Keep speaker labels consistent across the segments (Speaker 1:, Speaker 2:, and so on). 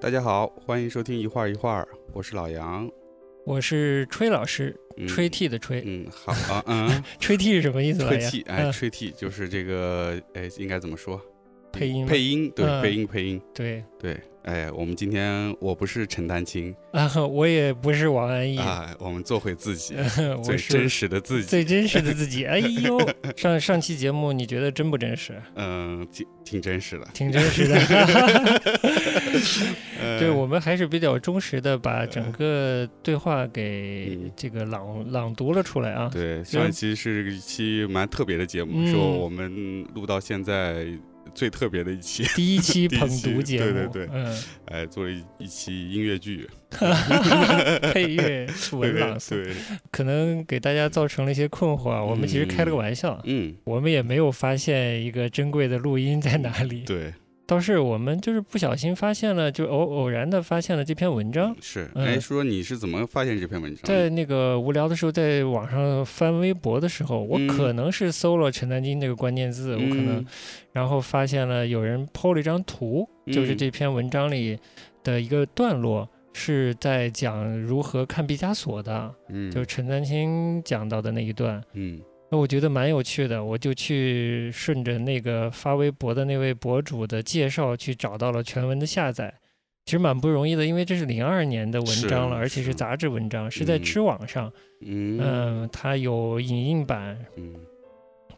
Speaker 1: 大家好，欢迎收听一会儿一会儿，我是老杨。
Speaker 2: 我是吹老师，
Speaker 1: 嗯
Speaker 2: 吹替的吹，
Speaker 1: 嗯，好 啊，嗯，
Speaker 2: 吹替是什么意思来
Speaker 1: 吹
Speaker 2: 着？
Speaker 1: 气，哎，
Speaker 2: 嗯
Speaker 1: 吹气就是这个，哎，应该怎么说？
Speaker 2: 配音吗
Speaker 1: 配音，对，
Speaker 2: 嗯
Speaker 1: 配音，配音，
Speaker 2: 对
Speaker 1: 对，哎，我们今天我不是陈丹青
Speaker 2: 啊，我也不是王安忆，
Speaker 1: 啊，我们做回自己，
Speaker 2: 嗯我
Speaker 1: 最真
Speaker 2: 是
Speaker 1: 实的自己，
Speaker 2: 最真实的自 己。哎呦，上上期节目你觉得真不真实？
Speaker 1: 嗯，挺挺真实的，
Speaker 2: 挺真实的，
Speaker 1: 呃
Speaker 2: 对我们还是比较忠实的，把整个对话给
Speaker 1: 嗯
Speaker 2: 这个朗朗读了出来啊。
Speaker 1: 对，上一期是一期蛮特别的节目，
Speaker 2: 嗯
Speaker 1: 是我们录到现在最特别的一期，
Speaker 2: 第一期
Speaker 1: 第一
Speaker 2: 捧
Speaker 1: 期
Speaker 2: 读节目，
Speaker 1: 对对对
Speaker 2: 嗯，
Speaker 1: 哎，做了一一期音乐剧，
Speaker 2: 配乐文朗诵，
Speaker 1: 对，
Speaker 2: 可能给大家造成了一些困惑啊。我们其实开了
Speaker 1: 嗯
Speaker 2: 个玩笑，啊
Speaker 1: 嗯，
Speaker 2: 我们也没有发现一个珍贵的录音在哪里，
Speaker 1: 对，
Speaker 2: 倒是我们就是不小心发现了，就偶偶然的发现了这篇文章。
Speaker 1: 是。
Speaker 2: 嗯
Speaker 1: 哎，说你是怎么发现这篇文章
Speaker 2: 在
Speaker 1: 的？
Speaker 2: 那个无聊的时候，在网上翻微博的时候，我
Speaker 1: 嗯
Speaker 2: 可能是搜了陈丹青这个关键字，我可能
Speaker 1: 嗯，
Speaker 2: 然后发现了有人 PO 了一张图，就是
Speaker 1: 嗯
Speaker 2: 这篇文章里的一个段落是在讲如何看毕加索的，
Speaker 1: 嗯，
Speaker 2: 就是陈丹青讲到的那一段。
Speaker 1: 嗯
Speaker 2: 那我觉得蛮有趣的，我就去顺着那个发微博的那位博主的介绍去找到了全文的下载，其实蛮不容易的，因为这是零二年的文章了，
Speaker 1: 是
Speaker 2: 而且是
Speaker 1: 是
Speaker 2: 杂志文章，是在
Speaker 1: 嗯
Speaker 2: 知网上，
Speaker 1: 嗯
Speaker 2: 嗯、它有影印版，
Speaker 1: 嗯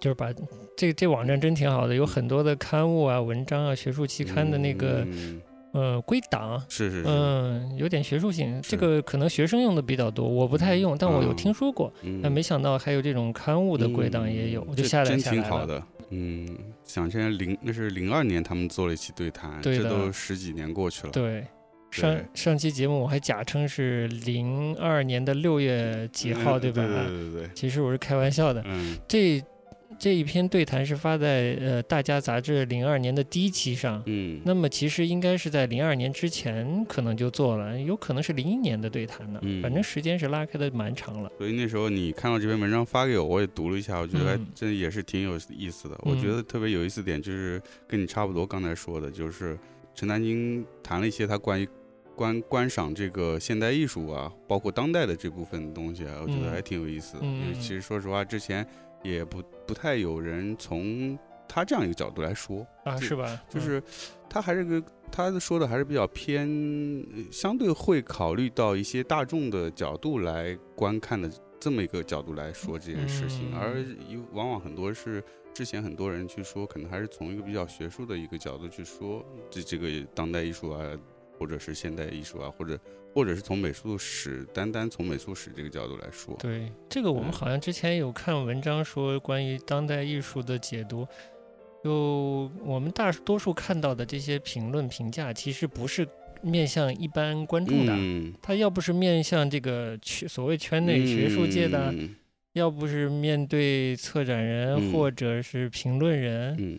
Speaker 2: 就是把这这网站真挺好的，有很多的刊物啊、文章啊、学术期刊的那个、
Speaker 1: 嗯
Speaker 2: 呃归档。
Speaker 1: 是是是，
Speaker 2: 嗯，有点学术性，
Speaker 1: 是
Speaker 2: 这个可能学生用的比较多，我不太用，但我有
Speaker 1: 嗯
Speaker 2: 听说过。但
Speaker 1: 嗯，
Speaker 2: 没想到还有这种刊物的归档也有，
Speaker 1: 嗯
Speaker 2: 我就
Speaker 1: 这
Speaker 2: 下载
Speaker 1: 真
Speaker 2: 下来
Speaker 1: 挺
Speaker 2: 了。
Speaker 1: 好的。嗯，想起来零那是零二年他们做了一期对谈，
Speaker 2: 对
Speaker 1: 这
Speaker 2: 的
Speaker 1: 都十几年过去了。
Speaker 2: 对，上
Speaker 1: 对
Speaker 2: 上期节目我还假称是零二年的六月几号，
Speaker 1: 嗯对
Speaker 2: 吧？啊
Speaker 1: 对对对对，
Speaker 2: 其实我是开玩笑的。
Speaker 1: 嗯
Speaker 2: 这这一篇对谈是发在呃《大家》杂志零二年的第一期上。
Speaker 1: 嗯，
Speaker 2: 那么其实应该是在零二年之前可能就做了，有可能是零一年的对谈呢，
Speaker 1: 嗯
Speaker 2: 反正时间是拉开的蛮长了。
Speaker 1: 所以那时候你看到这篇文章发给我，我也读了一下，我觉得还
Speaker 2: 嗯
Speaker 1: 真也是挺有意思的。我觉
Speaker 2: 嗯
Speaker 1: 得特别有意思点就是跟你差不多，刚才说的就是陈丹青谈了一些他关于观观赏这个现代艺术啊，包括当代的这部分东西啊，我觉得
Speaker 2: 嗯
Speaker 1: 还挺有意思的。
Speaker 2: 嗯
Speaker 1: 因为
Speaker 2: 嗯
Speaker 1: 其实说实话，之前也不不太有人从他这样一个角度来说，
Speaker 2: 啊，
Speaker 1: 就是
Speaker 2: 吧？
Speaker 1: 就
Speaker 2: 嗯
Speaker 1: 是他还是个他说的还是比较偏，呃相对会考虑到一些大众的角度来观看的这么一个角度来说这件事情，
Speaker 2: 嗯
Speaker 1: 而以往往很多是之前很多人去说，可能还是从一个比较学术的一个角度去说这这个当代艺术啊，或者是现代艺术啊，或者或者是从美术史单单从美术史这个角度来说，
Speaker 2: 对，这个我们
Speaker 1: 嗯
Speaker 2: 好像之前有看文章说关于当代艺术的解读，就我们大多数看到的这些评论评价，其实不是面向一般观众的，
Speaker 1: 嗯，
Speaker 2: 它要不是面向这个圈所谓圈内学术界的，
Speaker 1: 嗯
Speaker 2: 要不是面对策展人、
Speaker 1: 嗯
Speaker 2: 或者是评论人，
Speaker 1: 嗯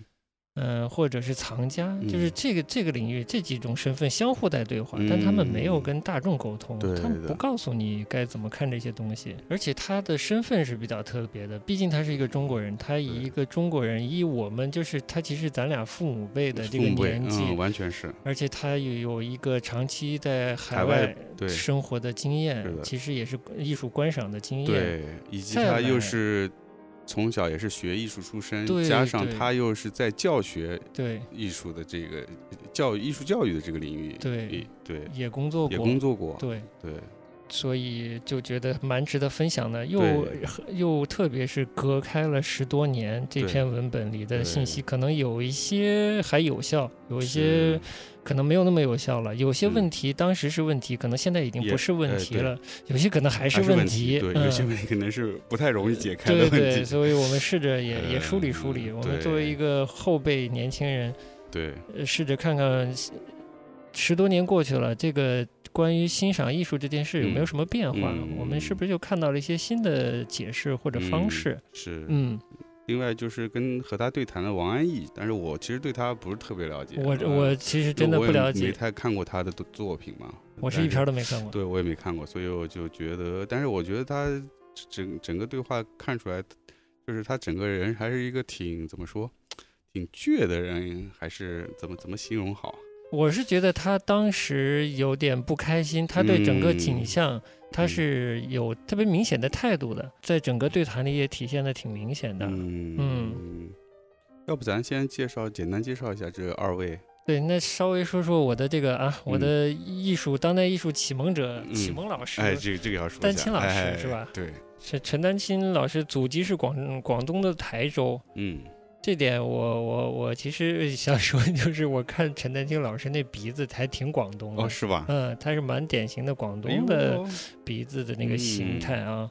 Speaker 2: 嗯、或者是藏家，就是
Speaker 1: 嗯
Speaker 2: 这个这个领域这几种身份相互在对话，但他们没有
Speaker 1: 嗯
Speaker 2: 跟大众沟通，
Speaker 1: 对
Speaker 2: 他们
Speaker 1: 的
Speaker 2: 不告诉你该怎么看这些东西，而且他的身份是比较特别的，毕竟他是一个中国人，他以
Speaker 1: 对
Speaker 2: 一个中国人，以我们就是他其实咱俩父母辈的这个
Speaker 1: 父辈
Speaker 2: 年纪，
Speaker 1: 嗯，完全是
Speaker 2: 而且他也有一个长期在海
Speaker 1: 海外
Speaker 2: 外
Speaker 1: 对
Speaker 2: 生活的经验
Speaker 1: 是的，
Speaker 2: 其实也是艺术观赏的经验，
Speaker 1: 对，以及
Speaker 2: 再
Speaker 1: 他又
Speaker 2: 来
Speaker 1: 是从小也是学艺术出身，
Speaker 2: 对
Speaker 1: 加上
Speaker 2: 对
Speaker 1: 他又是在教学
Speaker 2: 对
Speaker 1: 艺术的这个教育艺术教育的这个领域，
Speaker 2: 对
Speaker 1: 也对，
Speaker 2: 也工作
Speaker 1: 也
Speaker 2: 过，
Speaker 1: 工作过，
Speaker 2: 对。
Speaker 1: 对，
Speaker 2: 所以就觉得蛮值得分享的，又
Speaker 1: 对
Speaker 2: 和又特别是隔开了十多年，这
Speaker 1: 对
Speaker 2: 篇文本里的信息
Speaker 1: 对
Speaker 2: 可能有一些还有效，有一
Speaker 1: 是
Speaker 2: 些可能没有那么有效了。有些
Speaker 1: 嗯
Speaker 2: 问题当时是问题，可能现在已经
Speaker 1: 也
Speaker 2: 不是问
Speaker 1: 呃
Speaker 2: 题
Speaker 1: 对
Speaker 2: 了，有些可能还
Speaker 1: 还
Speaker 2: 是
Speaker 1: 是问
Speaker 2: 题。
Speaker 1: 对，有
Speaker 2: 嗯
Speaker 1: 些问题可能是不太容易解开的问
Speaker 2: 对对，
Speaker 1: 题，
Speaker 2: 所以我们试着也也梳理梳理。
Speaker 1: 嗯
Speaker 2: 我们作为
Speaker 1: 对
Speaker 2: 一个后辈年轻人，
Speaker 1: 对，
Speaker 2: 呃试着看看十多年过去了，这个关于欣赏艺术这件事有没有
Speaker 1: 嗯
Speaker 2: 什么变化？
Speaker 1: 嗯
Speaker 2: 我们是不是就看到了一些新的解释或者方
Speaker 1: 嗯
Speaker 2: 式？
Speaker 1: 是。
Speaker 2: 嗯，
Speaker 1: 另外就是跟和他对谈的王安忆，但是我其实对他不是特别了解，
Speaker 2: 我
Speaker 1: 呃
Speaker 2: 我其实真的
Speaker 1: 我
Speaker 2: 不
Speaker 1: 也
Speaker 2: 了
Speaker 1: 没
Speaker 2: 解，
Speaker 1: 太看过他的作作品嘛，
Speaker 2: 我是
Speaker 1: 但
Speaker 2: 一篇儿都没看过。
Speaker 1: 对，我也没看过，所以我就觉得，但是我觉得他整整个对话看出来，就是他整个人还是一个挺怎么说，挺倔的人，还是怎么怎么形容好？
Speaker 2: 我是觉得他当时有点不开心，他对整个景
Speaker 1: 嗯
Speaker 2: 象他
Speaker 1: 嗯
Speaker 2: 是有特别明显的态度的，在整个对谈里也体现的挺明显的。
Speaker 1: 嗯
Speaker 2: 嗯
Speaker 1: 要不咱先介绍，简单介绍一下这二位。
Speaker 2: 对，那稍微说说我的这个啊，我
Speaker 1: 嗯
Speaker 2: 的艺术当代艺术启蒙者、启
Speaker 1: 嗯
Speaker 2: 蒙老师，
Speaker 1: 哎，这个这个要说一下。
Speaker 2: 丹青老师
Speaker 1: 哎
Speaker 2: 是吧
Speaker 1: 对，
Speaker 2: 是陈丹青老师，祖籍是广广东的台州。
Speaker 1: 嗯，
Speaker 2: 这点我我我其实 想说，就是我看陈丹青老师那鼻子还挺广东的，
Speaker 1: 哦，是吧？
Speaker 2: 嗯，他是蛮典型的广
Speaker 1: 哎
Speaker 2: 东的
Speaker 1: 呦
Speaker 2: 鼻子的那个形
Speaker 1: 嗯
Speaker 2: 态啊。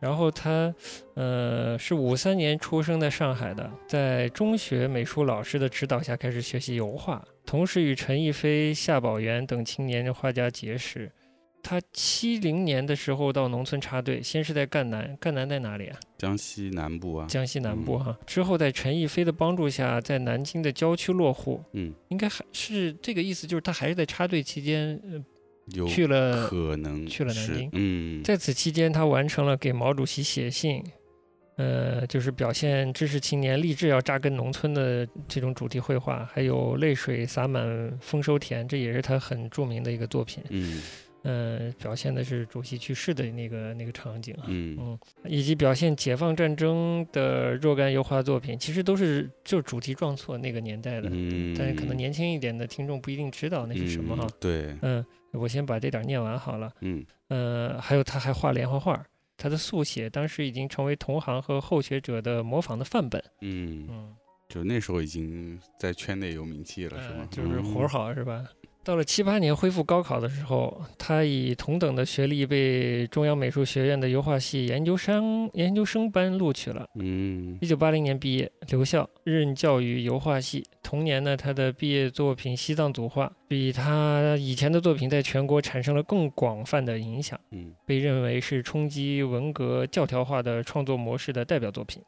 Speaker 2: 然后他呃是五三年出生在上海的，在中学美术老师的指导下开始学习油画，同时与陈逸飞、夏宝元等青年画家结识。他七零年的时候到农村插队，先是在赣南，赣南在哪里啊？
Speaker 1: 江西南部啊，
Speaker 2: 江西南部
Speaker 1: 嗯
Speaker 2: 哈、之后在陈逸飞的帮助下，在南京的郊区落户，
Speaker 1: 嗯，
Speaker 2: 应该还是这个意思，就是他还是在插队期间、
Speaker 1: 有
Speaker 2: 呃、去了
Speaker 1: 可能
Speaker 2: 去了南
Speaker 1: 是
Speaker 2: 京
Speaker 1: 嗯，
Speaker 2: 在此期间，他完成了给毛主席写信，呃，就是表现知识青年立志要扎根农村的这种主题绘画，还有泪水洒满丰收田，这也是他很著名的一个作品。
Speaker 1: 嗯
Speaker 2: 呃，表现的是主席去世的那个那个场景啊，
Speaker 1: 嗯
Speaker 2: 以及表现解放战争的若干油画作品，其实都是就主题撞错那个年代的，
Speaker 1: 嗯，
Speaker 2: 但是可能年轻一点的听众不一定知道那是什么哈
Speaker 1: 嗯。对，
Speaker 2: 嗯，我先把这点儿念完好了。
Speaker 1: 嗯
Speaker 2: 呃，还有他还画连环画儿，他的速写当时已经成为同行和后学者的模仿的范本。
Speaker 1: 嗯，
Speaker 2: 嗯，
Speaker 1: 就那时候已经在圈内有名气了，是
Speaker 2: 呃
Speaker 1: 吗？
Speaker 2: 就是活儿
Speaker 1: 嗯
Speaker 2: 好是吧？到了七八年恢复高考的时候，他以同等的学历被中央美术学院的油画系研究生研究生班录取了。
Speaker 1: 嗯
Speaker 2: 一九八零年毕业，留校任教于油画系。同年呢，他的毕业作品《西藏组画》比他以前的作品在全国产生了更广泛的影响。
Speaker 1: 嗯
Speaker 2: 被认为是冲击文革教条化的创作模式的代表作品。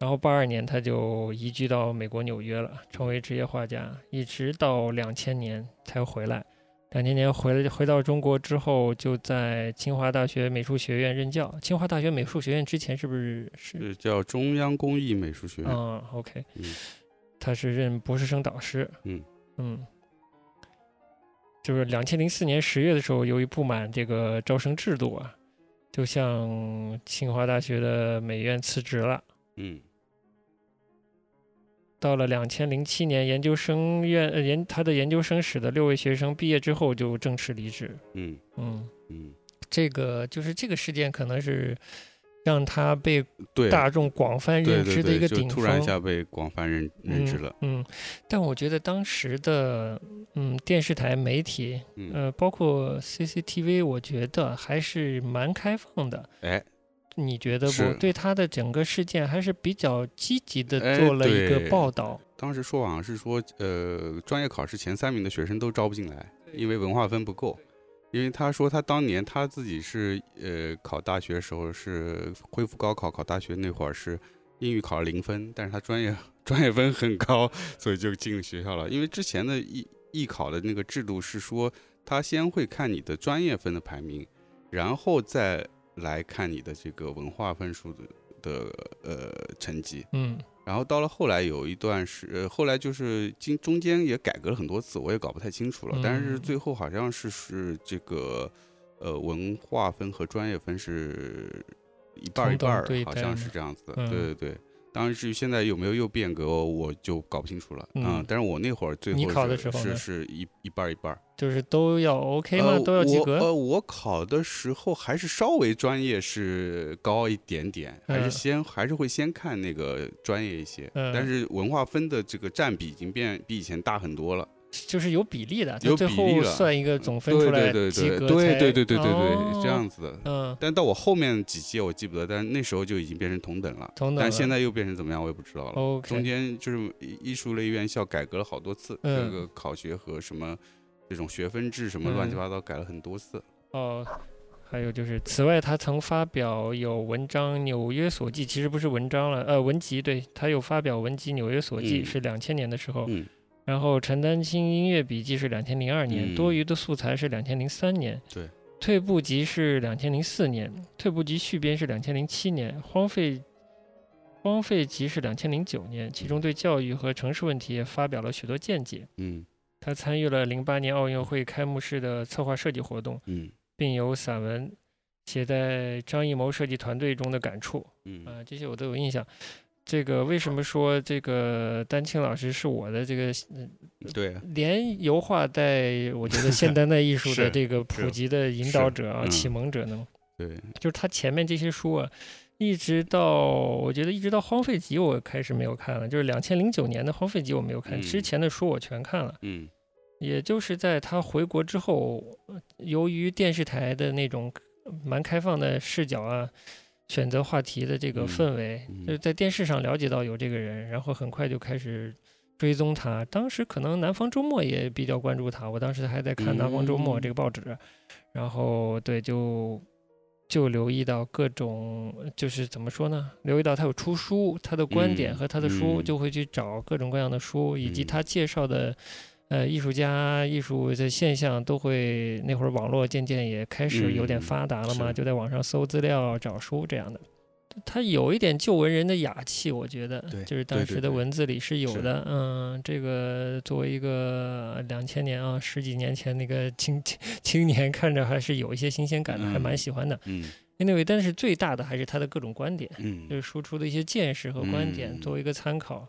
Speaker 2: 然后八二年他就移居到美国纽约了，成为职业画家，一直到两千年才回来。两千年回来回到中国之后，就在清华大学美术学院任教。清华大学美术学院之前是不是
Speaker 1: 是
Speaker 2: 是？
Speaker 1: 嗯叫中央工艺美术学院，
Speaker 2: 嗯，OK，
Speaker 1: 嗯
Speaker 2: 他是任博士生导师。
Speaker 1: 嗯
Speaker 2: 嗯就是两千零四年十月的时候，由于不满这个招生制度啊，就向清华大学的美院辞职了。
Speaker 1: 嗯
Speaker 2: 到了两千零七年，研究生院呃研他的研究生室的六位学生毕业之后就正式离职。
Speaker 1: 嗯
Speaker 2: 嗯，
Speaker 1: 嗯，
Speaker 2: 这个就是这个事件可能是让他被
Speaker 1: 对，
Speaker 2: 大众广泛
Speaker 1: 嗯对
Speaker 2: 认
Speaker 1: 对
Speaker 2: 知的
Speaker 1: 对
Speaker 2: 一个
Speaker 1: 就
Speaker 2: 顶
Speaker 1: 突然
Speaker 2: 峰
Speaker 1: 一。下被广泛认认知了，
Speaker 2: 嗯。嗯，但我觉得当时的嗯电视台媒体，
Speaker 1: 嗯，
Speaker 2: 呃，包括 CCTV，我觉得还是蛮开放的。
Speaker 1: 哎，
Speaker 2: 你觉得不
Speaker 1: 是
Speaker 2: 对他的整个事件还是比较积极的
Speaker 1: 哎
Speaker 2: 做了一个
Speaker 1: 对
Speaker 2: 报道？
Speaker 1: 当时说好像是说，呃，专业考试前三名的学生都招不进来，因为文化分不够。因为他说他当年他自己是呃考大学时候是恢复高考考大学那会儿是英语考了零分，但是他专业专业分很高，所以就进学校了。因为之前的艺艺考的那个制度是说，他先会看你的专业分的排名，然后再来看你的这个文化分数的的呃成绩。
Speaker 2: 嗯
Speaker 1: 然后到了后来有一段是，呃后来就是经中间也改革了很多次，我也搞不太清楚了。但是
Speaker 2: 嗯
Speaker 1: 最后好像是是这个，呃，文化分和专业分是一半儿一
Speaker 2: 同等
Speaker 1: 半儿
Speaker 2: 对，
Speaker 1: 好
Speaker 2: 待
Speaker 1: 像
Speaker 2: 嘛
Speaker 1: 是这样子的。
Speaker 2: 嗯
Speaker 1: 对对对。当然，至于现在有没有又变革，我就搞不清楚了。啊
Speaker 2: 嗯
Speaker 1: 但是我那会儿最后
Speaker 2: 你考的
Speaker 1: 是
Speaker 2: 时候呢
Speaker 1: 是是一一半儿一半儿。
Speaker 2: 就是都要 OK 吗？
Speaker 1: 呃
Speaker 2: 都要及
Speaker 1: 我
Speaker 2: 格？
Speaker 1: 呃，我考的时候还是稍微专业是高一点点，还
Speaker 2: 嗯
Speaker 1: 是先、还是会先看那个专业一些，
Speaker 2: 嗯
Speaker 1: 但是文化分的这个占比已经变比以前大很多了。
Speaker 2: 就是有比例的，他
Speaker 1: 有
Speaker 2: 最
Speaker 1: 比例
Speaker 2: 后
Speaker 1: 了嗯
Speaker 2: 算一个总分
Speaker 1: 对
Speaker 2: 出来
Speaker 1: 对对
Speaker 2: 及
Speaker 1: 对
Speaker 2: 格
Speaker 1: 对
Speaker 2: 才
Speaker 1: 对对对对
Speaker 2: 哦
Speaker 1: 对，这样子的。
Speaker 2: 嗯，
Speaker 1: 但到我后面几届我记不得，但是那时候就已经变成同等了，
Speaker 2: 同等
Speaker 1: 但
Speaker 2: 了。哦
Speaker 1: 现在又变成怎么样我也不知道了。
Speaker 2: OK，
Speaker 1: 中间就是艺术类院校改革了好多次，
Speaker 2: 嗯
Speaker 1: 这个考学和什么这种学分制什么乱七
Speaker 2: 嗯
Speaker 1: 八糟改了很多次。
Speaker 2: 哦，还有就是，此外，他曾发表有文章《纽约所记》，其实不是文章了，呃，文集。对他有发表文集《纽约所记》
Speaker 1: 嗯
Speaker 2: 是两千年的时候，
Speaker 1: 嗯
Speaker 2: 然后《陈丹青音乐笔记》是两千零二
Speaker 1: 嗯
Speaker 2: 年，多余的素材是两千零三年，
Speaker 1: 对，
Speaker 2: 退步集是两千零四年，退步集续编是两千零七年，荒废。荒废集是两千零九年，其中对教育和城市问题也发表了许多见解。
Speaker 1: 嗯
Speaker 2: 他参与了零八年奥运会开幕式的策划设计活动，
Speaker 1: 嗯
Speaker 2: 并有散文写在张艺谋设计团队中的感触啊、
Speaker 1: 嗯
Speaker 2: 这些我都有印象。这个为什么说这个丹青老师是我的这个嗯
Speaker 1: 对啊，
Speaker 2: 连油画带我觉得现当代艺术的
Speaker 1: 是
Speaker 2: 这个普及的引导者啊、
Speaker 1: 是嗯
Speaker 2: 启蒙者呢？
Speaker 1: 对，
Speaker 2: 就是他前面这些书啊，一直到我觉得一直到《荒废集》我开始没有看了，就是两千零九年的《荒废集》我没有看，
Speaker 1: 嗯
Speaker 2: 之前的书我全看了。
Speaker 1: 嗯
Speaker 2: 也就是在他回国之后，呃由于电视台的那种呃蛮开放的视角啊，选择话题的这个
Speaker 1: 嗯
Speaker 2: 氛围，
Speaker 1: 嗯
Speaker 2: 就是在电视上了解到有这个人，然后很快就开始追踪他。当时可能南方周末也比较关注他，我当时还在看《南方周末》
Speaker 1: 嗯
Speaker 2: 这个报纸，然后对就。就留意到各种，就是怎么说呢？留意到他有出书，他的观点
Speaker 1: 嗯
Speaker 2: 和他的书，
Speaker 1: 嗯
Speaker 2: 就会去找各种各样的书，以及
Speaker 1: 嗯
Speaker 2: 他介绍的呃，艺术家、艺术的现象都会，那会儿网络渐渐也开始有点
Speaker 1: 嗯
Speaker 2: 发达了嘛，
Speaker 1: 是
Speaker 2: 就在网上搜资料、找书这样的。他有一点旧文人的雅气，我觉得
Speaker 1: 对，
Speaker 2: 就
Speaker 1: 对
Speaker 2: 是当
Speaker 1: 对
Speaker 2: 时的
Speaker 1: 对
Speaker 2: 文字里是有
Speaker 1: 是
Speaker 2: 的。嗯，这个作为一个两千年啊，十几年前那个青青青年，看着还是有一些新鲜感的，还蛮
Speaker 1: 嗯
Speaker 2: 喜欢的。
Speaker 1: 嗯
Speaker 2: Anyway，但是最大的还是他的各种观点。就
Speaker 1: 嗯
Speaker 2: 是输出的一些见识和观点
Speaker 1: 嗯
Speaker 2: 作为一个参考，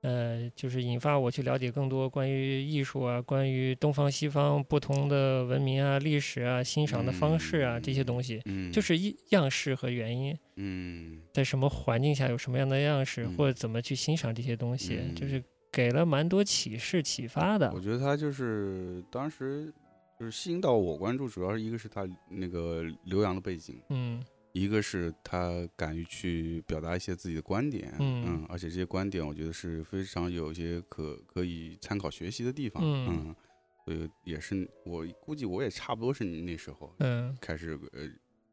Speaker 2: 呃，就是引发我去了解更多关于艺术啊、关于东方西方不同的文明啊、历史啊、欣赏的方式啊、这些东西，
Speaker 1: 嗯，
Speaker 2: 就是一样式和原因，
Speaker 1: 嗯
Speaker 2: 在什么环境下有什么样的样式，
Speaker 1: 嗯
Speaker 2: 或者怎么去欣赏这些东西，就
Speaker 1: 嗯
Speaker 2: 是给了蛮多启示、启发的
Speaker 1: 我。觉得他就是当时就是吸引到我关注，主要是一个是他那个留洋的背景，
Speaker 2: 嗯
Speaker 1: 一个是他敢于去表达一些自己的观点，
Speaker 2: 嗯
Speaker 1: 而且这些观点我觉得是非常有一些可可以参考学习的地方，
Speaker 2: 嗯
Speaker 1: 嗯，所以也是我估计我也差不多是你那时候
Speaker 2: 嗯
Speaker 1: 开始呃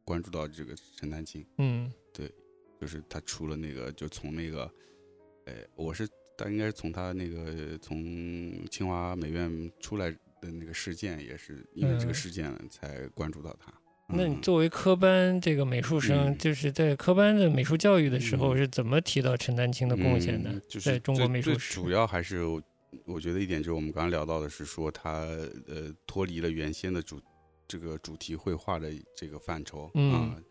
Speaker 1: 关注到这个陈丹青，
Speaker 2: 嗯
Speaker 1: 就是他出了那个就从那个，呃，我是他应该是从他那个从清华美院出来的那个事件，也是因为这
Speaker 2: 嗯
Speaker 1: 个事件才关注到他。
Speaker 2: 那你
Speaker 1: 嗯
Speaker 2: 作为科班这个美术生，
Speaker 1: 嗯
Speaker 2: 就是在科班的美术教育的时候，
Speaker 1: 嗯
Speaker 2: 是怎么提到陈丹青的贡献的？
Speaker 1: 嗯就是
Speaker 2: 在中国
Speaker 1: 最
Speaker 2: 美术
Speaker 1: 最
Speaker 2: 史
Speaker 1: 主要还是我我觉得一点就是我们刚刚聊到的是说他呃脱离了原先的主这个主题绘画的这个范畴啊、
Speaker 2: 嗯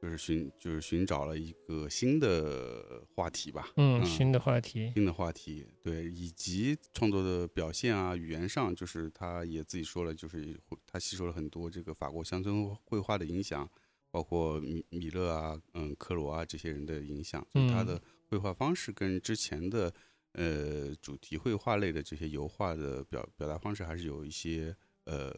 Speaker 1: 就是寻就是寻找了一个新的话题吧，
Speaker 2: 嗯，
Speaker 1: 嗯
Speaker 2: 新的话题。
Speaker 1: 新的话题，对，以及创作的表现啊，语言上，就是他也自己说了，就是会他吸收了很多这个法国乡村绘画的影响，包括米米勒啊，嗯，克罗啊这些人的影响，所以他
Speaker 2: 嗯
Speaker 1: 的绘画方式跟之前的呃主题绘画类的这些油画的表表达方式还是有一些呃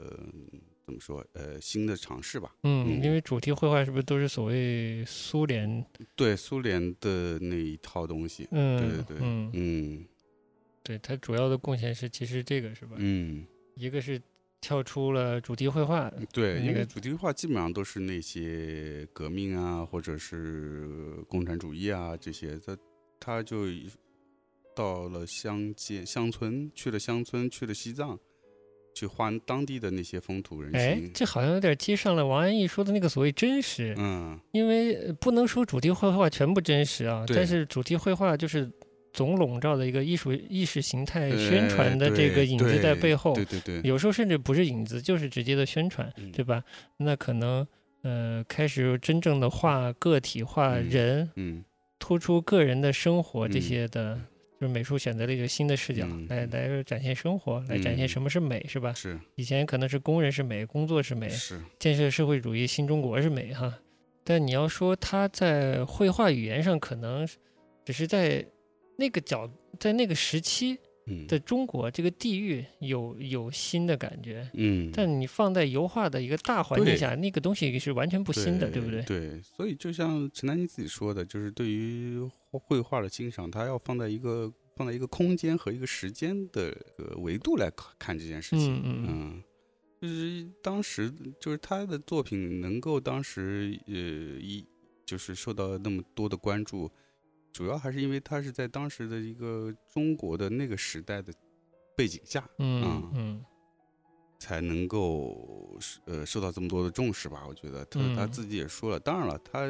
Speaker 1: 怎么说呃新的尝试吧。
Speaker 2: 嗯，
Speaker 1: 嗯
Speaker 2: 因为主题绘画是不是都是所谓苏联？
Speaker 1: 对苏联的那一套东西，
Speaker 2: 嗯，
Speaker 1: 对对
Speaker 2: 嗯，
Speaker 1: 嗯
Speaker 2: 对，它主要的贡献是其实这个是吧？
Speaker 1: 嗯。
Speaker 2: 一个是跳出了主题绘画，
Speaker 1: 对，
Speaker 2: 那
Speaker 1: 因
Speaker 2: 个
Speaker 1: 为主题画基本上都是那些革命啊，或者是共产主义啊这些，他他就一到了乡间乡村，去了乡村，去了西藏，去画当地的那些风土人
Speaker 2: 哎，
Speaker 1: 情。
Speaker 2: 这好像有点接上了王安忆说的那个所谓真实，
Speaker 1: 嗯，
Speaker 2: 因为呃不能说主题绘画全部真实啊，
Speaker 1: 对
Speaker 2: 但是主题绘画就是。总笼罩的一个艺术意识形态宣传的
Speaker 1: 呃
Speaker 2: 这个
Speaker 1: 对
Speaker 2: 影子在
Speaker 1: 对
Speaker 2: 背后，
Speaker 1: 对对对，
Speaker 2: 有时候甚至不是影子，就是直接的宣传，
Speaker 1: 嗯
Speaker 2: 对吧？那可能呃，开始真正的画个体、画
Speaker 1: 嗯
Speaker 2: 人，
Speaker 1: 嗯，
Speaker 2: 突出个人的生活这
Speaker 1: 嗯
Speaker 2: 些的，就是美术选择了一个新的视角、
Speaker 1: 嗯
Speaker 2: 来来展现生活，来展现
Speaker 1: 嗯
Speaker 2: 什么是美，是吧？
Speaker 1: 是
Speaker 2: 以前可能是工人是美，工作是美，
Speaker 1: 是，
Speaker 2: 建设社会主义新中国是美哈。但你要说他在绘画语言上，可能是只是在那个角，在那个时期
Speaker 1: 嗯，
Speaker 2: 的中国这个地域有有新的感觉，
Speaker 1: 嗯，
Speaker 2: 但你放在油画的一个大环境
Speaker 1: 对
Speaker 2: 下，那个东西是完全不新的，对不对？嗯
Speaker 1: 对，所以就像陈丹青自己说的，就是对于绘绘画的欣赏，他要放在一个放在一个空间和一个时间的呃维度来看看这件事情。
Speaker 2: 嗯嗯嗯
Speaker 1: 嗯，就是当时就是他的作品能够当时呃一就是受到那么多的关注，主要还是因为他是在当时的一个中国的那个时代的背景下，
Speaker 2: 嗯
Speaker 1: 嗯
Speaker 2: 嗯
Speaker 1: 才能够是呃受到这么多的重视吧。我觉得他他
Speaker 2: 嗯
Speaker 1: 自己也说了，当然了，他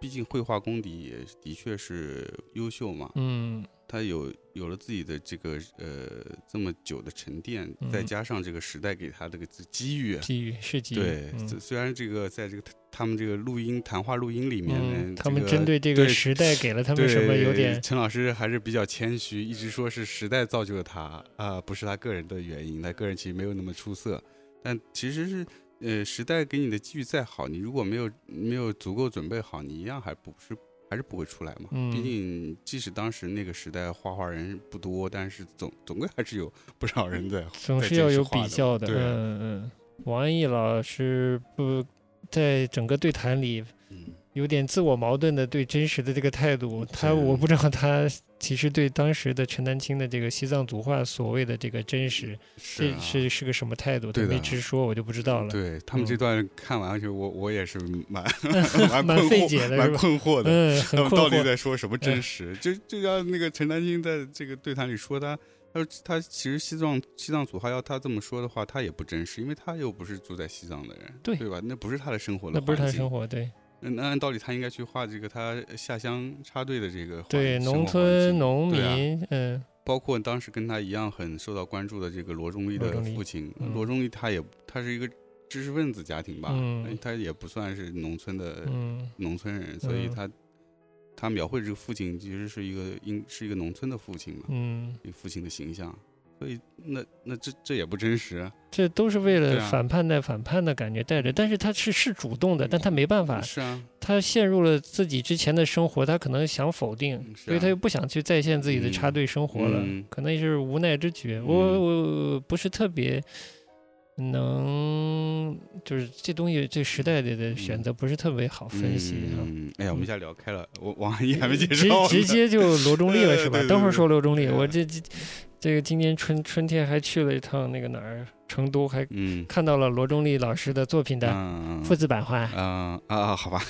Speaker 1: 毕竟绘画功底也的确是优秀嘛，
Speaker 2: 嗯
Speaker 1: 他有有了自己的这个呃这么久的沉淀，
Speaker 2: 嗯
Speaker 1: 再加上这个时代给他这个机遇啊，
Speaker 2: 机遇是机遇，
Speaker 1: 对，
Speaker 2: 嗯
Speaker 1: 虽虽然这个在这个他们这个录音谈话录音里面呢，
Speaker 2: 嗯，他们
Speaker 1: 这个
Speaker 2: 针对这个
Speaker 1: 对
Speaker 2: 时代给了他们什么有
Speaker 1: 对
Speaker 2: 点
Speaker 1: 陈老师还是比较谦虚，一直说是时代造就了他啊、不是他个人的原因，他个人其实没有那么出色，但其实是呃时代给你的机遇再好，你如果没有没有足够准备好，你一样还不是还是不会出来嘛。
Speaker 2: 嗯
Speaker 1: 毕竟即使当时那个时代画画人不多，但是总总归还是有不少人在。
Speaker 2: 总
Speaker 1: 在
Speaker 2: 是
Speaker 1: 这
Speaker 2: 要
Speaker 1: 是
Speaker 2: 有
Speaker 1: 画
Speaker 2: 比
Speaker 1: 的
Speaker 2: 较的。
Speaker 1: 对
Speaker 2: 嗯嗯，王安忆老师不在整个对谈里
Speaker 1: 嗯，
Speaker 2: 有点自我矛盾的对真实的这个态度，他
Speaker 1: 是
Speaker 2: 我不知道他其实对当时的陈丹青的这个西藏族话所谓的这个真实，
Speaker 1: 是
Speaker 2: 这
Speaker 1: 啊
Speaker 2: 是是个什么态度，他
Speaker 1: 对的
Speaker 2: 没直说，我就不知道了。
Speaker 1: 对他们这
Speaker 2: 嗯
Speaker 1: 段看完，就我我也是蛮 蛮
Speaker 2: 蛮
Speaker 1: 困
Speaker 2: 费
Speaker 1: 惑
Speaker 2: 解的是
Speaker 1: 蛮
Speaker 2: 吧
Speaker 1: 困惑的。
Speaker 2: 嗯，
Speaker 1: 他
Speaker 2: 很
Speaker 1: 们
Speaker 2: 困
Speaker 1: 到底
Speaker 2: 惑。哎
Speaker 1: 在说什么真实？就就像那个陈丹青在这个对谈里说他，他说他其实西藏西藏组还要他这么说的话，他也不真实，因为他又不是住在西藏的人，
Speaker 2: 对
Speaker 1: 对吧？那不是他的生活
Speaker 2: 那
Speaker 1: 的
Speaker 2: 不是他的生
Speaker 1: 活。
Speaker 2: 活，对
Speaker 1: 那那按道理他应该去画这个他下乡插队的这个环
Speaker 2: 对，
Speaker 1: 生活
Speaker 2: 农
Speaker 1: 环
Speaker 2: 村
Speaker 1: 境
Speaker 2: 农
Speaker 1: 对啊
Speaker 2: 民，嗯，
Speaker 1: 包括当时跟他一样很受到关注的这个罗中立
Speaker 2: 罗
Speaker 1: 的
Speaker 2: 中立
Speaker 1: 父亲，
Speaker 2: 嗯
Speaker 1: 罗中立他也他是一个知识分子家庭吧，哎
Speaker 2: 嗯
Speaker 1: 他也不算是农村的
Speaker 2: 嗯，
Speaker 1: 农村人，所以
Speaker 2: 嗯
Speaker 1: 他他描绘这个父亲其实是一个应是一个农村的父亲嘛，
Speaker 2: 嗯，
Speaker 1: 一个父亲的形象，所以那那这这也不真实啊，
Speaker 2: 这都是为
Speaker 1: 对
Speaker 2: 了
Speaker 1: 啊
Speaker 2: 反叛的反叛的感觉带着，但是他是是主动的，但他没办法，
Speaker 1: 是啊，
Speaker 2: 他陷入了自己之前的生活，他可能想否定，
Speaker 1: 嗯是
Speaker 2: 所以
Speaker 1: 啊
Speaker 2: 他又不想去再现自己的插
Speaker 1: 嗯
Speaker 2: 队生活了，
Speaker 1: 嗯
Speaker 2: 可能也是无奈之举。我
Speaker 1: 嗯
Speaker 2: 我不是特别能，就是这东西这时代里的选择不是特别好分析啊。
Speaker 1: 嗯，哎呀，我们
Speaker 2: 嗯
Speaker 1: 一下聊开了，我王安忆还没介
Speaker 2: 直
Speaker 1: 绍呢，
Speaker 2: 直接就罗中立了
Speaker 1: 对
Speaker 2: 是吧
Speaker 1: 对？对
Speaker 2: 等会儿说罗中立，
Speaker 1: 对
Speaker 2: 我这这这个今年春春天还去了一趟那个哪儿，成都，还
Speaker 1: 嗯，
Speaker 2: 看到了罗中立老师的作品的
Speaker 1: 嗯
Speaker 2: 复制版画。
Speaker 1: 啊啊，好吧。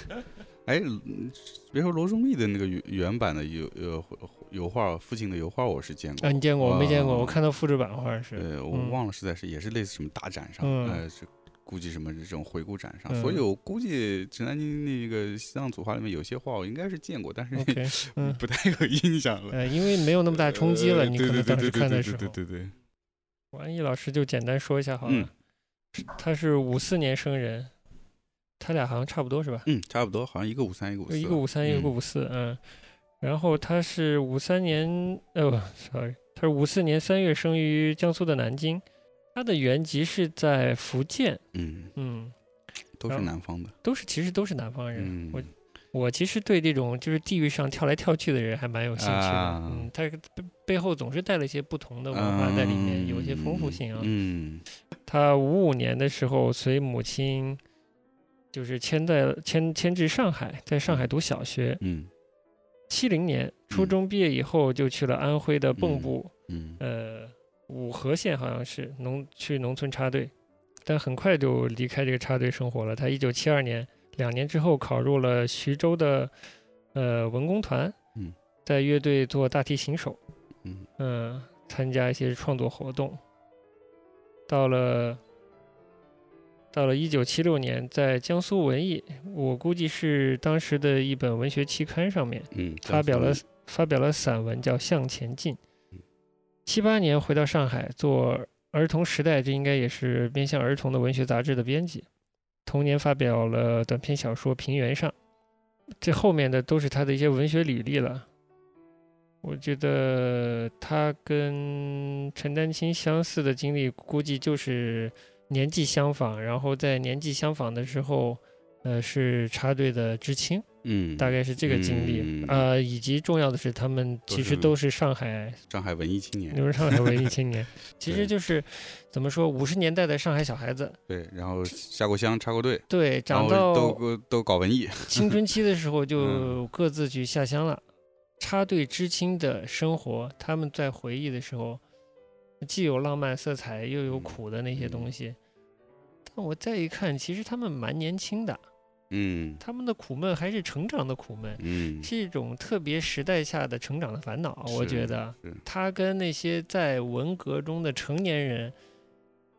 Speaker 1: 哎，嗯别说罗中立的那个原原版的油呃油画，父亲的油画我是见过
Speaker 2: 啊，你见过？我没见过，
Speaker 1: 啊
Speaker 2: 我看到复制版画是。
Speaker 1: 呃，我
Speaker 2: 嗯
Speaker 1: 忘了是在是也是类似什么大展上，
Speaker 2: 嗯
Speaker 1: 呃，是估计什么这种回顾展上，所以
Speaker 2: 嗯
Speaker 1: 我估计陈丹青那个西藏组画里面有些画我应该是见过，但是
Speaker 2: OK，嗯
Speaker 1: 不太有印象了。
Speaker 2: 呃，因为没有那么大冲击了，
Speaker 1: 呃
Speaker 2: 你
Speaker 1: 对
Speaker 2: 可能
Speaker 1: 对对
Speaker 2: 当
Speaker 1: 对
Speaker 2: 时
Speaker 1: 对
Speaker 2: 看的
Speaker 1: 对
Speaker 2: 时
Speaker 1: 对
Speaker 2: 候。
Speaker 1: 对对对，
Speaker 2: 王毅老师就简单说一下好了，
Speaker 1: 嗯
Speaker 2: 啊他是五四年生人，他俩好像差不多是吧？
Speaker 1: 嗯，差不多，好像一个五三，一个五四，
Speaker 2: 一个五三，一个
Speaker 1: 嗯
Speaker 2: 五四，嗯。然后他是五三年，呃，sorry，他是五四年三月生于江苏的南京，他的原籍是在福建，
Speaker 1: 嗯，
Speaker 2: 嗯，
Speaker 1: 都是
Speaker 2: 然后
Speaker 1: 南方的，
Speaker 2: 都是其实都是南方人，
Speaker 1: 嗯，
Speaker 2: 我我其实对这种就是地域上跳来跳去的人还蛮有兴趣的，
Speaker 1: 啊
Speaker 2: 嗯，他背背后总是带了一些不同的文化在里面，有一些丰富性啊。
Speaker 1: 嗯，
Speaker 2: 他五五年的时候随母亲，就是迁在迁迁至上海，在上海读小学。
Speaker 1: 嗯
Speaker 2: 七零年初中毕业以后，就去了安徽的蚌埠，
Speaker 1: 嗯嗯
Speaker 2: 呃，五河县好像是农去农村插队，但很快就离开这个插队生活了。他一九七二年两年之后考入了徐州的呃文工团
Speaker 1: 嗯，
Speaker 2: 在乐队做大提琴手。
Speaker 1: 嗯
Speaker 2: 嗯，参加一些创作活动。到了到了一九七六年，在江苏文艺，我估计是当时的一本文学期刊上面
Speaker 1: 嗯，
Speaker 2: 发表了
Speaker 1: 江苏
Speaker 2: 发表了散文，叫《向前进》
Speaker 1: 嗯。
Speaker 2: 七八年回到上海做《儿童时代》，这应该也是面向儿童的文学杂志的编辑。同年发表了短篇小说《平原上》，这后面的都是他的一些文学履历了。我觉得他跟陈丹青相似的经历，估计就是年纪相仿，然后在年纪相仿的时候，呃，是插队的知青。
Speaker 1: 嗯，
Speaker 2: 大概是这个经历，
Speaker 1: 嗯
Speaker 2: 呃，以及重要的是，他们
Speaker 1: 都
Speaker 2: 其
Speaker 1: 是
Speaker 2: 实都是上海，
Speaker 1: 上海文艺青年，
Speaker 2: 都是上海文艺青年， 其
Speaker 1: 对
Speaker 2: 实就是怎么说，五十年代的上海小孩子，
Speaker 1: 对，然后下过乡，插过队，
Speaker 2: 对，
Speaker 1: 然
Speaker 2: 长
Speaker 1: 后
Speaker 2: 到
Speaker 1: 哦都嗯都搞文艺，
Speaker 2: 青春期的 时候就各自去下乡了，插队知青的生活，他们在回忆的时候，既有浪漫色彩，又有
Speaker 1: 嗯
Speaker 2: 苦的那些东
Speaker 1: 嗯
Speaker 2: 西。但我再一看，其实他们蛮年轻的，
Speaker 1: 嗯
Speaker 2: 他们的苦闷还是成长的苦闷，
Speaker 1: 嗯，
Speaker 2: 是一种特别时代下的成长的烦恼，我
Speaker 1: 是嗯
Speaker 2: 觉得
Speaker 1: 是
Speaker 2: 他跟那些在文革中的成年人，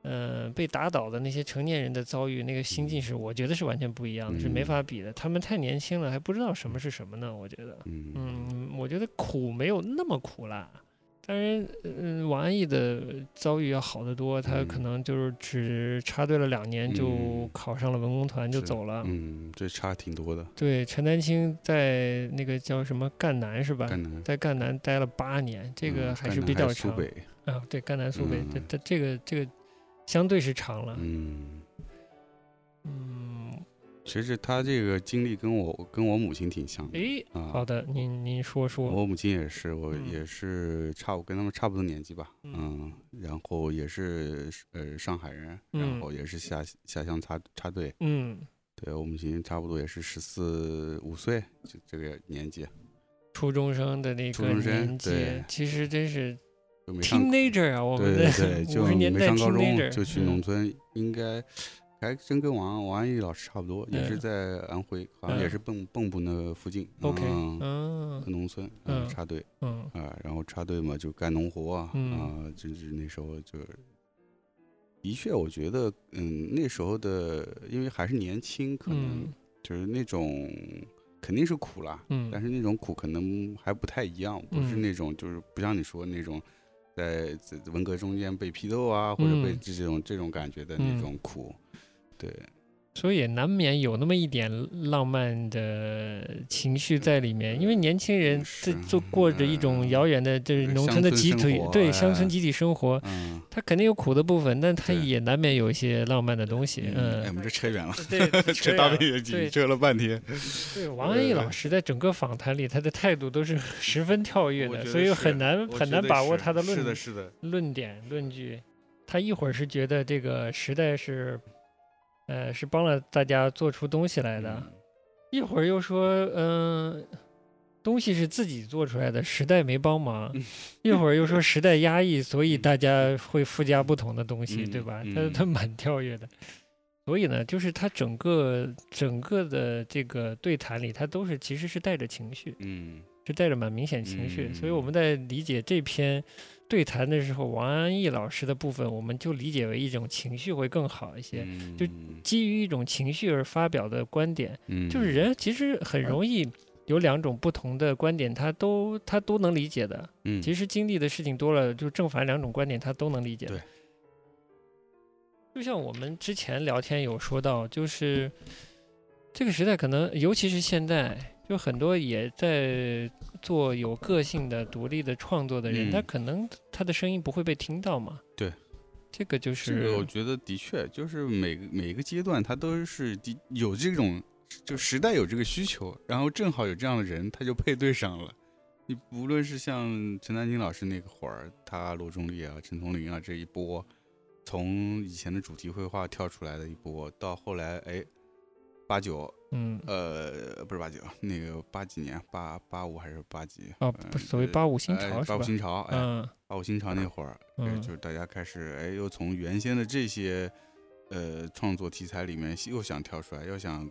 Speaker 2: 呃，被打倒的那些成年人的遭遇，那个心境是，我觉得是完全不一样的，是没
Speaker 1: 嗯
Speaker 2: 法比的。他们太年轻了，还不知道什么是什么呢？我觉得，
Speaker 1: 嗯
Speaker 2: 嗯，我我觉得苦没有那么苦啦。当然，嗯，王安忆的遭遇要好得多，他可
Speaker 1: 嗯
Speaker 2: 能就是只插队了两年就
Speaker 1: 嗯
Speaker 2: 考上了文工团就是走了。
Speaker 1: 嗯，这差挺多的，
Speaker 2: 对，陈丹青在那个叫什么赣南是吧？
Speaker 1: 甘南
Speaker 2: 在赣南待了八年，这个
Speaker 1: 嗯
Speaker 2: 还
Speaker 1: 甘
Speaker 2: 是
Speaker 1: 南
Speaker 2: 比较
Speaker 1: 苏
Speaker 2: 长
Speaker 1: 北，
Speaker 2: 啊。对，赣南苏北，这
Speaker 1: 嗯
Speaker 2: 这这个这个相对是长了。
Speaker 1: 嗯，
Speaker 2: 嗯，
Speaker 1: 其实他这个经历跟我跟我母亲挺像的
Speaker 2: 诶，
Speaker 1: 啊。哦
Speaker 2: 好的，您您说说。
Speaker 1: 我母亲也是，我
Speaker 2: 嗯
Speaker 1: 也是差我跟他们差不多年纪吧，
Speaker 2: 嗯
Speaker 1: 嗯，然后也是呃上海人，
Speaker 2: 嗯
Speaker 1: 然后也是下下乡插插队，
Speaker 2: 嗯，
Speaker 1: 对我母亲差不多也是十四五岁就这个年纪，
Speaker 2: 初中生的那
Speaker 1: 初
Speaker 2: 个
Speaker 1: 中生
Speaker 2: 年纪
Speaker 1: 对，
Speaker 2: 其实真是
Speaker 1: 就没上
Speaker 2: teenager 啊，我
Speaker 1: 对
Speaker 2: 们
Speaker 1: 对
Speaker 2: 的
Speaker 1: 对，就
Speaker 2: 五十年
Speaker 1: 没
Speaker 2: 代
Speaker 1: 上高中
Speaker 2: teenager
Speaker 1: 就去
Speaker 2: 嗯
Speaker 1: 农村，应该还真跟王王安忆老师差不多，也是
Speaker 2: 嗯
Speaker 1: 在安徽，好像也
Speaker 2: 嗯
Speaker 1: 是蚌蚌埠那附近。
Speaker 2: OK，
Speaker 1: 嗯
Speaker 2: 嗯
Speaker 1: 农村，
Speaker 2: 嗯
Speaker 1: 嗯，插队
Speaker 2: 嗯
Speaker 1: 啊，然后插队嘛，就干农活啊，
Speaker 2: 嗯
Speaker 1: 啊，甚至那时候就是，的确，我觉得，嗯，那时候的，因为还是年轻，可能
Speaker 2: 嗯
Speaker 1: 就是那种肯定是苦啦，但
Speaker 2: 嗯
Speaker 1: 是那种苦可能还不太一样，不是
Speaker 2: 嗯
Speaker 1: 那种就是不像你说的那种在在文革中间被批斗啊，或者被
Speaker 2: 嗯
Speaker 1: 这种这种感觉的
Speaker 2: 嗯
Speaker 1: 那种苦。对，
Speaker 2: 所以也难免有那么一点浪漫的情绪在里面，因为年轻人这
Speaker 1: 是
Speaker 2: 就过着一种
Speaker 1: 嗯
Speaker 2: 遥远的，就是
Speaker 1: 对
Speaker 2: 农
Speaker 1: 乡
Speaker 2: 村的
Speaker 1: 村
Speaker 2: 集
Speaker 1: 生
Speaker 2: 体，
Speaker 1: 活
Speaker 2: 对乡村
Speaker 1: 哎
Speaker 2: 集体生活，
Speaker 1: 嗯，
Speaker 2: 他肯定有苦的部分，但他
Speaker 1: 对
Speaker 2: 也难免有一些浪漫的东西，
Speaker 1: 哎，我
Speaker 2: 嗯。
Speaker 1: 们这扯远了，
Speaker 2: 对， 啊
Speaker 1: 扯大背景
Speaker 2: 对
Speaker 1: 扯了半天。
Speaker 2: 对，王安忆老
Speaker 1: 呃
Speaker 2: 师在整个访谈里，他的态度都是 十分跳跃
Speaker 1: 我
Speaker 2: 的，
Speaker 1: 觉
Speaker 2: 所
Speaker 1: 得
Speaker 2: 以
Speaker 1: 是啊
Speaker 2: 很难
Speaker 1: 我
Speaker 2: 很
Speaker 1: 觉
Speaker 2: 难
Speaker 1: 得
Speaker 2: 把握
Speaker 1: 是
Speaker 2: 他的论
Speaker 1: 是的，是的，
Speaker 2: 论点论据。他一会儿是觉得这个时代是，呃，是帮了大家做出东西来的，
Speaker 1: 嗯
Speaker 2: 一会儿又说，嗯、东西是自己做出来的，时代没帮忙；
Speaker 1: 嗯
Speaker 2: 一会儿又说时代压抑，所以大家会附加不同的东西，对
Speaker 1: 嗯
Speaker 2: 吧？他
Speaker 1: 嗯
Speaker 2: 他蛮跳跃的。所以呢，就是他整个整个的这个对谈里，他都是其实是带着情绪，
Speaker 1: 嗯，
Speaker 2: 是带着蛮明显情绪。所以我
Speaker 1: 嗯
Speaker 2: 们在理解这篇对谈的时候，王安忆老师的部分，我们就理解为一种情绪会更好一些，嗯
Speaker 1: 嗯
Speaker 2: 就基于一种情绪而发表的观点。
Speaker 1: 嗯
Speaker 2: 就是人其实很容易有两种不同的观点，他都他都能理解的。
Speaker 1: 嗯
Speaker 2: 其实经历的事情多了，就正反两种观点他都能理解的。
Speaker 1: 对
Speaker 2: 就像我们之前聊天有说到，就是这个时代可能，尤其是现在，就很多也在做有个性的、独立的创作的人，
Speaker 1: 嗯
Speaker 2: 他可能他的声音不会被听到嘛。
Speaker 1: 对，
Speaker 2: 这个就是
Speaker 1: 这个我觉得的确就是每个每个阶段，它都是的有这种，就时代有这个需求，然后正好有这样的人，他就配对上了。你无论是像陈丹青老师那个会儿，他罗中立啊、陈松林啊这一波，从以前的主题绘画跳出来的一波，到后来哎，八九
Speaker 2: 嗯。
Speaker 1: 呃不是八九，那个八几年八八五还是八几？
Speaker 2: 哦，不，
Speaker 1: 嗯
Speaker 2: 所谓
Speaker 1: 呃
Speaker 2: 八五新
Speaker 1: 哎
Speaker 2: 潮是
Speaker 1: 八五？
Speaker 2: 吧
Speaker 1: 新潮，哎，
Speaker 2: 嗯
Speaker 1: 八五新潮那会儿，哎
Speaker 2: 嗯，
Speaker 1: 就是大家开始哎，又从原先的这些呃创作题材里面又想跳出来，又想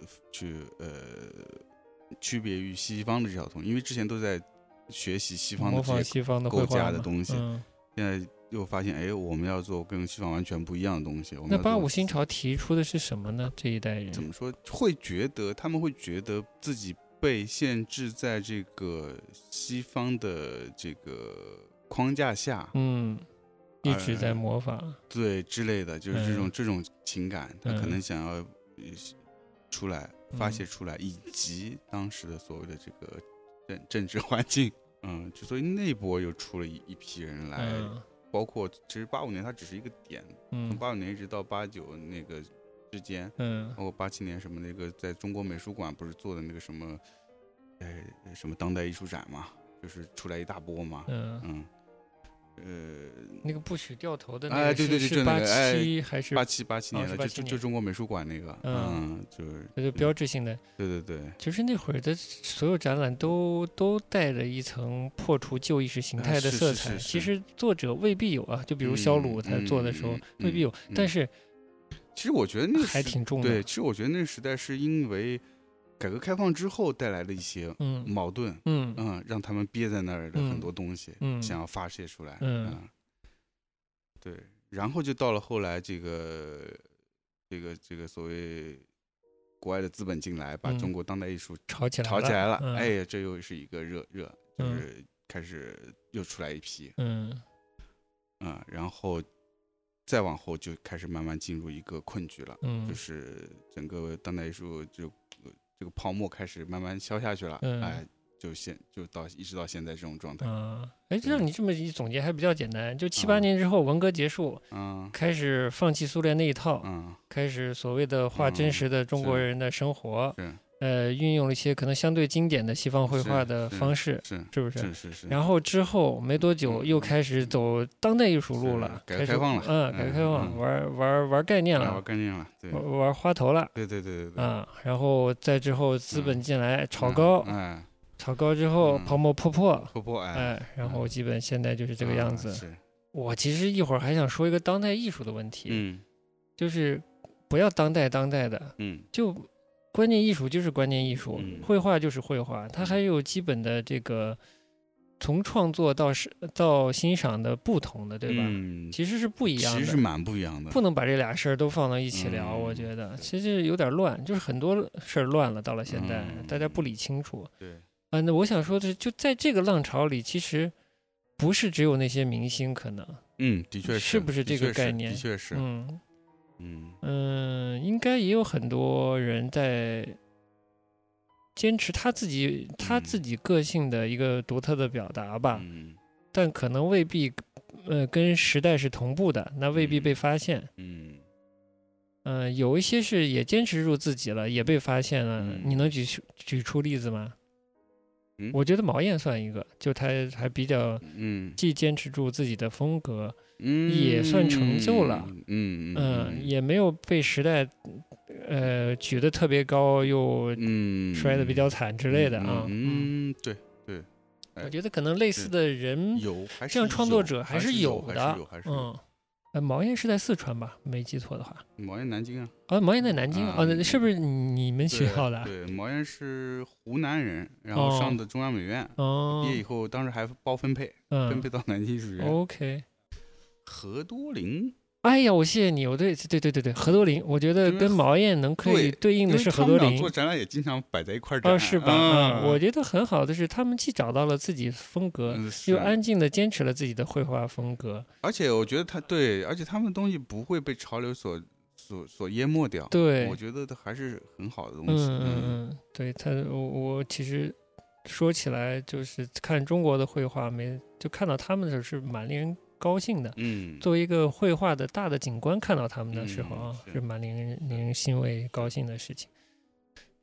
Speaker 1: 呃去呃区别于西方的这条东西，因为之前都在学习西方的
Speaker 2: 模
Speaker 1: 这
Speaker 2: 仿
Speaker 1: 些，
Speaker 2: 西方的
Speaker 1: 构
Speaker 2: 绘画
Speaker 1: 架的
Speaker 2: 嘛
Speaker 1: 东西
Speaker 2: 嗯、
Speaker 1: 现在又发现哎，我们要做跟西方完全不一样的东西。我们
Speaker 2: 那
Speaker 1: 要做
Speaker 2: 八五新潮提出的是什么呢？这一代人
Speaker 1: 怎么说？会觉得他们会觉得自己被限制在这个西方的这个框架下，
Speaker 2: 嗯，一直在
Speaker 1: 呃
Speaker 2: 模仿。
Speaker 1: 对之类的，就是这种、这种情感，他可
Speaker 2: 嗯
Speaker 1: 能想要呃出来发泄
Speaker 2: 嗯
Speaker 1: 出来，以及当时的所谓的这个政政治环境，嗯，就所以那波又出了一一批人来，
Speaker 2: 嗯
Speaker 1: 包括其实八五年它只是一个点，从
Speaker 2: 嗯
Speaker 1: 八五年一直到八九那个之间，
Speaker 2: 嗯
Speaker 1: 包括八七年什么那个在中国美术馆不是做的那个什么，呃，什么当代艺术展嘛，就是出来一大波嘛，
Speaker 2: 嗯，
Speaker 1: 嗯，呃，
Speaker 2: 那个不许掉头的那个
Speaker 1: 哎对对对
Speaker 2: 是是
Speaker 1: 就那
Speaker 2: 八
Speaker 1: 个哎
Speaker 2: 七还是
Speaker 1: 八？七八七
Speaker 2: 哦
Speaker 1: 年
Speaker 2: 是
Speaker 1: 的，
Speaker 2: 87
Speaker 1: 就就就
Speaker 2: 年
Speaker 1: 中国美术馆那个，
Speaker 2: 嗯
Speaker 1: 嗯，就是
Speaker 2: 这就标志性的，
Speaker 1: 对对对，
Speaker 2: 就是那会儿的所有展览都都带着一层破除旧意识形
Speaker 1: 哎
Speaker 2: 态的
Speaker 1: 是是
Speaker 2: 色
Speaker 1: 是
Speaker 2: 彩。其
Speaker 1: 是
Speaker 2: 实作者未必有啊，就比如肖
Speaker 1: 嗯
Speaker 2: 鲁他做的时候
Speaker 1: 嗯嗯
Speaker 2: 未必有，
Speaker 1: 嗯
Speaker 2: 但
Speaker 1: 嗯
Speaker 2: 是
Speaker 1: 其实我觉得那个
Speaker 2: 还
Speaker 1: 时
Speaker 2: 挺重
Speaker 1: 对，
Speaker 2: 的。
Speaker 1: 其实我觉得那个时代是因为改革开放之后带来的一些
Speaker 2: 嗯
Speaker 1: 矛盾，
Speaker 2: 嗯
Speaker 1: 嗯，让他们憋在那儿的
Speaker 2: 嗯
Speaker 1: 很多东西，
Speaker 2: 嗯
Speaker 1: 想要发泄出来，
Speaker 2: 嗯
Speaker 1: 嗯，对，然后就到了后来这个这个这个所谓国外的资本进来，把
Speaker 2: 嗯
Speaker 1: 中国当代艺术
Speaker 2: 吵起来
Speaker 1: 炒起来了，
Speaker 2: 嗯、
Speaker 1: 哎，呀，这又是一个热热，就
Speaker 2: 嗯
Speaker 1: 是开始又出来一批，
Speaker 2: 嗯
Speaker 1: 嗯，然后再往后就开始慢慢进入一个困局了，就
Speaker 2: 嗯
Speaker 1: 是整个当代艺术就呃这个泡沫开始慢慢消下去了，
Speaker 2: 嗯
Speaker 1: 哎，就现就到一直到现在这种状态，
Speaker 2: 啊，哎，
Speaker 1: 嗯对
Speaker 2: 这样你这么一总结还比较简单，就七八
Speaker 1: 嗯
Speaker 2: 年之后，文革结束，
Speaker 1: 嗯
Speaker 2: 开始放弃苏联那一套，
Speaker 1: 嗯
Speaker 2: 开始所谓的画真
Speaker 1: 嗯
Speaker 2: 实的中国人的生活，
Speaker 1: 是
Speaker 2: 呃，运用了一些可能相对经典的西方绘
Speaker 1: 是
Speaker 2: 画的
Speaker 1: 是
Speaker 2: 方式，
Speaker 1: 是
Speaker 2: 是不是？
Speaker 1: 是是是，
Speaker 2: 然后之后没多久
Speaker 1: 嗯
Speaker 2: 又
Speaker 1: 嗯
Speaker 2: 开始走当代艺术路
Speaker 1: 是
Speaker 2: 了，
Speaker 1: 改革
Speaker 2: 开始
Speaker 1: 开放了
Speaker 2: 嗯，改革
Speaker 1: 嗯
Speaker 2: 开放
Speaker 1: 嗯
Speaker 2: 玩玩玩概念
Speaker 1: 啊我
Speaker 2: 了，
Speaker 1: 干净了，对
Speaker 2: 玩玩花头了
Speaker 1: 对对对对对，
Speaker 2: 啊，然后再之后资本进来
Speaker 1: 嗯
Speaker 2: 炒高，
Speaker 1: 哎，
Speaker 2: 炒高之后
Speaker 1: 嗯
Speaker 2: 泡沫破破，
Speaker 1: 婆婆哎，
Speaker 2: 哎，然后基本现在就是这个
Speaker 1: 啊
Speaker 2: 样子。
Speaker 1: 是，
Speaker 2: 我其实一会儿还想说一个当代艺术的问题，
Speaker 1: 嗯
Speaker 2: 就是不要当代当代的，
Speaker 1: 嗯
Speaker 2: 就观念艺术就是观念艺术，
Speaker 1: 嗯
Speaker 2: 绘画就是绘画，它还有基本的这个从创作到是到欣赏的不同的，对吧？
Speaker 1: 嗯，
Speaker 2: 其实是不一样
Speaker 1: 其
Speaker 2: 的，
Speaker 1: 实是蛮不一样的，
Speaker 2: 不能把这俩事儿都放到一起聊，
Speaker 1: 嗯
Speaker 2: 我觉得
Speaker 1: 对
Speaker 2: 其实有点乱，就是很多事儿乱了，到了现在、
Speaker 1: 嗯
Speaker 2: 大家不理清楚。
Speaker 1: 对，
Speaker 2: 啊，那我想说的是，就在这个浪潮里，其实不是只有那些明星可能，
Speaker 1: 嗯，的确
Speaker 2: 是不是
Speaker 1: 的
Speaker 2: 这
Speaker 1: 确
Speaker 2: 个概
Speaker 1: 是
Speaker 2: 念
Speaker 1: 的确是，
Speaker 2: 嗯
Speaker 1: 嗯
Speaker 2: 嗯，应该也有很多人在坚持他自己他自
Speaker 1: 嗯
Speaker 2: 己个性的一个独特的表达吧，
Speaker 1: 嗯
Speaker 2: 但可能未必呃跟时代是同步的，那未必被
Speaker 1: 嗯
Speaker 2: 发现。
Speaker 1: 嗯
Speaker 2: 嗯、有一些是也坚持住自己了，也被发现了。你
Speaker 1: 嗯
Speaker 2: 能举出举出例子吗？
Speaker 1: 嗯
Speaker 2: 我觉得毛燕算一个，就他还比较
Speaker 1: 嗯
Speaker 2: 既坚持住自己的风格，
Speaker 1: 嗯，
Speaker 2: 也算成就了
Speaker 1: 嗯，嗯
Speaker 2: 嗯、
Speaker 1: 嗯
Speaker 2: 也没有被时代呃举得特别高，又
Speaker 1: 嗯
Speaker 2: 摔得比较惨之类的啊。
Speaker 1: 嗯，嗯对，哎
Speaker 2: 我觉得可能类似的人，
Speaker 1: 有还是
Speaker 2: 这样创作
Speaker 1: 有
Speaker 2: 者
Speaker 1: 还
Speaker 2: 是
Speaker 1: 有还
Speaker 2: 的
Speaker 1: 是有还，是有
Speaker 2: 嗯。呃，毛燕是在四川吧？没记错的话，
Speaker 1: 毛燕南京啊，
Speaker 2: 啊，毛燕在南京啊，那
Speaker 1: 嗯
Speaker 2: 是不是你们学
Speaker 1: 对
Speaker 2: 校的啊？
Speaker 1: 对，毛燕是湖南人，然后
Speaker 2: 哦
Speaker 1: 上的中央美院，
Speaker 2: 哦
Speaker 1: 毕，业以后当时还包分配，分
Speaker 2: 嗯
Speaker 1: 配到南京艺术学院。
Speaker 2: ，OK。
Speaker 1: 何多林，
Speaker 2: 哎呀，我谢谢你，我对对对对对，何多林，我觉得
Speaker 1: 因为
Speaker 2: 跟
Speaker 1: 何
Speaker 2: 毛燕能可
Speaker 1: 对
Speaker 2: 以对应
Speaker 1: 因
Speaker 2: 的
Speaker 1: 为
Speaker 2: 是
Speaker 1: 他
Speaker 2: 何
Speaker 1: 们
Speaker 2: 多
Speaker 1: 俩做
Speaker 2: 林，
Speaker 1: 展览也经常摆在一块儿展，
Speaker 2: 哦，是吧？
Speaker 1: 嗯
Speaker 2: 啊，我觉得很好的是，他们既找到了自己风格，
Speaker 1: 嗯是
Speaker 2: 又安静的坚持了自己的绘画风格。
Speaker 1: 而且我觉得他对，而且他们的东西不会被潮流所所所淹没掉。
Speaker 2: 对
Speaker 1: 我觉得它还是很好的东
Speaker 2: 嗯
Speaker 1: 西。
Speaker 2: 嗯嗯，对他，我我其实说起来，就是看中国的绘画，没就看到他们的时候是蛮令人高兴的。
Speaker 1: 嗯
Speaker 2: 作为一个绘画的大的景观，看到他们的时候
Speaker 1: 嗯
Speaker 2: 啊，
Speaker 1: 是
Speaker 2: 是蛮令人令人欣慰、高兴的事情。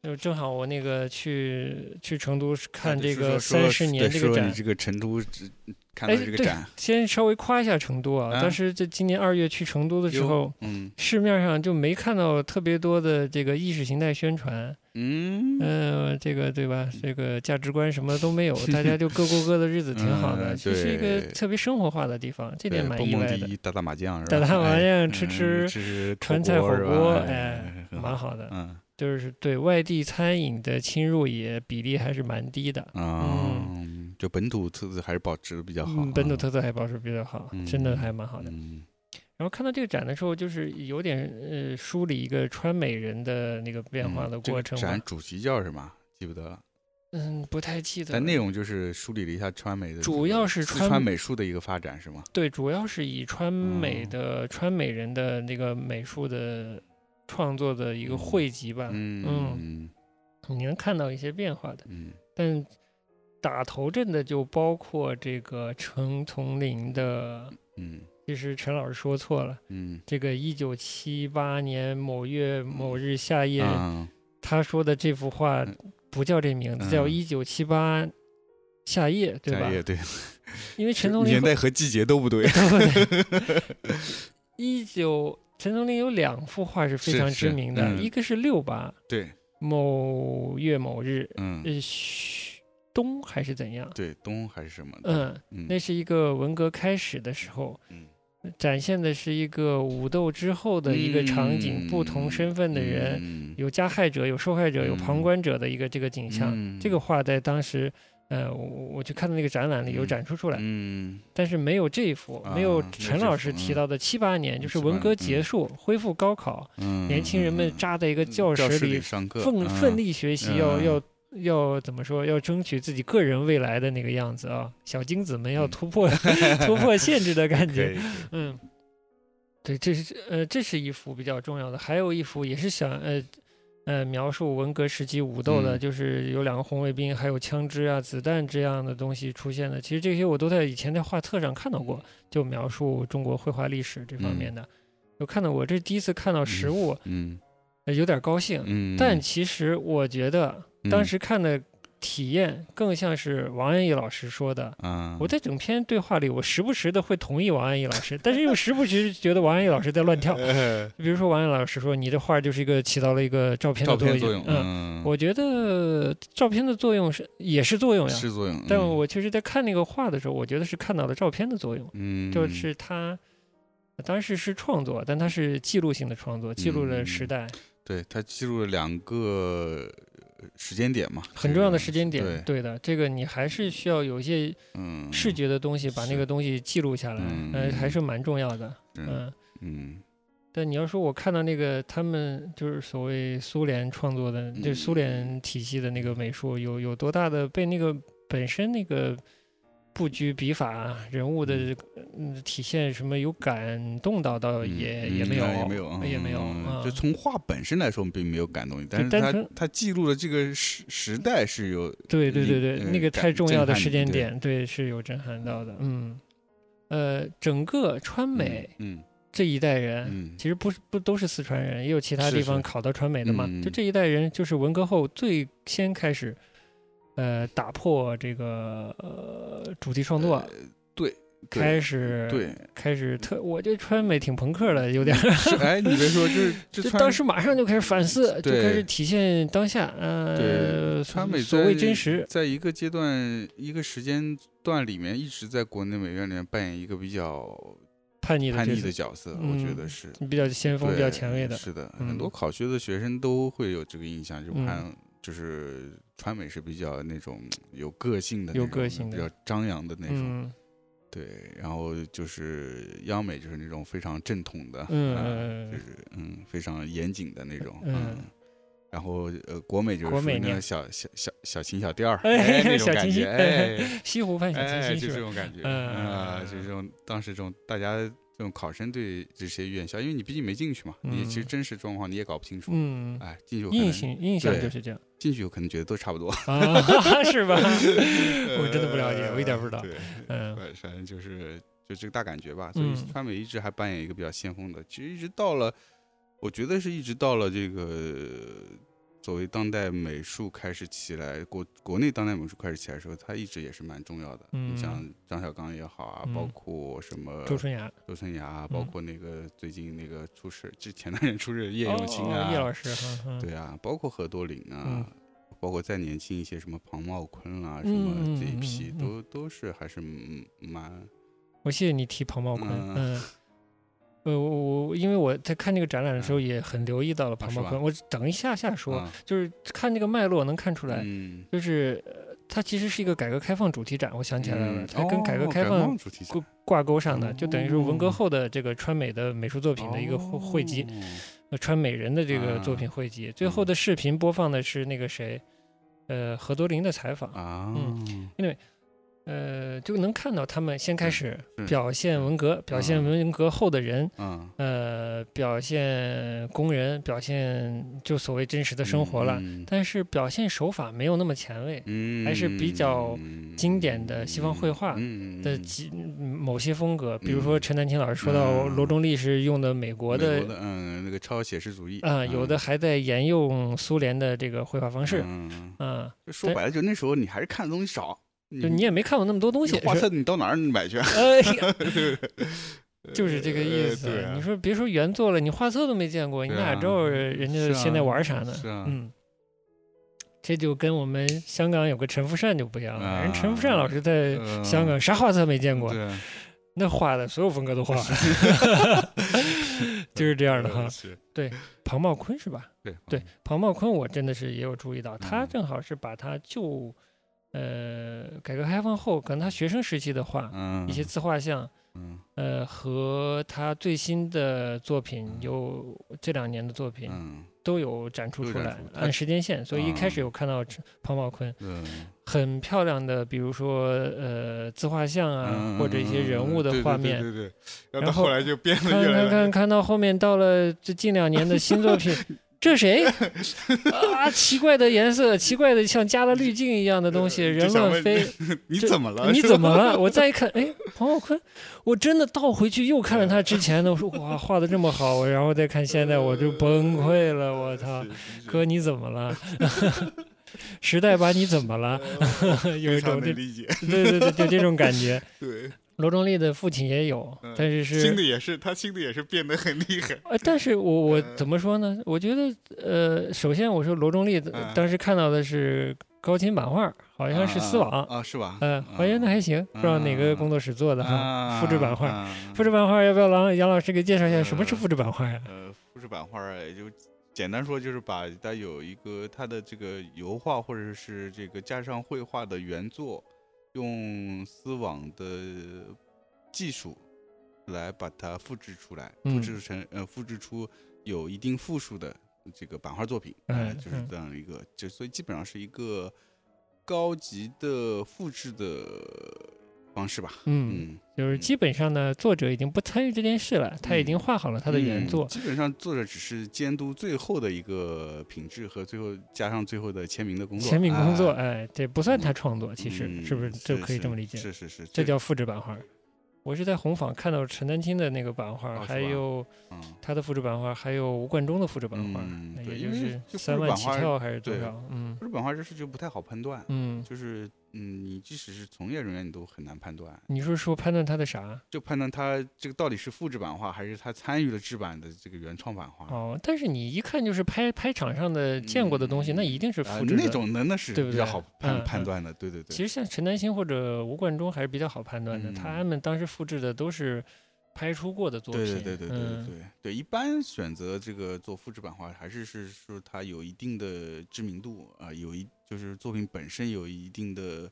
Speaker 2: 就正好我那个去去成都
Speaker 1: 啊
Speaker 2: 是看这个三十年这个展
Speaker 1: 你，这个成都只看
Speaker 2: 哎
Speaker 1: 到这个
Speaker 2: 对
Speaker 1: 展，，
Speaker 2: 先稍微夸一下成都啊。
Speaker 1: 啊
Speaker 2: 当时这今年二月去成都的时
Speaker 1: 哟
Speaker 2: 候，
Speaker 1: 嗯
Speaker 2: 市面上就没看到特别多的这个意识形态宣传，
Speaker 1: 嗯，
Speaker 2: 嗯，这个对吧？这个价值观什么都没有，大家就各过各的日 子，挺好的。
Speaker 1: 嗯
Speaker 2: 其实是一个
Speaker 1: 对
Speaker 2: 特别生活化的地方，这
Speaker 1: 对
Speaker 2: 点蛮
Speaker 1: 蹦
Speaker 2: 意
Speaker 1: 蹦
Speaker 2: 外的，
Speaker 1: 迪、打打麻将是吧？
Speaker 2: 打打麻
Speaker 1: 哎
Speaker 2: 将吃
Speaker 1: 嗯
Speaker 2: 吃
Speaker 1: 吃火
Speaker 2: 川菜火
Speaker 1: 是吧
Speaker 2: 锅哎
Speaker 1: 哎，很
Speaker 2: 蛮好的。
Speaker 1: 嗯
Speaker 2: 就是对外地餐饮的侵入也比例还是蛮低的，
Speaker 1: 啊，就本土特色还是保持的比较好啊
Speaker 2: 嗯，。本土特色还保持比较好，真的
Speaker 1: 嗯
Speaker 2: 还蛮好的。
Speaker 1: 嗯
Speaker 2: 然后看到这个展的时候，就是有点呃梳理一个川美人的那个变化
Speaker 1: 嗯
Speaker 2: 的
Speaker 1: 这
Speaker 2: 过
Speaker 1: 个
Speaker 2: 程吧
Speaker 1: 展主题叫什么？记不得了，
Speaker 2: 嗯，不太记得了。
Speaker 1: 但内容就是梳理了一下川美的这个，
Speaker 2: 主要是
Speaker 1: 四
Speaker 2: 川
Speaker 1: 川美术的一个发展是吗？
Speaker 2: 对，主要是以川美
Speaker 1: 嗯
Speaker 2: 的、川美人的那个美术的创作的一个
Speaker 1: 嗯
Speaker 2: 汇集吧，
Speaker 1: 嗯
Speaker 2: 你能看到一些变化的。
Speaker 1: 嗯
Speaker 2: 但打头阵的就包括这个陈从林的，
Speaker 1: 嗯
Speaker 2: 其实陈老师说错了，
Speaker 1: 嗯
Speaker 2: 这个一九七八年某月某日夏夜，
Speaker 1: 啊
Speaker 2: 他说的这幅画
Speaker 1: 嗯
Speaker 2: 不叫这名字，叫《
Speaker 1: 嗯
Speaker 2: 一九七八夏夜》，对
Speaker 1: 夏
Speaker 2: 吧？
Speaker 1: 夜对，
Speaker 2: 因为陈从林
Speaker 1: 年代和季节都不对。
Speaker 2: 一九陈松林有两幅画是非
Speaker 1: 是
Speaker 2: 常
Speaker 1: 是
Speaker 2: 知名的，
Speaker 1: 嗯
Speaker 2: 一个是六八
Speaker 1: 对，
Speaker 2: 某月某日，
Speaker 1: 嗯，
Speaker 2: 呃，嘘冬还是怎样？
Speaker 1: 对，冬还是什么的？
Speaker 2: 嗯，
Speaker 1: 嗯
Speaker 2: 那是一个文革开始的时候，
Speaker 1: 嗯
Speaker 2: 展现的是一个武斗之后的一个场景，
Speaker 1: 嗯
Speaker 2: 不同身份的人，
Speaker 1: 嗯
Speaker 2: 有加害者，有受害者，有旁
Speaker 1: 嗯
Speaker 2: 观者的一个这个景象。
Speaker 1: 嗯
Speaker 2: 这个画在当时呃，我我去看的那个展览里有
Speaker 1: 嗯
Speaker 2: 展出出来，
Speaker 1: 嗯，
Speaker 2: 但是没有这一幅，没有
Speaker 1: 啊
Speaker 2: 陈
Speaker 1: 没有
Speaker 2: 老
Speaker 1: 这
Speaker 2: 师
Speaker 1: 幅
Speaker 2: 提
Speaker 1: 嗯
Speaker 2: 到的七八年，就是
Speaker 1: 78
Speaker 2: 文革
Speaker 1: 年
Speaker 2: 结
Speaker 1: 嗯
Speaker 2: 束、恢复高考，
Speaker 1: 嗯
Speaker 2: 年轻人们
Speaker 1: 嗯
Speaker 2: 扎在一个
Speaker 1: 嗯
Speaker 2: 教
Speaker 1: 教
Speaker 2: 室
Speaker 1: 里
Speaker 2: 里
Speaker 1: 上课，
Speaker 2: 奋
Speaker 1: 嗯
Speaker 2: 奋力学习，要
Speaker 1: 嗯
Speaker 2: 要要怎么说？要争取自己个人未来的那个样子啊！小精子们要
Speaker 1: 嗯
Speaker 2: 突破 突破限制的感
Speaker 1: 可
Speaker 2: 觉。
Speaker 1: 以，
Speaker 2: 嗯，对，这是呃，这是一幅比较重要的，还有一幅也是想呃呃描述文革时期武斗的，
Speaker 1: 嗯
Speaker 2: 就是有两个红卫兵，还有枪支啊、子弹这样的东西出现的。其实这些我都在以前的画册上看到过，就描述中国绘画历史这方面的。有看到过，这是第一次看到实
Speaker 1: 嗯
Speaker 2: 物，
Speaker 1: 嗯
Speaker 2: 呃有点高兴。
Speaker 1: 嗯，
Speaker 2: 但其实我觉得当
Speaker 1: 嗯
Speaker 2: 时看的体验更像是王安忆老师说的，
Speaker 1: 啊，
Speaker 2: 我在整篇对话里，我时不时的会同意王安忆老师， 但是又时不时觉得王安忆老师在乱跳。
Speaker 1: 呃
Speaker 2: 比如说王安忆老师说：“你这画就是一个起到了一个照片
Speaker 1: 照
Speaker 2: 的
Speaker 1: 片
Speaker 2: 作
Speaker 1: 作用，
Speaker 2: 嗯，
Speaker 1: 嗯，
Speaker 2: 我觉得照片的作用是也是作用呀，
Speaker 1: 是作用，
Speaker 2: 但
Speaker 1: 嗯
Speaker 2: 我确实在看那个画的时候，我觉得是看到了照片的作用，
Speaker 1: 嗯
Speaker 2: 就是它。当时是创作，但它是记录性的创作，记录了时
Speaker 1: 嗯
Speaker 2: 代、
Speaker 1: 对它记录了两个呃时间点嘛，
Speaker 2: 很
Speaker 1: 这
Speaker 2: 重要
Speaker 1: 个
Speaker 2: 的时间点。
Speaker 1: 对，
Speaker 2: 对的，这个你还是需要有一些
Speaker 1: 嗯，
Speaker 2: 视觉的东西把那
Speaker 1: 是
Speaker 2: 个东西记录下来，呃，
Speaker 1: 嗯
Speaker 2: 还是蛮重要的。
Speaker 1: 嗯
Speaker 2: 嗯，
Speaker 1: 嗯
Speaker 2: 但你要说我看到那个他们就是所谓苏联创作的，就是苏联体系的那个美术有有多大的被那个本身那个布局笔法、啊人物的嗯体现什么有感动到，倒
Speaker 1: 嗯
Speaker 2: 呃也
Speaker 1: 嗯
Speaker 2: 也没有，
Speaker 1: 啊也没有啊，
Speaker 2: 也没有
Speaker 1: 嗯
Speaker 2: 啊
Speaker 1: 就从画本身来说，并没有感动你，但是
Speaker 2: 单
Speaker 1: 它
Speaker 2: 纯
Speaker 1: 它记录了这个时时代是有
Speaker 2: 对对对对，
Speaker 1: 令呃
Speaker 2: 那个太
Speaker 1: 感
Speaker 2: 重要的
Speaker 1: 震撼
Speaker 2: 时
Speaker 1: 你
Speaker 2: 间
Speaker 1: 对
Speaker 2: 点，对是有震撼到的。嗯，呃，整个川美
Speaker 1: 嗯
Speaker 2: 这一代人，
Speaker 1: 嗯
Speaker 2: 其实不是不都是四川人，也有其他地
Speaker 1: 是
Speaker 2: 方
Speaker 1: 是
Speaker 2: 考到川美的嘛。
Speaker 1: 嗯
Speaker 2: 就这一代人，就是文革后最先开始，呃，打破这个呃主题创作，
Speaker 1: 对
Speaker 2: 开始
Speaker 1: 对，
Speaker 2: 开始特，我这川美挺朋克的，有点儿。
Speaker 1: 是哎，你别说， 就是就
Speaker 2: 就
Speaker 1: 川
Speaker 2: 当时马上就开始反思，就
Speaker 1: 对
Speaker 2: 开始体现当下，呃，
Speaker 1: 对川美
Speaker 2: 所谓
Speaker 1: 在
Speaker 2: 真实，
Speaker 1: 在一个阶段、一个时间段里面，一直在国内美院里面扮演一个比较
Speaker 2: 叛逆的
Speaker 1: 叛
Speaker 2: 角
Speaker 1: 逆
Speaker 2: 色
Speaker 1: 的角色，我觉
Speaker 2: 嗯
Speaker 1: 得是
Speaker 2: 比较先锋、比较
Speaker 1: 对
Speaker 2: 前卫的。
Speaker 1: 是的，
Speaker 2: 嗯
Speaker 1: 很多考学的学生都会有这个印象，就
Speaker 2: 嗯
Speaker 1: 看就是川美是比较那种有个性的那
Speaker 2: 有
Speaker 1: 种，
Speaker 2: 个性
Speaker 1: 比
Speaker 2: 的
Speaker 1: 较张扬的那种。
Speaker 2: 嗯
Speaker 1: 对，然后就是央美就是那种非常正统的，
Speaker 2: 嗯
Speaker 1: 啊
Speaker 2: 嗯嗯
Speaker 1: 就是嗯非常严谨的那种，啊
Speaker 2: 嗯
Speaker 1: 然后呃，国美就是
Speaker 2: 国
Speaker 1: 属于
Speaker 2: 美
Speaker 1: 那
Speaker 2: 呢
Speaker 1: 种小小小小情小调儿，
Speaker 2: 哎
Speaker 1: 那种
Speaker 2: 小清
Speaker 1: 感
Speaker 2: 新
Speaker 1: 觉，哎，
Speaker 2: 西湖畔小清
Speaker 1: 哎，
Speaker 2: 新
Speaker 1: 就是这
Speaker 2: 吧？
Speaker 1: 种感觉
Speaker 2: 嗯
Speaker 1: 啊，就是这种当时这种大家这种考生对这些院校，因为你毕竟没进去嘛，你其实
Speaker 2: 嗯
Speaker 1: 真实状况你也搞不清楚，
Speaker 2: 嗯，
Speaker 1: 哎，进去有可
Speaker 2: 印
Speaker 1: 能
Speaker 2: 象印象
Speaker 1: 对
Speaker 2: 就是这样
Speaker 1: 进去有可能觉得都差不多，
Speaker 2: 啊，是 吧？ 我真的不了解，我一点儿不知道。
Speaker 1: 对，
Speaker 2: 嗯
Speaker 1: 反反正就是就这个大感觉吧。所以
Speaker 2: 嗯
Speaker 1: 川美一直还扮演一个比较先锋的，其实一直到了，我觉得是一直到了这个所谓当代美术开始起来，国国内当代美术开始起来的时候，它一直也是蛮重要的。
Speaker 2: 嗯
Speaker 1: 你像张小刚也好啊，包
Speaker 2: 嗯
Speaker 1: 括什么
Speaker 2: 周春芽，
Speaker 1: 周春芽啊，
Speaker 2: 嗯
Speaker 1: 包括那个最近那个出事，之前的人出事，叶
Speaker 2: 哦
Speaker 1: 永青
Speaker 2: 哦
Speaker 1: 啊，
Speaker 2: 叶老师，嗯，嗯
Speaker 1: 对啊，包括何多林啊，
Speaker 2: 嗯
Speaker 1: 包括再年轻一些什么庞茂坤啊，什
Speaker 2: 嗯
Speaker 1: 么这一
Speaker 2: 嗯
Speaker 1: 批，
Speaker 2: 嗯嗯
Speaker 1: 都都是还是嗯蛮
Speaker 2: 我谢谢你提庞茂坤，
Speaker 1: 嗯
Speaker 2: 嗯。呃，我我因为我在看这个展览的时候也很留意到了
Speaker 1: 嗯
Speaker 2: 庞
Speaker 1: 是
Speaker 2: 茂
Speaker 1: 吧
Speaker 2: 坤，我等一下下说，
Speaker 1: 啊
Speaker 2: 就是看这个脉络能看出来，
Speaker 1: 嗯，
Speaker 2: 就是呃它其实是一个改革开放主题展，我想起来了，
Speaker 1: 嗯
Speaker 2: 它跟改革
Speaker 1: 哦
Speaker 2: 开放
Speaker 1: 主题
Speaker 2: 挂挂钩上
Speaker 1: 哦
Speaker 2: 的，就等于说文革后的这个川美的美术作品的一个汇汇集，，
Speaker 1: 哦啊嗯
Speaker 2: 呃川美人的这个作品汇集。最后的视频播放的是那个谁，呃，何多林的采访，
Speaker 1: 啊，
Speaker 2: 呃，就能看到他们先开始
Speaker 1: 是
Speaker 2: 表现文革，表现
Speaker 1: 嗯
Speaker 2: 文革后的人，
Speaker 1: 嗯，
Speaker 2: 呃，表现工人，表现就所谓真实的生活了，
Speaker 1: 嗯，
Speaker 2: 但是表现手法没有那么前卫。
Speaker 1: 嗯
Speaker 2: 还是比较经典的西方绘画
Speaker 1: 嗯
Speaker 2: 的
Speaker 1: 嗯
Speaker 2: 几某些风格，比如
Speaker 1: 嗯
Speaker 2: 说陈丹青老师说到
Speaker 1: 嗯
Speaker 2: 罗中立是用的美国
Speaker 1: 美嗯
Speaker 2: 的
Speaker 1: 的嗯那个超写实主义
Speaker 2: 啊、有的还在沿用苏联的这个绘画方式，
Speaker 1: 嗯嗯
Speaker 2: 啊、
Speaker 1: 就说白了，就那时候你还是看的东西少，
Speaker 2: 就你也没看过那么多东西
Speaker 1: 你，画
Speaker 2: 是
Speaker 1: 册你到哪儿你买去啊？
Speaker 2: 呃， 就是这个意思。
Speaker 1: 呃对啊
Speaker 2: 你说别说原作了，你画册都没见过，你
Speaker 1: 对啊
Speaker 2: 哪知道人
Speaker 1: 是
Speaker 2: 家
Speaker 1: 啊
Speaker 2: 现在玩啥呢？
Speaker 1: 是啊
Speaker 2: 嗯，这就跟我们香港有个陈福善就不一样了，人陈福善
Speaker 1: 啊
Speaker 2: 老师在
Speaker 1: 呃
Speaker 2: 香港啥画册没见过，
Speaker 1: 对啊，
Speaker 2: 那画的所有风格都画了，就是这样的哈
Speaker 1: 呃。是
Speaker 2: 庞茂坤是吧？
Speaker 1: 对
Speaker 2: 对，庞茂坤，我真的是也有注意到，他
Speaker 1: 嗯
Speaker 2: 正好是把他旧，呃，改革开放后，可能他学生时期的画，
Speaker 1: 嗯，
Speaker 2: 一些自画像，
Speaker 1: 嗯
Speaker 2: 呃，和他最新的作品有这两年的作品
Speaker 1: 嗯
Speaker 2: 都有展出
Speaker 1: 都
Speaker 2: 出
Speaker 1: 展
Speaker 2: 来
Speaker 1: 出，他
Speaker 2: 按时间线，所以一开始
Speaker 1: 啊
Speaker 2: 有看到庞宝坤
Speaker 1: 嗯
Speaker 2: 很漂亮的，比如说呃自画像啊，
Speaker 1: 嗯，
Speaker 2: 或者一些人
Speaker 1: 嗯
Speaker 2: 物
Speaker 1: 嗯嗯
Speaker 2: 的
Speaker 1: 对
Speaker 2: 画
Speaker 1: 对
Speaker 2: 面，
Speaker 1: 对对对，然
Speaker 2: 然
Speaker 1: 后到
Speaker 2: 后
Speaker 1: 后来就变得
Speaker 2: 看
Speaker 1: 越来
Speaker 2: 看
Speaker 1: 越
Speaker 2: 看看到后面到了这近两年的新 作品，这谁 啊？奇怪的颜色，奇怪的像加了滤镜一样的东西，
Speaker 1: 呃就
Speaker 2: 人
Speaker 1: 想
Speaker 2: 乱
Speaker 1: 问
Speaker 2: 飞。
Speaker 1: 你
Speaker 2: 这
Speaker 1: 怎么了？
Speaker 2: 你
Speaker 1: 是
Speaker 2: 怎
Speaker 1: 吧
Speaker 2: 么了？我再一看，哎，庞宝坤，我真的倒回去又看了他之前的，我说哇，画的这么好，然后再看现在，我就崩溃了，我操！
Speaker 1: 是是 是
Speaker 2: 哥，你怎么了？时代把你怎么了？ 有一
Speaker 1: 非常
Speaker 2: 种
Speaker 1: 能
Speaker 2: 这，
Speaker 1: 理解，
Speaker 2: 对对对，就这种 感觉。
Speaker 1: 对，
Speaker 2: 罗中立的父亲也有
Speaker 1: 嗯，
Speaker 2: 但是
Speaker 1: 新
Speaker 2: 是
Speaker 1: 的，也是他新的也是变得很厉害，
Speaker 2: 呃，但是我我
Speaker 1: 嗯
Speaker 2: 怎么说呢？我觉得，呃，首先我说罗中立
Speaker 1: 嗯
Speaker 2: 当时看到的是高清版画，好像是丝网，
Speaker 1: 啊，是吧？
Speaker 2: 嗯，还原的还行，不知道哪个工作室做的哈，
Speaker 1: 啊，
Speaker 2: 复制版画。
Speaker 1: 啊，
Speaker 2: 复制版画要不要让杨老师给介绍一下什么是复制版画呀？嗯
Speaker 1: 呃，复制版画儿也就简单说，就是把它有一个它的这个油画或者是这个加上绘画的原作，用丝网的技术来把它复制出来，复
Speaker 2: 嗯
Speaker 1: 制成呃复制出有一定复数的这个版画作品，
Speaker 2: 嗯
Speaker 1: 呃就是
Speaker 2: 嗯
Speaker 1: 这样一个，就所以基本上是一个高级的复制的方式吧，
Speaker 2: 嗯，
Speaker 1: 嗯。
Speaker 2: 就是基本上呢，作者已经不参与这件事了，他已经画好了他的原
Speaker 1: 嗯
Speaker 2: 作。
Speaker 1: 基本上作者只是监督最后的一个品质和最后加上最后的签名的工作，
Speaker 2: 签名工作，
Speaker 1: 哎
Speaker 2: 哎，这不算他创作，其实
Speaker 1: 嗯
Speaker 2: 是不是？这
Speaker 1: 是
Speaker 2: 可以这么理解，
Speaker 1: 是是是，
Speaker 2: 这叫复制版画。我是在红坊看到陈丹青的那个版画，
Speaker 1: 哦是
Speaker 2: 还
Speaker 1: 吧
Speaker 2: 有
Speaker 1: 嗯，
Speaker 2: 他的复制版画，还有吴冠中的复制版画，
Speaker 1: 嗯
Speaker 2: 那
Speaker 1: 对
Speaker 2: 也
Speaker 1: 因
Speaker 2: 就
Speaker 1: 为
Speaker 2: 是
Speaker 1: 就复
Speaker 2: 三
Speaker 1: 制
Speaker 2: 万
Speaker 1: 版
Speaker 2: 起
Speaker 1: 画
Speaker 2: 跳还是多
Speaker 1: 对
Speaker 2: 少？嗯
Speaker 1: 日本画这事就不太好判断，
Speaker 2: 嗯，
Speaker 1: 就是嗯，你即使是从业人员，你都很难判断，
Speaker 2: 你是说判断他的啥？
Speaker 1: 就判断他这个到底是复制版画还是他参与了制版的这个原创版画。
Speaker 2: 哦，但是你一看就是拍拍场上的见过的东西，
Speaker 1: 啊嗯
Speaker 2: 那一定是
Speaker 1: 啊
Speaker 2: 复制的。
Speaker 1: 那种能那是
Speaker 2: 对不
Speaker 1: 比较
Speaker 2: 对
Speaker 1: 好
Speaker 2: 嗯
Speaker 1: 判
Speaker 2: 嗯
Speaker 1: 判断的，对对对。
Speaker 2: 其实像陈丹青或者吴冠中还是比较好判断的，
Speaker 1: 嗯
Speaker 2: 他们当时复制的都是拍出过的作品。
Speaker 1: 对对对对对对
Speaker 2: 嗯
Speaker 1: 对对，一般选择这个做复制版画，还是是说它有一定的知名度啊、有一就是作品本身有一定的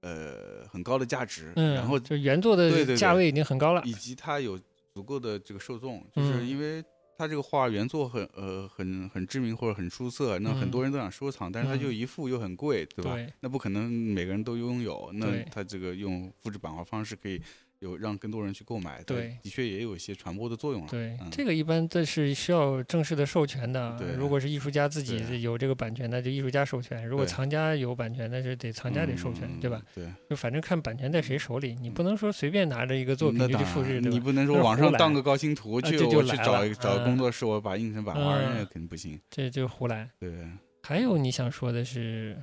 Speaker 1: 呃很高的价值，
Speaker 2: 嗯，
Speaker 1: 然后
Speaker 2: 就原作
Speaker 1: 对对
Speaker 2: 的
Speaker 1: 对
Speaker 2: 价位已经很高了。
Speaker 1: 以及它有足够的这个受众，就是
Speaker 2: 嗯
Speaker 1: 因为它这个画原作很呃很很知名或者很出色，那很多人都想收藏，但是它就
Speaker 2: 嗯
Speaker 1: 一幅又很贵，对吧？
Speaker 2: 对
Speaker 1: 那不可能每个人都拥有，那
Speaker 2: 对
Speaker 1: 它这个用复制版画方式可以有让更多人去购买，它
Speaker 2: 对
Speaker 1: 的确也有一些传播的作用了。
Speaker 2: 对，
Speaker 1: 嗯
Speaker 2: 这个一般这是需要正式的授权的
Speaker 1: 对。
Speaker 2: 如果是艺术家自
Speaker 1: 对
Speaker 2: 己有这个版权，那就艺术家授权；如果
Speaker 1: 对
Speaker 2: 藏家有版权，那是得藏家得授权，对吧？
Speaker 1: 嗯？对，
Speaker 2: 就反正看版权在谁手里，你不能说随便拿着一个作品
Speaker 1: 那
Speaker 2: 就去
Speaker 1: 当
Speaker 2: 复制，
Speaker 1: 然
Speaker 2: 对
Speaker 1: 你
Speaker 2: 吧？
Speaker 1: 不能
Speaker 2: 那
Speaker 1: 说
Speaker 2: 是
Speaker 1: 网
Speaker 2: 胡
Speaker 1: 上
Speaker 2: 来
Speaker 1: 当个高清图去，
Speaker 2: 这就
Speaker 1: 我去
Speaker 2: 来
Speaker 1: 找
Speaker 2: 了
Speaker 1: 一个找个工
Speaker 2: 嗯
Speaker 1: 作室，我把它印成版画，那
Speaker 2: 嗯
Speaker 1: 肯定不行。
Speaker 2: 这就胡来。
Speaker 1: 对，
Speaker 2: 还有你想说的是，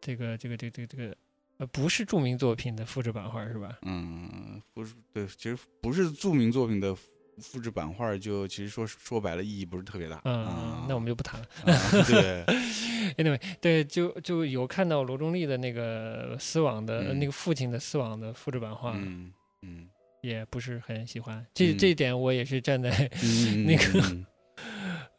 Speaker 2: 这个这个这个这个这个，呃，不是著名作品的复制版画是吧？
Speaker 1: 嗯，不是，对，其实不是著名作品的复复制版画，就其实说说白了意义不是特别大。
Speaker 2: 嗯，那我们就不谈了。
Speaker 1: 啊对
Speaker 2: Anyway，对，就就有看到罗中立的那个丝网的、呃
Speaker 1: 嗯
Speaker 2: 那个父亲的丝网的复制版画，
Speaker 1: 嗯，嗯
Speaker 2: 也不是很喜欢。这、
Speaker 1: 嗯
Speaker 2: 这一点我也是站在
Speaker 1: 嗯，
Speaker 2: 那个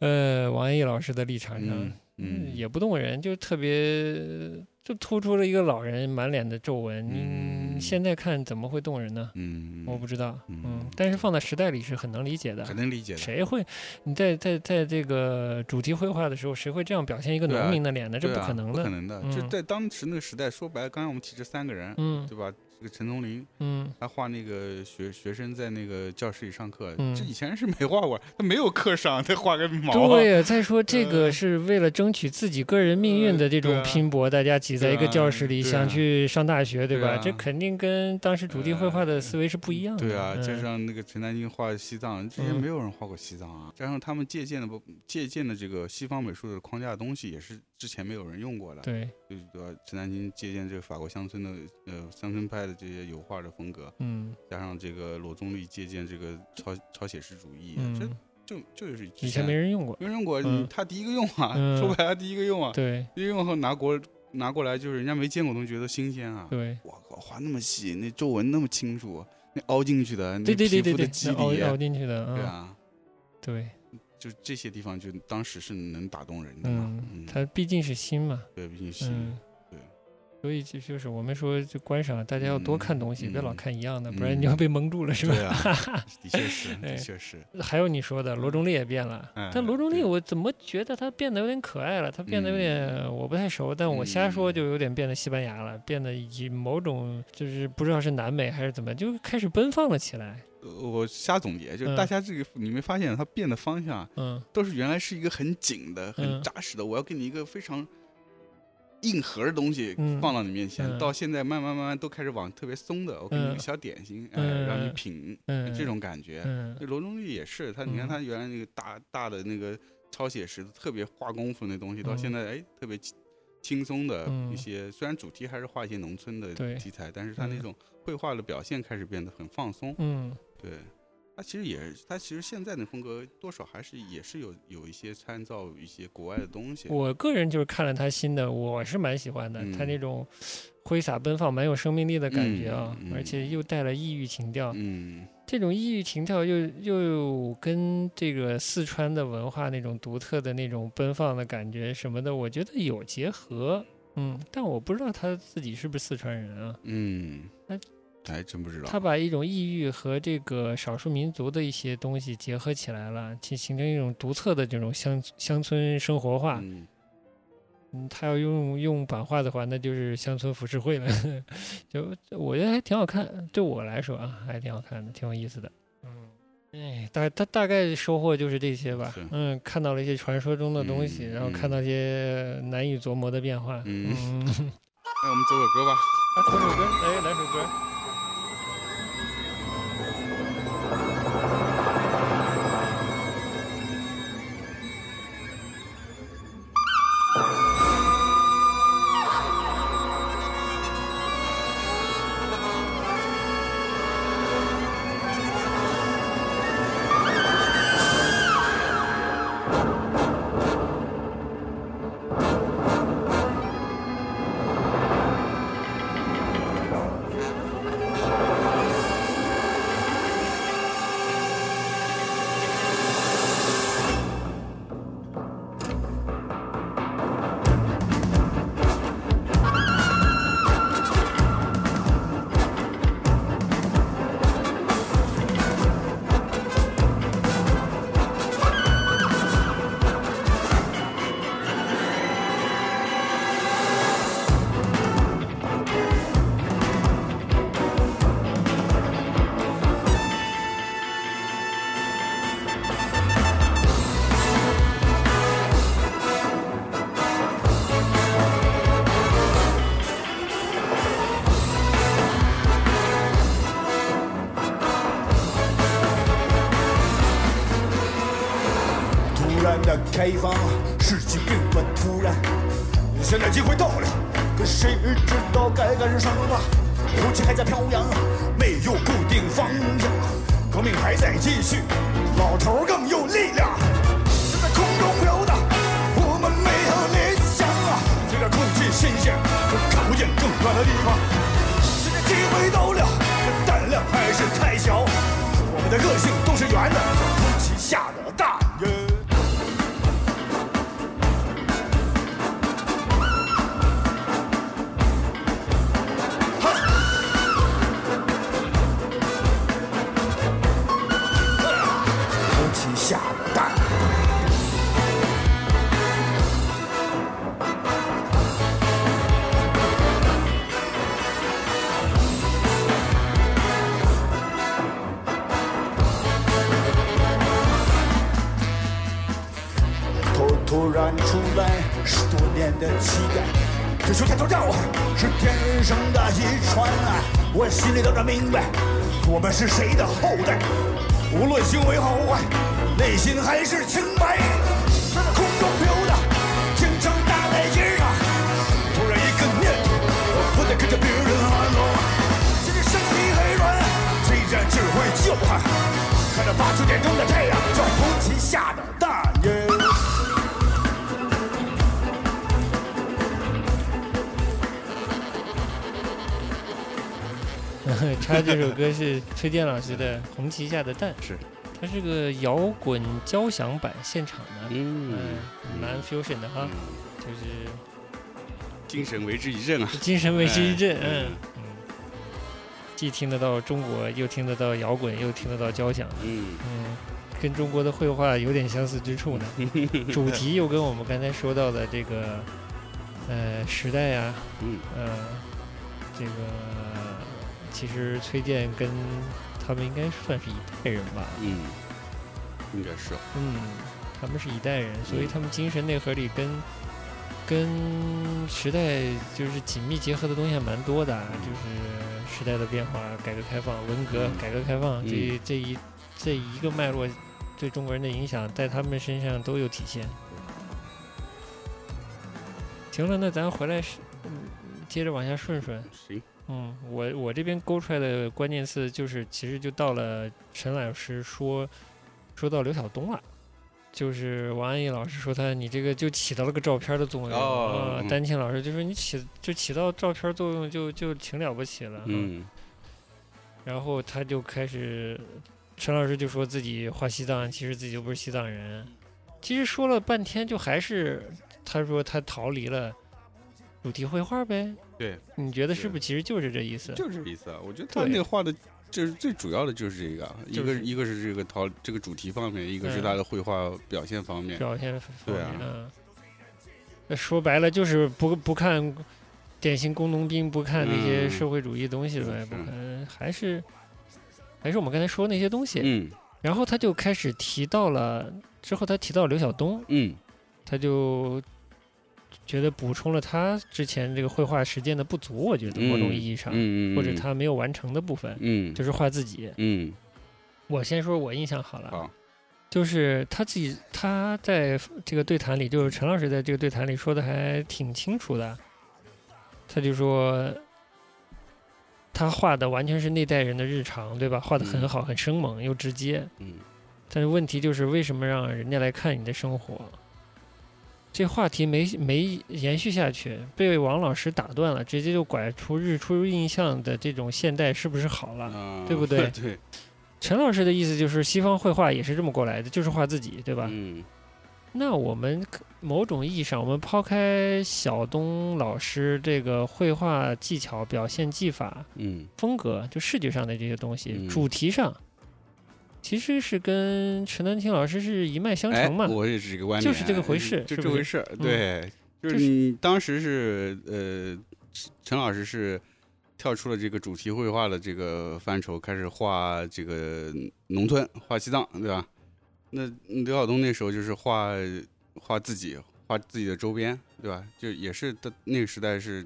Speaker 1: 嗯
Speaker 2: 呃王安忆老师的立场上，
Speaker 1: 嗯嗯，
Speaker 2: 也不动人，就特别就突出了一个老人满脸的皱纹。
Speaker 1: 嗯
Speaker 2: 现在看怎么会动人呢？
Speaker 1: 嗯，
Speaker 2: 我不知道，
Speaker 1: 嗯
Speaker 2: 嗯，但是放在时代里是很能理解的。
Speaker 1: 很能理解的。
Speaker 2: 谁会？你在在在这个主题绘画的时候，谁会这样表现一个
Speaker 1: 对啊
Speaker 2: 农民的脸呢？这
Speaker 1: 对
Speaker 2: 不
Speaker 1: 啊
Speaker 2: 可能
Speaker 1: 不
Speaker 2: 的
Speaker 1: 可。能的。就
Speaker 2: 嗯
Speaker 1: 在当时那个时代，说白了，刚才我们提这三个人，
Speaker 2: 嗯
Speaker 1: 对吧？这个陈松林，
Speaker 2: 嗯，
Speaker 1: 他画那个学学生在那个教室里上课，
Speaker 2: 嗯
Speaker 1: 这以前是没画过，他没有课上，他画个毛啊，
Speaker 2: 对呀。再说这个
Speaker 1: 呃
Speaker 2: 是为了争取自己个人命运的
Speaker 1: 对
Speaker 2: 这种
Speaker 1: 啊
Speaker 2: 拼搏，大家挤在一个
Speaker 1: 对啊
Speaker 2: 教室里
Speaker 1: 对
Speaker 2: 想
Speaker 1: 啊
Speaker 2: 去上大学，对
Speaker 1: 对
Speaker 2: 吧？
Speaker 1: 啊
Speaker 2: 这肯定跟当时主题绘画的
Speaker 1: 呃
Speaker 2: 思维是不一样的。
Speaker 1: 对啊，加
Speaker 2: 嗯
Speaker 1: 上那个陈丹青画西藏，之前
Speaker 2: 嗯
Speaker 1: 没有人画过西藏啊。加上他们借鉴的不借鉴的这个西方美术的框架的东西，也是之前没有人用过的。
Speaker 2: 对，
Speaker 1: 就是说陈丹青借鉴这个法国乡村的呃乡村派的这些油画的风格，
Speaker 2: 嗯
Speaker 1: 加上这个罗宗立借鉴这个超超写实主义，这
Speaker 2: 嗯，
Speaker 1: 就就是
Speaker 2: 以前没人用过。
Speaker 1: 没人用过，
Speaker 2: 嗯
Speaker 1: 你他第一个用啊，
Speaker 2: 嗯
Speaker 1: 说白了第一个用啊，
Speaker 2: 对
Speaker 1: 第一个用后拿国拿过来就是人家没见过东西，觉得新鲜啊。
Speaker 2: 对
Speaker 1: 我靠，画那么细，那皱纹那么清楚，那凹进去的，那
Speaker 2: 对对对
Speaker 1: 皮
Speaker 2: 对
Speaker 1: 肤的
Speaker 2: 对，
Speaker 1: 肌
Speaker 2: 那
Speaker 1: 理，
Speaker 2: 凹凹进去的，
Speaker 1: 对
Speaker 2: 嗯，
Speaker 1: 啊，
Speaker 2: 对，
Speaker 1: 就这些地方就当时是能打动人的嘛。
Speaker 2: 嗯，
Speaker 1: 嗯，
Speaker 2: 它毕竟是心嘛，
Speaker 1: 对，毕竟是，
Speaker 2: 嗯
Speaker 1: 对，
Speaker 2: 所以就就是我们说，就观赏大家要多看东西，
Speaker 1: 嗯
Speaker 2: 别老
Speaker 1: 嗯
Speaker 2: 看一样的，不然
Speaker 1: 嗯
Speaker 2: 你要被蒙住了，是吧？
Speaker 1: 对啊， 的确是，
Speaker 2: 哎
Speaker 1: 的确是，
Speaker 2: 还有你说的罗中立也变了，
Speaker 1: 嗯
Speaker 2: 但罗中立
Speaker 1: 对
Speaker 2: 我怎么觉得他变得有点可爱了？他变得有点我不太熟，但我瞎说
Speaker 1: 嗯
Speaker 2: 就有点变得西班牙了，变得以某种就是不知道是南美还是怎么，就开始奔放了起来。
Speaker 1: 呃我瞎总结，就
Speaker 2: 嗯
Speaker 1: 是大家这个，你没发现它变的方向
Speaker 2: 嗯
Speaker 1: 都是原来是一个很紧的、
Speaker 2: 嗯
Speaker 1: 很扎实的，我要给你一个非常硬核的东西
Speaker 2: 嗯
Speaker 1: 放到你面前，
Speaker 2: 嗯
Speaker 1: 到现在慢慢慢慢都开始往特别松的，我给你一
Speaker 2: 嗯
Speaker 1: 个小点心，
Speaker 2: 嗯
Speaker 1: 哎，让你
Speaker 2: 嗯
Speaker 1: 品，
Speaker 2: 嗯，
Speaker 1: 这种感觉。
Speaker 2: 嗯
Speaker 1: 那罗中立也是，他你看
Speaker 2: 嗯
Speaker 1: 他原来那个大大的那个超写实的、特别花功夫那东西，到
Speaker 2: 嗯
Speaker 1: 现在哎特别轻轻松的
Speaker 2: 嗯
Speaker 1: 一些，虽然主题还是画一些农村的
Speaker 2: 对
Speaker 1: 题材，但是他那
Speaker 2: 嗯
Speaker 1: 种绘画的表现开始变得很放松。
Speaker 2: 嗯
Speaker 1: 对，他其实也他其实现在的风格多少还是也是有有一些参照一些国外的东西。
Speaker 2: 我个人就是看了他新的，我是蛮喜欢
Speaker 1: 嗯
Speaker 2: 的，他那种挥洒奔放、蛮有生命力的感觉啊，
Speaker 1: 嗯嗯
Speaker 2: 而且又带了异域情调。
Speaker 1: 嗯，
Speaker 2: 这种异域情调又又有跟这个四川的文化那种独特的那种奔放的感觉什么的，我觉得有结合。嗯，但我不知道他自己是不是四川人啊？
Speaker 1: 嗯
Speaker 2: 那，
Speaker 1: 还真不知道。
Speaker 2: 他把一种异域和这个少数民族的一些东西结合起来了，形形成一种独特的这种乡乡村生活化。
Speaker 1: 嗯
Speaker 2: 嗯，他要用用版画的话，那就是乡村浮世绘了。 就我觉得还挺好看，对我来说啊，还挺好看的，挺有意思的。嗯，哎，大大大概收获就是这些吧
Speaker 1: 是。
Speaker 2: 嗯，看到了一些传说中的东西，
Speaker 1: 嗯
Speaker 2: 然后看
Speaker 1: 嗯
Speaker 2: 到一些难以琢磨的变化。
Speaker 1: 嗯
Speaker 2: 嗯，
Speaker 1: 那我们走首歌吧。
Speaker 2: 啊，走首歌，来来首歌。
Speaker 3: 突然的开放，事情并不突然。现在机会到了，可谁知道该干什么？武器还在飘扬，没有固定方向，革命还在继续，老头儿更有力量。是在空中飘荡，我们没有理想啊，这个空气新鲜，可看不见更远的地方。现在机会到了，可胆量还是太小，我们的个性都是圆的，空气下的蛋。耶空气下的蛋。头突然出来，十多年的期待，追求抬头照啊，是天生的遗传啊。我心里当然明白，我们是谁的后代，无论行为好坏，内心还是清白。在那空中飘荡，京城大背心啊，突然一个念头，我不得跟着别人喊喽。今天身体还软，虽然只会叫喊，看着八九点钟的太阳，叫红旗下的大耶。
Speaker 2: 插这哎首歌 是崔健老师的《红旗下的蛋》，
Speaker 1: 是，
Speaker 2: 它是个摇滚交响版现场的，哎
Speaker 1: 嗯
Speaker 2: 嗯，蛮 fusion 的哈，
Speaker 1: 嗯
Speaker 2: 就是
Speaker 1: 精神为之一振啊！
Speaker 2: 精神为之一振，
Speaker 1: 哎
Speaker 2: 嗯嗯，既听得到中国，又听得到摇滚，又听得到交响，
Speaker 1: 嗯，
Speaker 2: 嗯，跟中国的绘画有点相似之 处呢。主题又跟我们刚才说到的这个，呃，时代啊，
Speaker 1: 嗯，
Speaker 2: 呃，这个其实崔健跟他们应该算是一代人吧，
Speaker 1: 嗯，应该是啊
Speaker 2: 嗯，他们是一代人，所
Speaker 1: 嗯
Speaker 2: 以他们精神内核里跟跟时代就是紧密结合的东西还蛮多的啊，就是时代的变化，改革开放、文革、
Speaker 1: 嗯
Speaker 2: 改革开放这
Speaker 1: 嗯
Speaker 2: 这一这一个脉络对中国人的影响，在他们身上都有体现。行了，那咱回来是，嗯接着往下顺顺。
Speaker 1: 行，
Speaker 2: 嗯，我我这边勾出来的关键词就是，其实就到了陈老师说说到刘晓东了，就是王安忆老师说他你这个就起到了个照片的作用，
Speaker 1: 哦
Speaker 2: 啊
Speaker 1: 嗯
Speaker 2: 丹青老师就说你起就起到照片作用就就挺了不起了，啊
Speaker 1: 嗯
Speaker 2: 然后他就开始，陈老师就说自己画西藏，其实自己又不是西藏人。其实说了半天，就还是他说他逃离了主题绘画呗。
Speaker 1: 对，
Speaker 2: 你觉得是
Speaker 1: 是
Speaker 2: 不是？其实就是这意思。
Speaker 1: 就是这意思啊。我觉得他
Speaker 2: 对
Speaker 1: 那个画的，就是最主要的就是这个啊，一
Speaker 2: 就
Speaker 1: 个
Speaker 2: 是
Speaker 1: 一个是这个陶这个主题方面，一个是
Speaker 2: 嗯
Speaker 1: 他的绘画表现方面，
Speaker 2: 表现方
Speaker 1: 对
Speaker 2: 面
Speaker 1: 啊
Speaker 2: 嗯，那说白了就是不不看典型工农兵，不看那些
Speaker 1: 嗯
Speaker 2: 社会主义东西呗，
Speaker 1: 是
Speaker 2: 不看还是还是我们刚才说那些东西。
Speaker 1: 嗯
Speaker 2: 然后他就开始提到了，之后他提到刘晓东，
Speaker 1: 嗯
Speaker 2: 他就觉得补充了他之前这个绘画实践的不足，我觉得某种
Speaker 1: 嗯
Speaker 2: 意义上，
Speaker 1: 嗯，
Speaker 2: 或者他没有完成的部分，
Speaker 1: 嗯
Speaker 2: 就是画自己。
Speaker 1: 嗯
Speaker 2: 我先说我印象好了，
Speaker 1: 好
Speaker 2: 就是他自己他在这个对谈里，就是陈老师在这个对谈里说的还挺清楚的，他就说。他画的完全是那代人的日常，对吧？画的很
Speaker 1: 嗯
Speaker 2: 好，很生猛又直接。
Speaker 1: 嗯
Speaker 2: 但是问题就是，为什么让人家来看你的生活？这话题没没延续下去，被王老师打断了，直接就拐出日出印象的这种现代是不是好了？
Speaker 1: 啊，
Speaker 2: 对不对
Speaker 1: 对，
Speaker 2: 陈老师的意思就是，西方绘画也是这么过来的，就是画自己，对吧？
Speaker 1: 嗯
Speaker 2: 那我们可某种意义上，我们抛开小东老师这个绘画技巧、表现技法，
Speaker 1: 嗯
Speaker 2: 风格，就视觉上的这些东西，
Speaker 1: 嗯
Speaker 2: 主题上，其实是跟陈丹青老师是一脉相
Speaker 1: 哎，
Speaker 2: 承嘛。
Speaker 1: 我也是这个观点，啊
Speaker 2: 就是这个回事
Speaker 1: 就是这
Speaker 2: 不
Speaker 1: 回
Speaker 2: 是
Speaker 1: 事儿。
Speaker 2: 嗯
Speaker 1: 对，就是
Speaker 2: 就是
Speaker 1: 你当时是呃，陈陈老师是跳出了这个主题绘画的这个范畴，开始画这个农村，画西藏，对吧？那刘晓东那时候就是画画自己，画自己的周边，对吧？就也是他那个时代是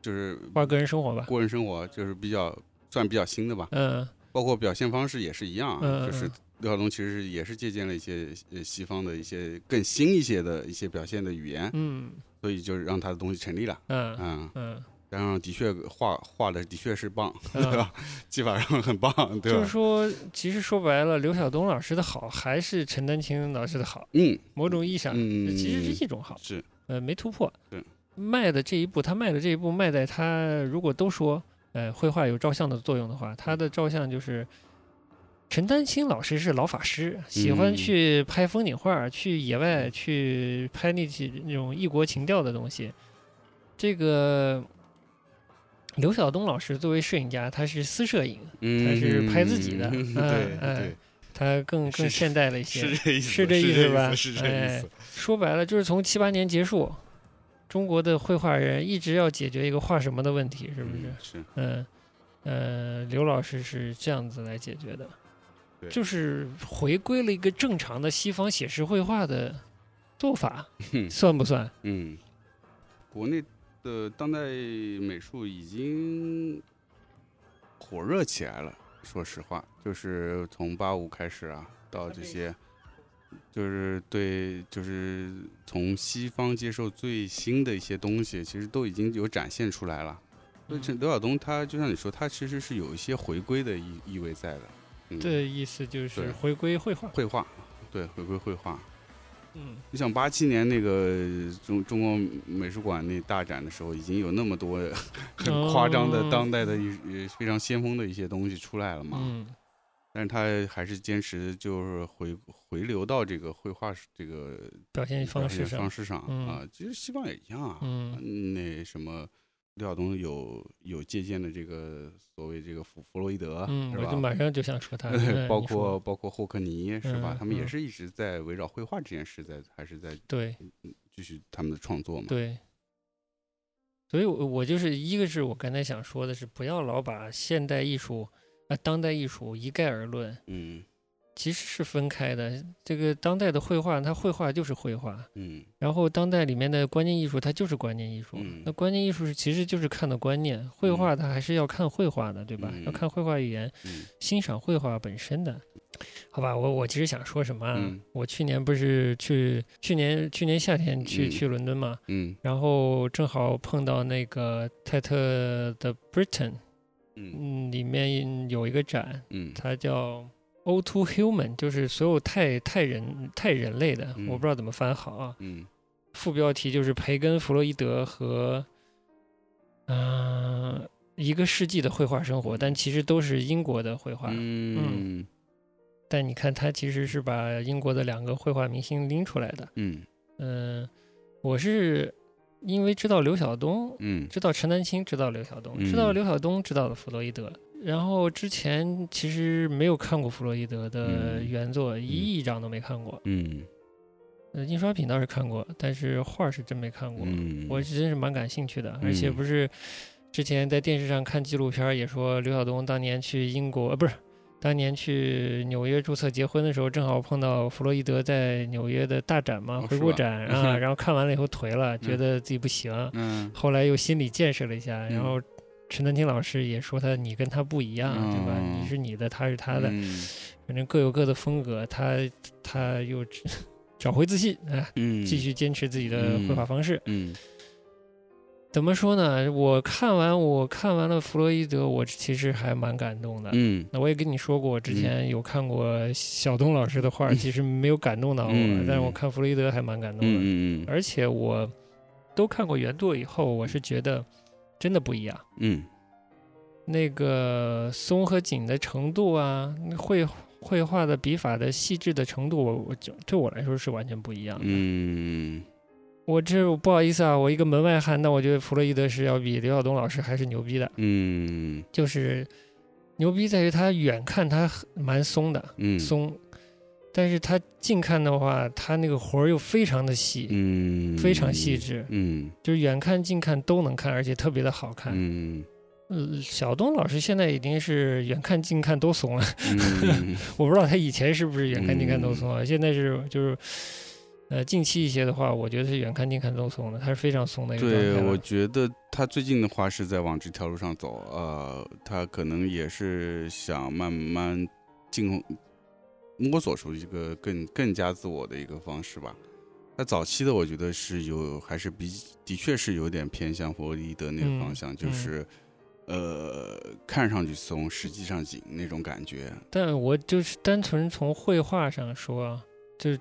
Speaker 1: 就是
Speaker 2: 画个人生活吧。
Speaker 1: 过人生活，就是比较算比较新的吧。
Speaker 2: 嗯
Speaker 1: 包括表现方式也是一样啊，
Speaker 2: 嗯
Speaker 1: 就是
Speaker 2: 嗯
Speaker 1: 刘晓东其实也是借鉴了一些呃西方的一些更新一些的一些表现的语言，
Speaker 2: 嗯
Speaker 1: 所以就让他的东西成立了。
Speaker 2: 嗯
Speaker 1: 嗯，
Speaker 2: 嗯，
Speaker 1: 加上的确画画的的确是棒，
Speaker 2: 嗯
Speaker 1: 对吧？技法上很棒，对
Speaker 2: 就是
Speaker 1: 吧？
Speaker 2: 说，其实说白了，刘晓东老师的好还是陈丹青老师的好，
Speaker 1: 嗯
Speaker 2: 某种意义上、
Speaker 1: 嗯，
Speaker 2: 其实是一种好，
Speaker 1: 是
Speaker 2: 呃，没突破
Speaker 1: 是。
Speaker 2: 迈的这一步，他迈的这一步，迈在他如果都说，呃，绘画有照相的作用的话，他的照相就是陈丹青老师是老法师，喜欢
Speaker 1: 嗯
Speaker 2: 去拍风景画，去野外去拍那些那种异国情调的东西。这个刘晓东老师作为摄影家，他是私摄影，
Speaker 1: 嗯，
Speaker 2: 他是拍自己的
Speaker 1: 嗯
Speaker 2: 哎
Speaker 1: 对
Speaker 2: 哎
Speaker 1: 对，
Speaker 2: 他更
Speaker 1: 是
Speaker 2: 更现代了一
Speaker 1: 是
Speaker 2: 些。
Speaker 1: 这意思，
Speaker 2: 是这
Speaker 1: 这
Speaker 2: 意思吧哎
Speaker 1: 是这意思，
Speaker 2: 说白了，就是从七八年结束，中国的绘画人一直要解决一个画什么的问题，是不是
Speaker 1: 嗯？是
Speaker 2: 嗯，呃，刘老师是这样子来解决的，
Speaker 1: 对
Speaker 2: 就是回归了一个正常的西方写实绘画的做法，
Speaker 1: 哼
Speaker 2: 算不算？
Speaker 1: 嗯，国内的当代美术已经火热起来了。说实话，就是从八五开始啊，到这些，就是对，就是从西方接受最新的一些东西，其实都已经有展现出来了。所以这刘晓东他就像你说，他其实是有一些回归的意意味在的。嗯，
Speaker 2: 这意思就
Speaker 1: 对
Speaker 2: 是回归绘画。
Speaker 1: 绘画，对，回归绘画。
Speaker 2: 嗯
Speaker 1: 你想八七年那个中中国美术馆那大展的时候，已经有那么多 很夸张的
Speaker 2: 哦
Speaker 1: 当代的一呃非常先锋的一些东西出来了嘛？
Speaker 2: 嗯
Speaker 1: 但是他还是坚持就是回回流到这个绘画是这个
Speaker 2: 表现方
Speaker 1: 嗯
Speaker 2: 式
Speaker 1: 表现
Speaker 2: 上
Speaker 1: 方，式上
Speaker 2: 嗯
Speaker 1: 啊，其实西方也一样啊。
Speaker 2: 嗯
Speaker 1: 那什么，刘晓东有有借鉴的这个所谓这个弗弗洛伊德，
Speaker 2: 嗯，
Speaker 1: 是
Speaker 2: 我
Speaker 1: 吧，
Speaker 2: 就？马上就想说他
Speaker 1: 包
Speaker 2: 你说
Speaker 1: 括包括霍克尼是吧？
Speaker 2: 嗯
Speaker 1: 他们也
Speaker 2: 嗯
Speaker 1: 是一直在围绕绘画这件事在还是在
Speaker 2: 对
Speaker 1: 继续他们的创作嘛。
Speaker 2: 对，所以我，我就是一个是我刚才想说的是，不要老把现代艺术啊、呃当代艺术一概而论，
Speaker 1: 嗯
Speaker 2: 其实是分开的。这个当代的绘画，它绘画就是绘画，
Speaker 1: 嗯
Speaker 2: 然后当代里面的观念艺术，它就是观念艺术。
Speaker 1: 嗯
Speaker 2: 那观念艺术是其实就是看的观念，绘
Speaker 1: 嗯
Speaker 2: 画它还是要看绘画的，对吧？要
Speaker 1: 嗯
Speaker 2: 看绘画语言，
Speaker 1: 嗯
Speaker 2: 欣赏绘画本身的。好吧，我我其实想说什么啊？
Speaker 1: 嗯
Speaker 2: 我去年不是去去年去年夏天去、
Speaker 1: 嗯
Speaker 2: 去伦敦嘛，
Speaker 1: 嗯
Speaker 2: 然后正好碰到那个泰特的 Britain，
Speaker 1: 嗯
Speaker 2: 嗯，里面有一个展，
Speaker 1: 嗯
Speaker 2: 它叫 O to Human，就是所有太太人太人类的，
Speaker 1: 嗯
Speaker 2: 我不知道怎么翻好啊。
Speaker 1: 嗯
Speaker 2: 副标题就是培根、弗洛伊德和嗯、呃一个世纪的绘画生活，但其实都是英国的绘画。
Speaker 1: 嗯
Speaker 2: 但你看，它其实是把英国的两个绘画明星拎出来的。
Speaker 1: 嗯
Speaker 2: 嗯、我是因为知道刘晓东，
Speaker 1: 嗯
Speaker 2: 知道陈丹青，知道刘晓东，
Speaker 1: 嗯
Speaker 2: 知道刘晓东，知道了弗洛伊德。然后之前其实没有看过弗洛伊德的
Speaker 1: 嗯
Speaker 2: 原作，一亿张都没看过。
Speaker 1: 嗯
Speaker 2: 呃，印刷品倒是看过，但是画儿是真没看过。
Speaker 1: 嗯，
Speaker 2: 我是真是蛮感兴趣的，而且
Speaker 1: 嗯
Speaker 2: 不是之前在电视上看纪录片儿也说，刘晓东当年去英国，呃，不是。当年去纽约注册结婚的时候，正好碰到弗洛伊德在纽约的大展嘛，
Speaker 1: 哦是
Speaker 2: 回顾
Speaker 1: 吧
Speaker 2: 展啊，然后看完了以后颓了，觉
Speaker 1: 嗯
Speaker 2: 得自己不行，
Speaker 1: 嗯
Speaker 2: 后来又心理建设了一下，然
Speaker 1: 嗯
Speaker 2: 后陈丹青老师也说他你跟他不一样，对吧？
Speaker 1: 哦
Speaker 2: 你是你的，他是他的，
Speaker 1: 嗯
Speaker 2: 反正各有各的风格。他他又找回自信啊，
Speaker 1: 嗯
Speaker 2: 继续坚持自己的绘画方式。
Speaker 1: 嗯
Speaker 2: 怎么说呢？我看完我看完了弗洛伊德，我其实还蛮感动的。
Speaker 1: 嗯
Speaker 2: 那我也跟你说过，我之前有看过小东老师的画，
Speaker 1: 嗯
Speaker 2: 其实没有感动到我，
Speaker 1: 嗯
Speaker 2: 但是我看弗洛伊德还蛮感动的。
Speaker 1: 嗯嗯
Speaker 2: 而且我都看过原作以后，我是觉得真的不一样。
Speaker 1: 嗯
Speaker 2: 那个松和紧的程度啊，那绘绘画的笔法的细致的程度，我我就对我来说是完全不一样的。
Speaker 1: 嗯
Speaker 2: 我这不好意思啊，我一个门外汉，那我觉得弗洛伊德是要比刘晓东老师还是牛逼的，
Speaker 1: 嗯
Speaker 2: 就是牛逼在于他远看他很蛮松的，
Speaker 1: 嗯
Speaker 2: 松，但是他近看的话，他那个活儿又非常的细，
Speaker 1: 嗯
Speaker 2: 非常细致，
Speaker 1: 嗯
Speaker 2: 就是远看近看都能看，而且特别的好看。
Speaker 1: 嗯
Speaker 2: 呃，小东老师现在已经是远看近看都怂了，
Speaker 1: 嗯
Speaker 2: 我不知道他以前是不是远看近看都怂啊，现在是就是，呃，近期一些的话，我觉得是远看近看都怂了，他是非常怂的一个状态
Speaker 1: 对，
Speaker 2: 了
Speaker 1: 我觉得他最近的话是在往这条路上走，呃，他可能也是想慢慢进摸索出一个更更加自我的一个方式吧。他早期的我觉得是有，还是比的确是有点偏向弗洛伊德那个
Speaker 2: 嗯
Speaker 1: 方向，就是、呃，看上去松，实际上紧那种感觉。
Speaker 2: 但我就是单纯从绘画上说啊，就是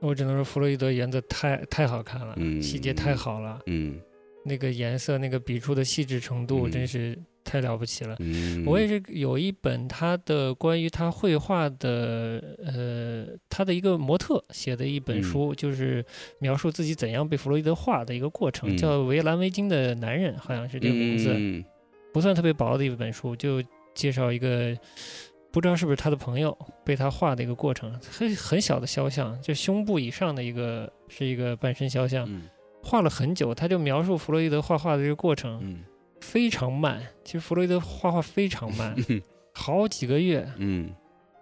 Speaker 2: 我只能说弗洛伊德原则太太好看了，
Speaker 1: 嗯
Speaker 2: 细节太好了，
Speaker 1: 嗯
Speaker 2: 那个颜色、那个笔触的细致程度，
Speaker 1: 嗯
Speaker 2: 真是太了不起了。
Speaker 1: 嗯，
Speaker 2: 我也是有一本他的关于他绘画的，呃，他的一个模特写的一本
Speaker 1: 嗯
Speaker 2: 书，就是描述自己怎样被弗洛伊德画的一个过程，
Speaker 1: 嗯
Speaker 2: 叫《围栏围巾的男人》，好像是这个名字，
Speaker 1: 嗯
Speaker 2: 不算特别薄的一本书，就介绍一个不知道是不是他的朋友被他画的一个过程，很很小的肖像，就胸部以上的一个是一个半身肖像，
Speaker 1: 嗯
Speaker 2: 画了很久，他就描述弗洛伊德画画的这个过程，
Speaker 1: 嗯，
Speaker 2: 非常慢。其实弗洛伊德画画非常慢
Speaker 1: 嗯
Speaker 2: 好几个月
Speaker 1: 嗯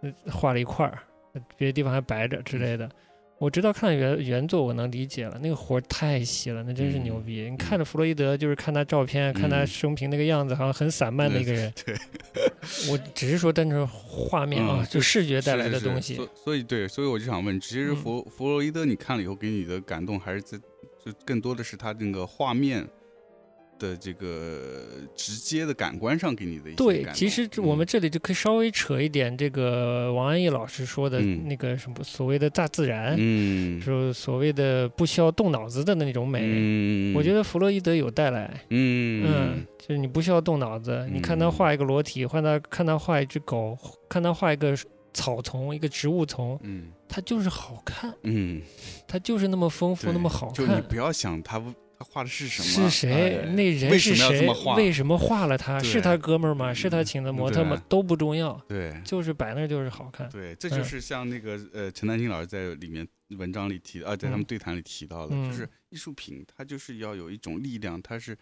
Speaker 2: 呃画了一块儿，呃别的地方还白着之类的。我直到看了原原作，我能理解了，那个活儿太细了，那真是牛逼。你看着弗洛伊德，就是看他照片，看他
Speaker 1: 嗯
Speaker 2: 生平那个样子，好像很散漫的一个人。
Speaker 1: 对，
Speaker 2: 我只是说单纯画面啊，
Speaker 1: 嗯
Speaker 2: 就视觉带来的
Speaker 1: 是是是
Speaker 2: 东西。
Speaker 1: 所所以对，所以我就想问，其实
Speaker 2: 嗯
Speaker 1: 弗弗洛伊德你看了以后给你的感动，还是在就更多的是他那个画面的这个直接的感官上给你的一些
Speaker 2: 对，
Speaker 1: 感
Speaker 2: 其
Speaker 1: 动
Speaker 2: 实这我
Speaker 1: 嗯
Speaker 2: 们这里就可以稍微扯一点这个王安忆老师说的
Speaker 1: 嗯
Speaker 2: 那个什么所谓的大自然，
Speaker 1: 嗯
Speaker 2: 说所谓的不需要动脑子的那种美。
Speaker 1: 嗯，
Speaker 2: 我觉得弗洛伊德有带来，
Speaker 1: 嗯
Speaker 2: 嗯，就是你不需要动脑子，你看他
Speaker 1: 嗯
Speaker 2: 画一个裸体，看他看他画一只狗，看他画一个草丛、一个植物丛，
Speaker 1: 嗯
Speaker 2: 它就是好看，
Speaker 1: 嗯，
Speaker 2: 它就是那么丰富，那
Speaker 1: 对
Speaker 2: 么好
Speaker 1: 就你
Speaker 2: 看。
Speaker 1: 不要想他他画的是什么，
Speaker 2: 是谁？
Speaker 1: 哎
Speaker 2: 那人
Speaker 1: 为
Speaker 2: 是
Speaker 1: 什么要这
Speaker 2: 谁
Speaker 1: 么？画
Speaker 2: 为什么画了他？是
Speaker 1: 对嗯
Speaker 2: 他哥们儿吗？是他请的模特吗
Speaker 1: 对？哎
Speaker 2: 都不重要，
Speaker 1: 对
Speaker 2: 就是摆那儿就是好看。
Speaker 1: 对，这就
Speaker 2: 嗯
Speaker 1: 是像那个呃陈丹青老师在里面文章里提啊，在他们
Speaker 2: 嗯
Speaker 1: 对谈里提到的，
Speaker 2: 嗯
Speaker 1: 就是艺术品它就是要有一种力量，它是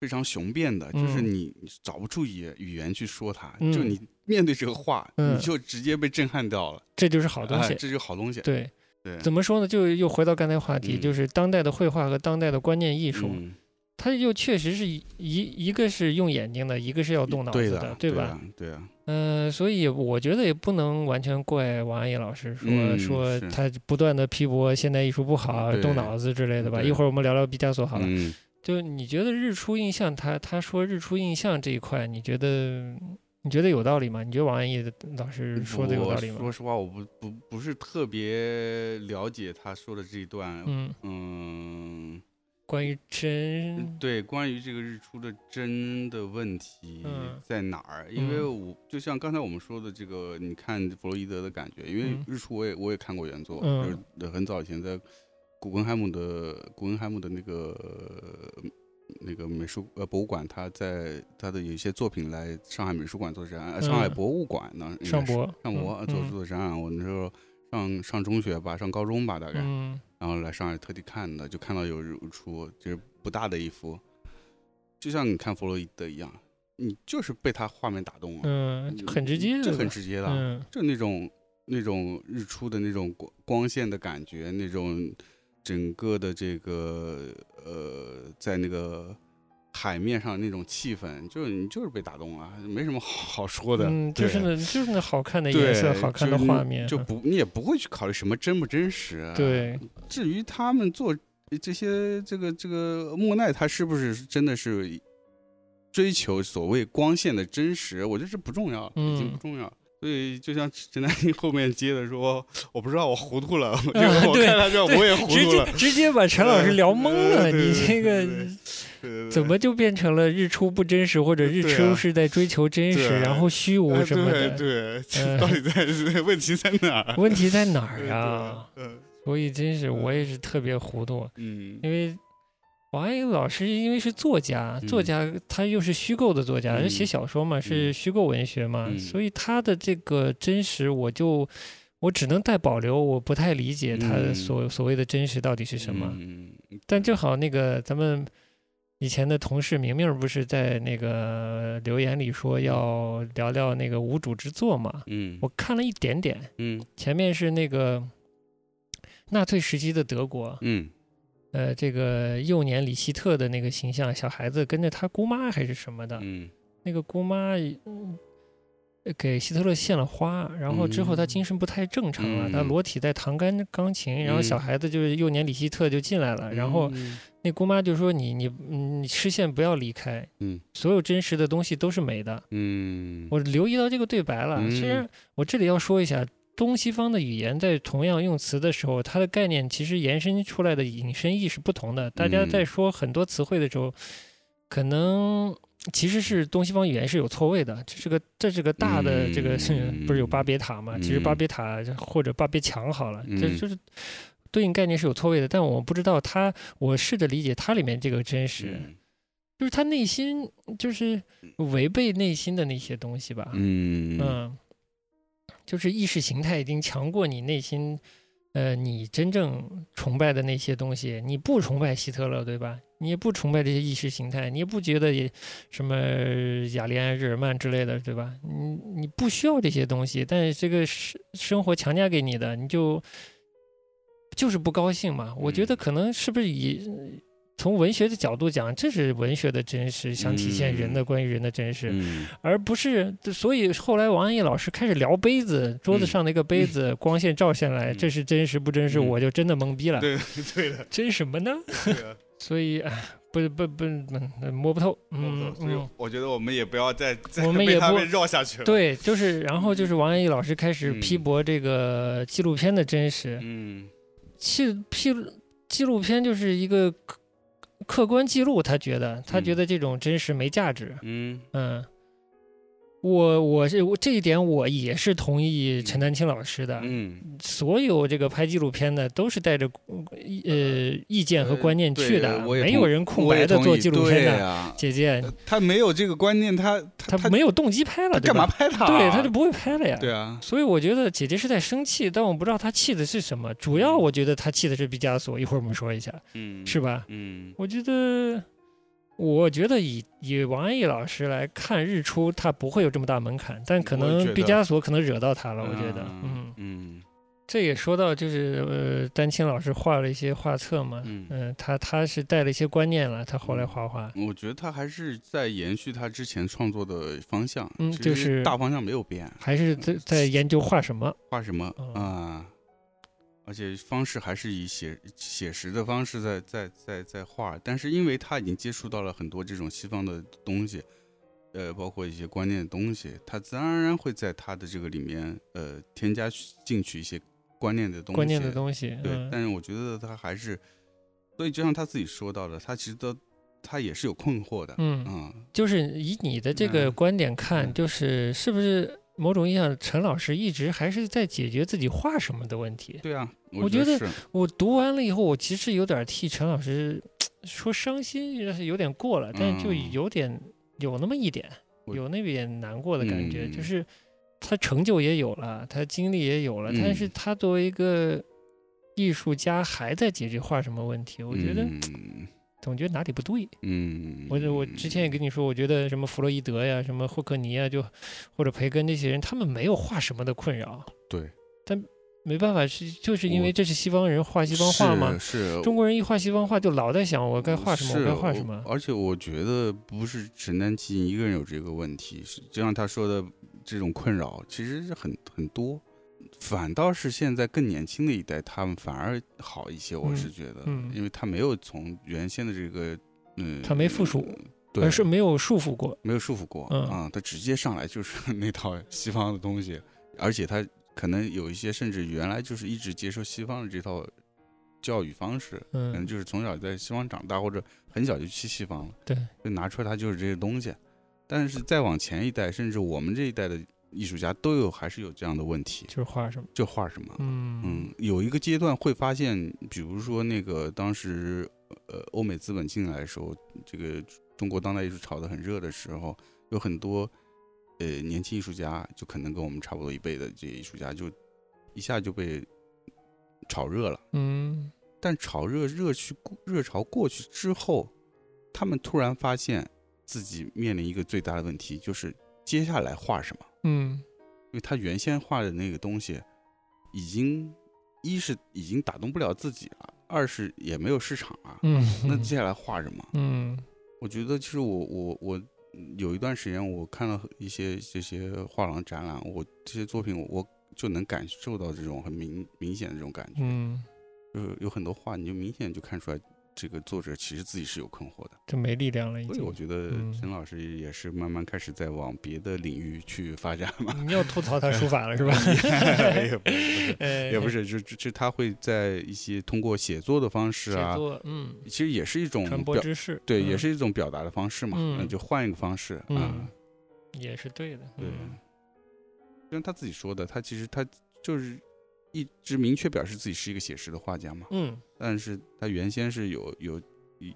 Speaker 1: 非常雄辩的，就是
Speaker 2: 嗯
Speaker 1: 你你找不出语语言去说它，
Speaker 2: 嗯
Speaker 1: 就你面对这个画，
Speaker 2: 嗯
Speaker 1: 你就直接被震撼掉了，
Speaker 2: 这就是好东
Speaker 1: 哎
Speaker 2: 西。
Speaker 1: 这就好东西，
Speaker 2: 对，
Speaker 1: 对，
Speaker 2: 怎么说呢？就又回到刚才话题，
Speaker 1: 嗯
Speaker 2: 就是当代的绘画和当代的观念艺术，
Speaker 1: 嗯
Speaker 2: 它又确实是一一一个是用眼睛的，一个是要动脑
Speaker 1: 对
Speaker 2: 子
Speaker 1: 的
Speaker 2: 对
Speaker 1: 对
Speaker 2: 吧？？
Speaker 1: 对啊，
Speaker 2: 嗯、所以我觉得也不能完全怪王安忆老师说、
Speaker 1: 嗯
Speaker 2: 说
Speaker 1: 是
Speaker 2: 他不断的批驳现代艺术不好、
Speaker 1: 对
Speaker 2: 动脑子之类的吧。
Speaker 1: 对
Speaker 2: 一会儿我们聊聊毕加索好了。
Speaker 1: 嗯，
Speaker 2: 就你觉得日出印象，他他说日出印象这一块，你觉得你觉得有道理吗？你觉得王安忆老师说的
Speaker 1: 嗯
Speaker 2: 有
Speaker 1: 我
Speaker 2: 道理吗？
Speaker 1: 说实话，我不不不是特别了解他说的这一段，
Speaker 2: 嗯，
Speaker 1: 嗯，
Speaker 2: 关于真
Speaker 1: 呃对，关于这个日出的真的问题
Speaker 2: 嗯
Speaker 1: 在哪儿？因为
Speaker 2: 嗯
Speaker 1: 我就像刚才我们说的这个，你看弗洛伊德的感觉，因为
Speaker 2: 嗯
Speaker 1: 日出我也我也看过原作，
Speaker 2: 嗯
Speaker 1: 就是呃很早以前在古根海姆的古根海姆的那个那个美术呃博物馆，他在他的有一些作品来上海美术馆做展览，呃上海
Speaker 2: 嗯
Speaker 1: 博物馆呢，应该
Speaker 2: 上
Speaker 1: 是
Speaker 2: 博
Speaker 1: 上博呃
Speaker 2: 嗯
Speaker 1: 做
Speaker 2: 嗯
Speaker 1: 做展览，我那时候上上中学吧，上高中吧，大概，
Speaker 2: 嗯
Speaker 1: 然后来上海特地看的，就看到有日出，就是不大的一幅，就像你看弗洛伊德一样，你就是被他画面打动了，
Speaker 2: 嗯，很直接的吧，
Speaker 1: 这很直接的，
Speaker 2: 嗯
Speaker 1: 就那种那种日出的那种光光线的感觉，那种整个的这个呃，在那个海面上那种气氛，就是你就是被打动了，没什么好好说的，
Speaker 2: 嗯，就是
Speaker 1: 对
Speaker 2: 那就是那好看的
Speaker 1: 对
Speaker 2: 颜色、好看的
Speaker 1: 就是
Speaker 2: 画面，啊
Speaker 1: 就不你也不会去考虑什么真不真实、啊。，
Speaker 2: 对，
Speaker 1: 至于他们做这些这个这个莫奈，他是不是真的是追求所谓光线的真实，我觉得这不重要，已经
Speaker 2: 嗯
Speaker 1: 不重要。所以，就像陈丹青后面接的说， 我不知道我糊涂了，因
Speaker 2: 啊
Speaker 1: 为我
Speaker 2: 对
Speaker 1: 看他这
Speaker 2: 对
Speaker 1: 我也糊
Speaker 2: 直
Speaker 1: 涂了
Speaker 2: 接。直接把陈老师聊懵了，
Speaker 1: 呃对对
Speaker 2: 你这
Speaker 1: 对对
Speaker 2: 个
Speaker 1: 对对对
Speaker 2: 怎么就变成了日出不真实，或者日
Speaker 1: 对啊
Speaker 2: 出是在追求真实，
Speaker 1: 对啊
Speaker 2: 然后虚无
Speaker 1: 哎
Speaker 2: 什么的？
Speaker 1: 对
Speaker 2: 呃
Speaker 1: 对，到底在问题在哪 儿？
Speaker 2: 问题在哪 儿
Speaker 1: 对
Speaker 2: 啊？？
Speaker 1: 对嗯
Speaker 2: 所以真是我也是特别糊涂，
Speaker 1: 嗯
Speaker 2: 因为王安忆老师因为是作家，作
Speaker 1: 嗯
Speaker 2: 家他又是虚构的作家，
Speaker 1: 嗯
Speaker 2: 写小说嘛，是
Speaker 1: 嗯
Speaker 2: 虚构文学嘛，
Speaker 1: 嗯
Speaker 2: 所以他的这个真实，我就我只能带保留，我不太理解他的
Speaker 1: 嗯
Speaker 2: 所、所谓的真实到底是什么。
Speaker 1: 嗯嗯
Speaker 2: 但就好那个咱们以前的同事明明不是在那个留言里说要聊聊那个无主之作嘛，
Speaker 1: 嗯
Speaker 2: 我看了一点点，
Speaker 1: 嗯
Speaker 2: 前面是那个纳粹时期的德国，
Speaker 1: 嗯
Speaker 2: 呃，这个幼年里希特的那个形象，小孩子跟着他姑妈还是什么的，
Speaker 1: 嗯
Speaker 2: 那个姑妈。嗯给希特勒献了花，然后之后他
Speaker 1: 嗯
Speaker 2: 精神不太正常了，他
Speaker 1: 嗯
Speaker 2: 裸体在弹钢钢琴，然后
Speaker 1: 嗯
Speaker 2: 小孩子就是幼年里希特就进来了，然后
Speaker 1: 嗯
Speaker 2: 那姑妈就说你你嗯你视线不要离开，
Speaker 1: 嗯，
Speaker 2: 所有真实的东西都是美的。
Speaker 1: 嗯
Speaker 2: 我留意到这个对白了，
Speaker 1: 嗯
Speaker 2: 虽然我这里要说一下，东西方的语言在同样用词的时候，它的概念其实延伸出来的引申义是不同的。大家
Speaker 1: 嗯
Speaker 2: 在说很多词汇的时候，可能。其实是东西方语言是有错位的，这是个这是个大的这个、
Speaker 1: 嗯
Speaker 2: 不是有巴别塔嘛？
Speaker 1: 嗯
Speaker 2: 其实巴别塔或者巴别墙好了，
Speaker 1: 嗯
Speaker 2: 这就是对应概念是有错位的，但我不知道它，我试着理解它里面这个真实，
Speaker 1: 嗯
Speaker 2: 就是他内心就是违背内心的那些东西吧，
Speaker 1: 嗯
Speaker 2: 嗯就是意识形态已经强过你内心，呃，你真正崇拜的那些东西，你不崇拜希特勒对吧？你也不崇拜这些意识形态，你也不觉得也什么雅利安、日耳曼之类的，对吧？你你不需要这些东西，但是这个生生活强加给你的，你就就是不高兴嘛。我觉
Speaker 1: 嗯
Speaker 2: 得可能是不是以从文学的角度讲，这是文学的真实，想体现人的关于人的真实。
Speaker 1: 嗯
Speaker 2: 而不是，所以后来王安忆老师开始聊杯子，桌子上的一个杯子，光线照下来，
Speaker 1: 嗯
Speaker 2: 这是真实不真实，
Speaker 1: 嗯
Speaker 2: 我就真的懵逼了，
Speaker 1: 对对的
Speaker 2: 真什么呢？
Speaker 1: 对的，
Speaker 2: 所以，哎不不不不不摸不透，嗯
Speaker 1: 所以
Speaker 2: 嗯，
Speaker 1: 我觉得我们也不要再再
Speaker 2: 我们
Speaker 1: 被
Speaker 2: 也
Speaker 1: 他
Speaker 2: 不
Speaker 1: 们绕下去了。，
Speaker 2: 对，就是然后就是王安忆老师开始
Speaker 1: 嗯
Speaker 2: 批驳这个纪录片的真实，
Speaker 1: 嗯
Speaker 2: 纪批纪录片就是一个客客观记录，他觉得他觉
Speaker 1: 嗯
Speaker 2: 得这种真实没价值，
Speaker 1: 嗯
Speaker 2: 嗯。我我是我这一点我也是同意
Speaker 1: 嗯
Speaker 2: 陈丹青老师的，
Speaker 1: 嗯，
Speaker 2: 所有这个拍纪录片的都是带着嗯呃意见和
Speaker 1: 呃
Speaker 2: 观念去
Speaker 1: 对
Speaker 2: 的，
Speaker 1: 我也
Speaker 2: 没
Speaker 1: 同
Speaker 2: 有人空
Speaker 1: 我也
Speaker 2: 白的
Speaker 1: 同
Speaker 2: 做
Speaker 1: 意
Speaker 2: 纪录片
Speaker 1: 对
Speaker 2: 的。
Speaker 1: 啊
Speaker 2: 姐姐，
Speaker 1: 他没有这个观念，他
Speaker 2: 他
Speaker 1: 他
Speaker 2: 没有动机拍了，
Speaker 1: 他
Speaker 2: 对
Speaker 1: 干嘛
Speaker 2: 吧？
Speaker 1: 拍他？啊
Speaker 2: 对，他就不会拍了呀。
Speaker 1: 对啊，
Speaker 2: 所以我觉得姐姐是在生气，但我不知道她气的是什么。主要我觉得她气的是毕加索，一会儿我们说一下，
Speaker 1: 嗯，
Speaker 2: 是吧？
Speaker 1: 嗯
Speaker 2: 我觉得，我觉得以以王安忆老师来看日出，他不会有这么大门槛，但可
Speaker 1: 我也觉
Speaker 2: 能毕
Speaker 1: 得
Speaker 2: 加索可能惹到他了。我觉得，嗯
Speaker 1: 嗯，嗯
Speaker 2: 这也说到就是呃，丹青老师画了一些画册嘛，
Speaker 1: 嗯
Speaker 2: 嗯，他他是带了一些观念了，他后来画画，
Speaker 1: 我觉得他还是在延续他之前创作的方向，
Speaker 2: 嗯
Speaker 1: 其
Speaker 2: 就
Speaker 1: 实
Speaker 2: 是
Speaker 1: 大方向没有变，
Speaker 2: 还是在在研究画什么，
Speaker 1: 画什么
Speaker 2: 嗯
Speaker 1: 啊、而且方式还是以写写实的方式在在在在画，但是因为他已经接触到了很多这种西方的东西，呃，包括一些观念的东西，他自然而然会在他的这个里面呃添加去进去一些观念的东西，
Speaker 2: 观念的东西，
Speaker 1: 对，
Speaker 2: 嗯
Speaker 1: 但是我觉得他还是，所以就像他自己说到的，他其实都他也是有困惑的，
Speaker 2: 嗯，
Speaker 1: 啊、
Speaker 2: 就是以你的这个
Speaker 1: 嗯
Speaker 2: 观点看，
Speaker 1: 嗯
Speaker 2: 就是是不是某种意义上陈老师一直还是在解决自己画什么的问题？
Speaker 1: 对啊，
Speaker 2: 我觉
Speaker 1: 觉
Speaker 2: 得
Speaker 1: 是，
Speaker 2: 我读完了以后，我其实有点替陈老师说伤心，有点过了，但就
Speaker 1: 嗯
Speaker 2: 有点有那么一点，
Speaker 1: 我
Speaker 2: 有那么一点难过的感觉，
Speaker 1: 嗯
Speaker 2: 就是他成就也有了，他经历也有了，但是
Speaker 1: 嗯
Speaker 2: 他作为一个艺术家，还在解决画什么问题？我觉得
Speaker 1: 嗯
Speaker 2: 总觉得哪里不对。
Speaker 1: 嗯，
Speaker 2: 我就我之前也跟你说，我觉得什么弗洛伊德呀、什么霍克尼呀，就或者培根这些人，他们没有画什么的困扰，
Speaker 1: 对
Speaker 2: 没办法，是就是因
Speaker 1: 我
Speaker 2: 为这是西方人画西方画嘛。
Speaker 1: 是是
Speaker 2: 中国人一画西方画就老在想我该画什么，
Speaker 1: 呃是
Speaker 2: 我该画
Speaker 1: 我
Speaker 2: 什么。
Speaker 1: 而且我觉得不是陈丹青一个人有这个问题，是就像他说的这种困扰，其实是很很多。反倒是现在更年轻的一代，他们反而好一些，我
Speaker 2: 嗯
Speaker 1: 是觉得，
Speaker 2: 嗯
Speaker 1: 因为他没有从原先的这个，嗯，
Speaker 2: 他没附属，
Speaker 1: 对，
Speaker 2: 而是没有束缚过。
Speaker 1: 没有束缚过啊、
Speaker 2: 嗯
Speaker 1: 他直接上来就是 那套西方的东西，而且他可能有一些甚至原来就是一直接受西方的这套教育方式，可能
Speaker 2: 嗯，
Speaker 1: 就是从小在西方长大，或者很小就去西方了，
Speaker 2: 对，
Speaker 1: 就拿出来他就是这些东西。但是再往前一代，甚至我们这一代的艺术家都有还是有这样的问题，
Speaker 2: 就是画什么。
Speaker 1: 就画什么，
Speaker 2: 嗯
Speaker 1: 嗯，有一个阶段会发现，比如说那个当时呃欧美资本进来的时候，这个中国当代艺术炒得很热的时候，有很多呃年轻艺术家，就可能跟我们差不多一辈的这些艺术家，就一下就被炒热了。
Speaker 2: 嗯
Speaker 1: 但炒热热去热潮过去之后，他们突然发现自己面临一个最大的问题，就是接下来画什么。
Speaker 2: 嗯
Speaker 1: 因为他原先画的那个东西，已经一是已经打动不了自己了，二是也没有市场啊。
Speaker 2: 嗯，
Speaker 1: 那接下来画什么？
Speaker 2: 嗯
Speaker 1: 我觉得其实我我我嗯有一段时间我看了一些这些画廊展览，我这些作品我我就能感受到这种很明明显的这种感觉，
Speaker 2: 嗯，
Speaker 1: 就是呃有很多画你就明显就看出来。这个作者其实自己是有困惑的，
Speaker 2: 就没力量了已
Speaker 1: 所以我
Speaker 2: 经。
Speaker 1: 觉得
Speaker 2: 嗯
Speaker 1: 陈老师也是慢慢开始在往别的领域去发展 嘛，
Speaker 2: 你要吐槽他书法了是吧？
Speaker 1: 也不 是
Speaker 2: 呃
Speaker 1: 也不是，就就就他会在一些通过写作的方式
Speaker 2: 写
Speaker 1: 啊，
Speaker 2: 作，嗯，
Speaker 1: 其实也是一种
Speaker 2: 传播
Speaker 1: 表，
Speaker 2: 知识，
Speaker 1: 对，
Speaker 2: 嗯
Speaker 1: 也是一种表达的方式嘛，
Speaker 2: 嗯
Speaker 1: 那就换一个方式
Speaker 2: 嗯
Speaker 1: 啊，
Speaker 2: 也是对的。
Speaker 1: 对
Speaker 2: 嗯，
Speaker 1: 就像他自己说的，他其实他就是一直明确表示自己是一个写实的画家嘛，
Speaker 2: 嗯
Speaker 1: 但是他原先是有有一，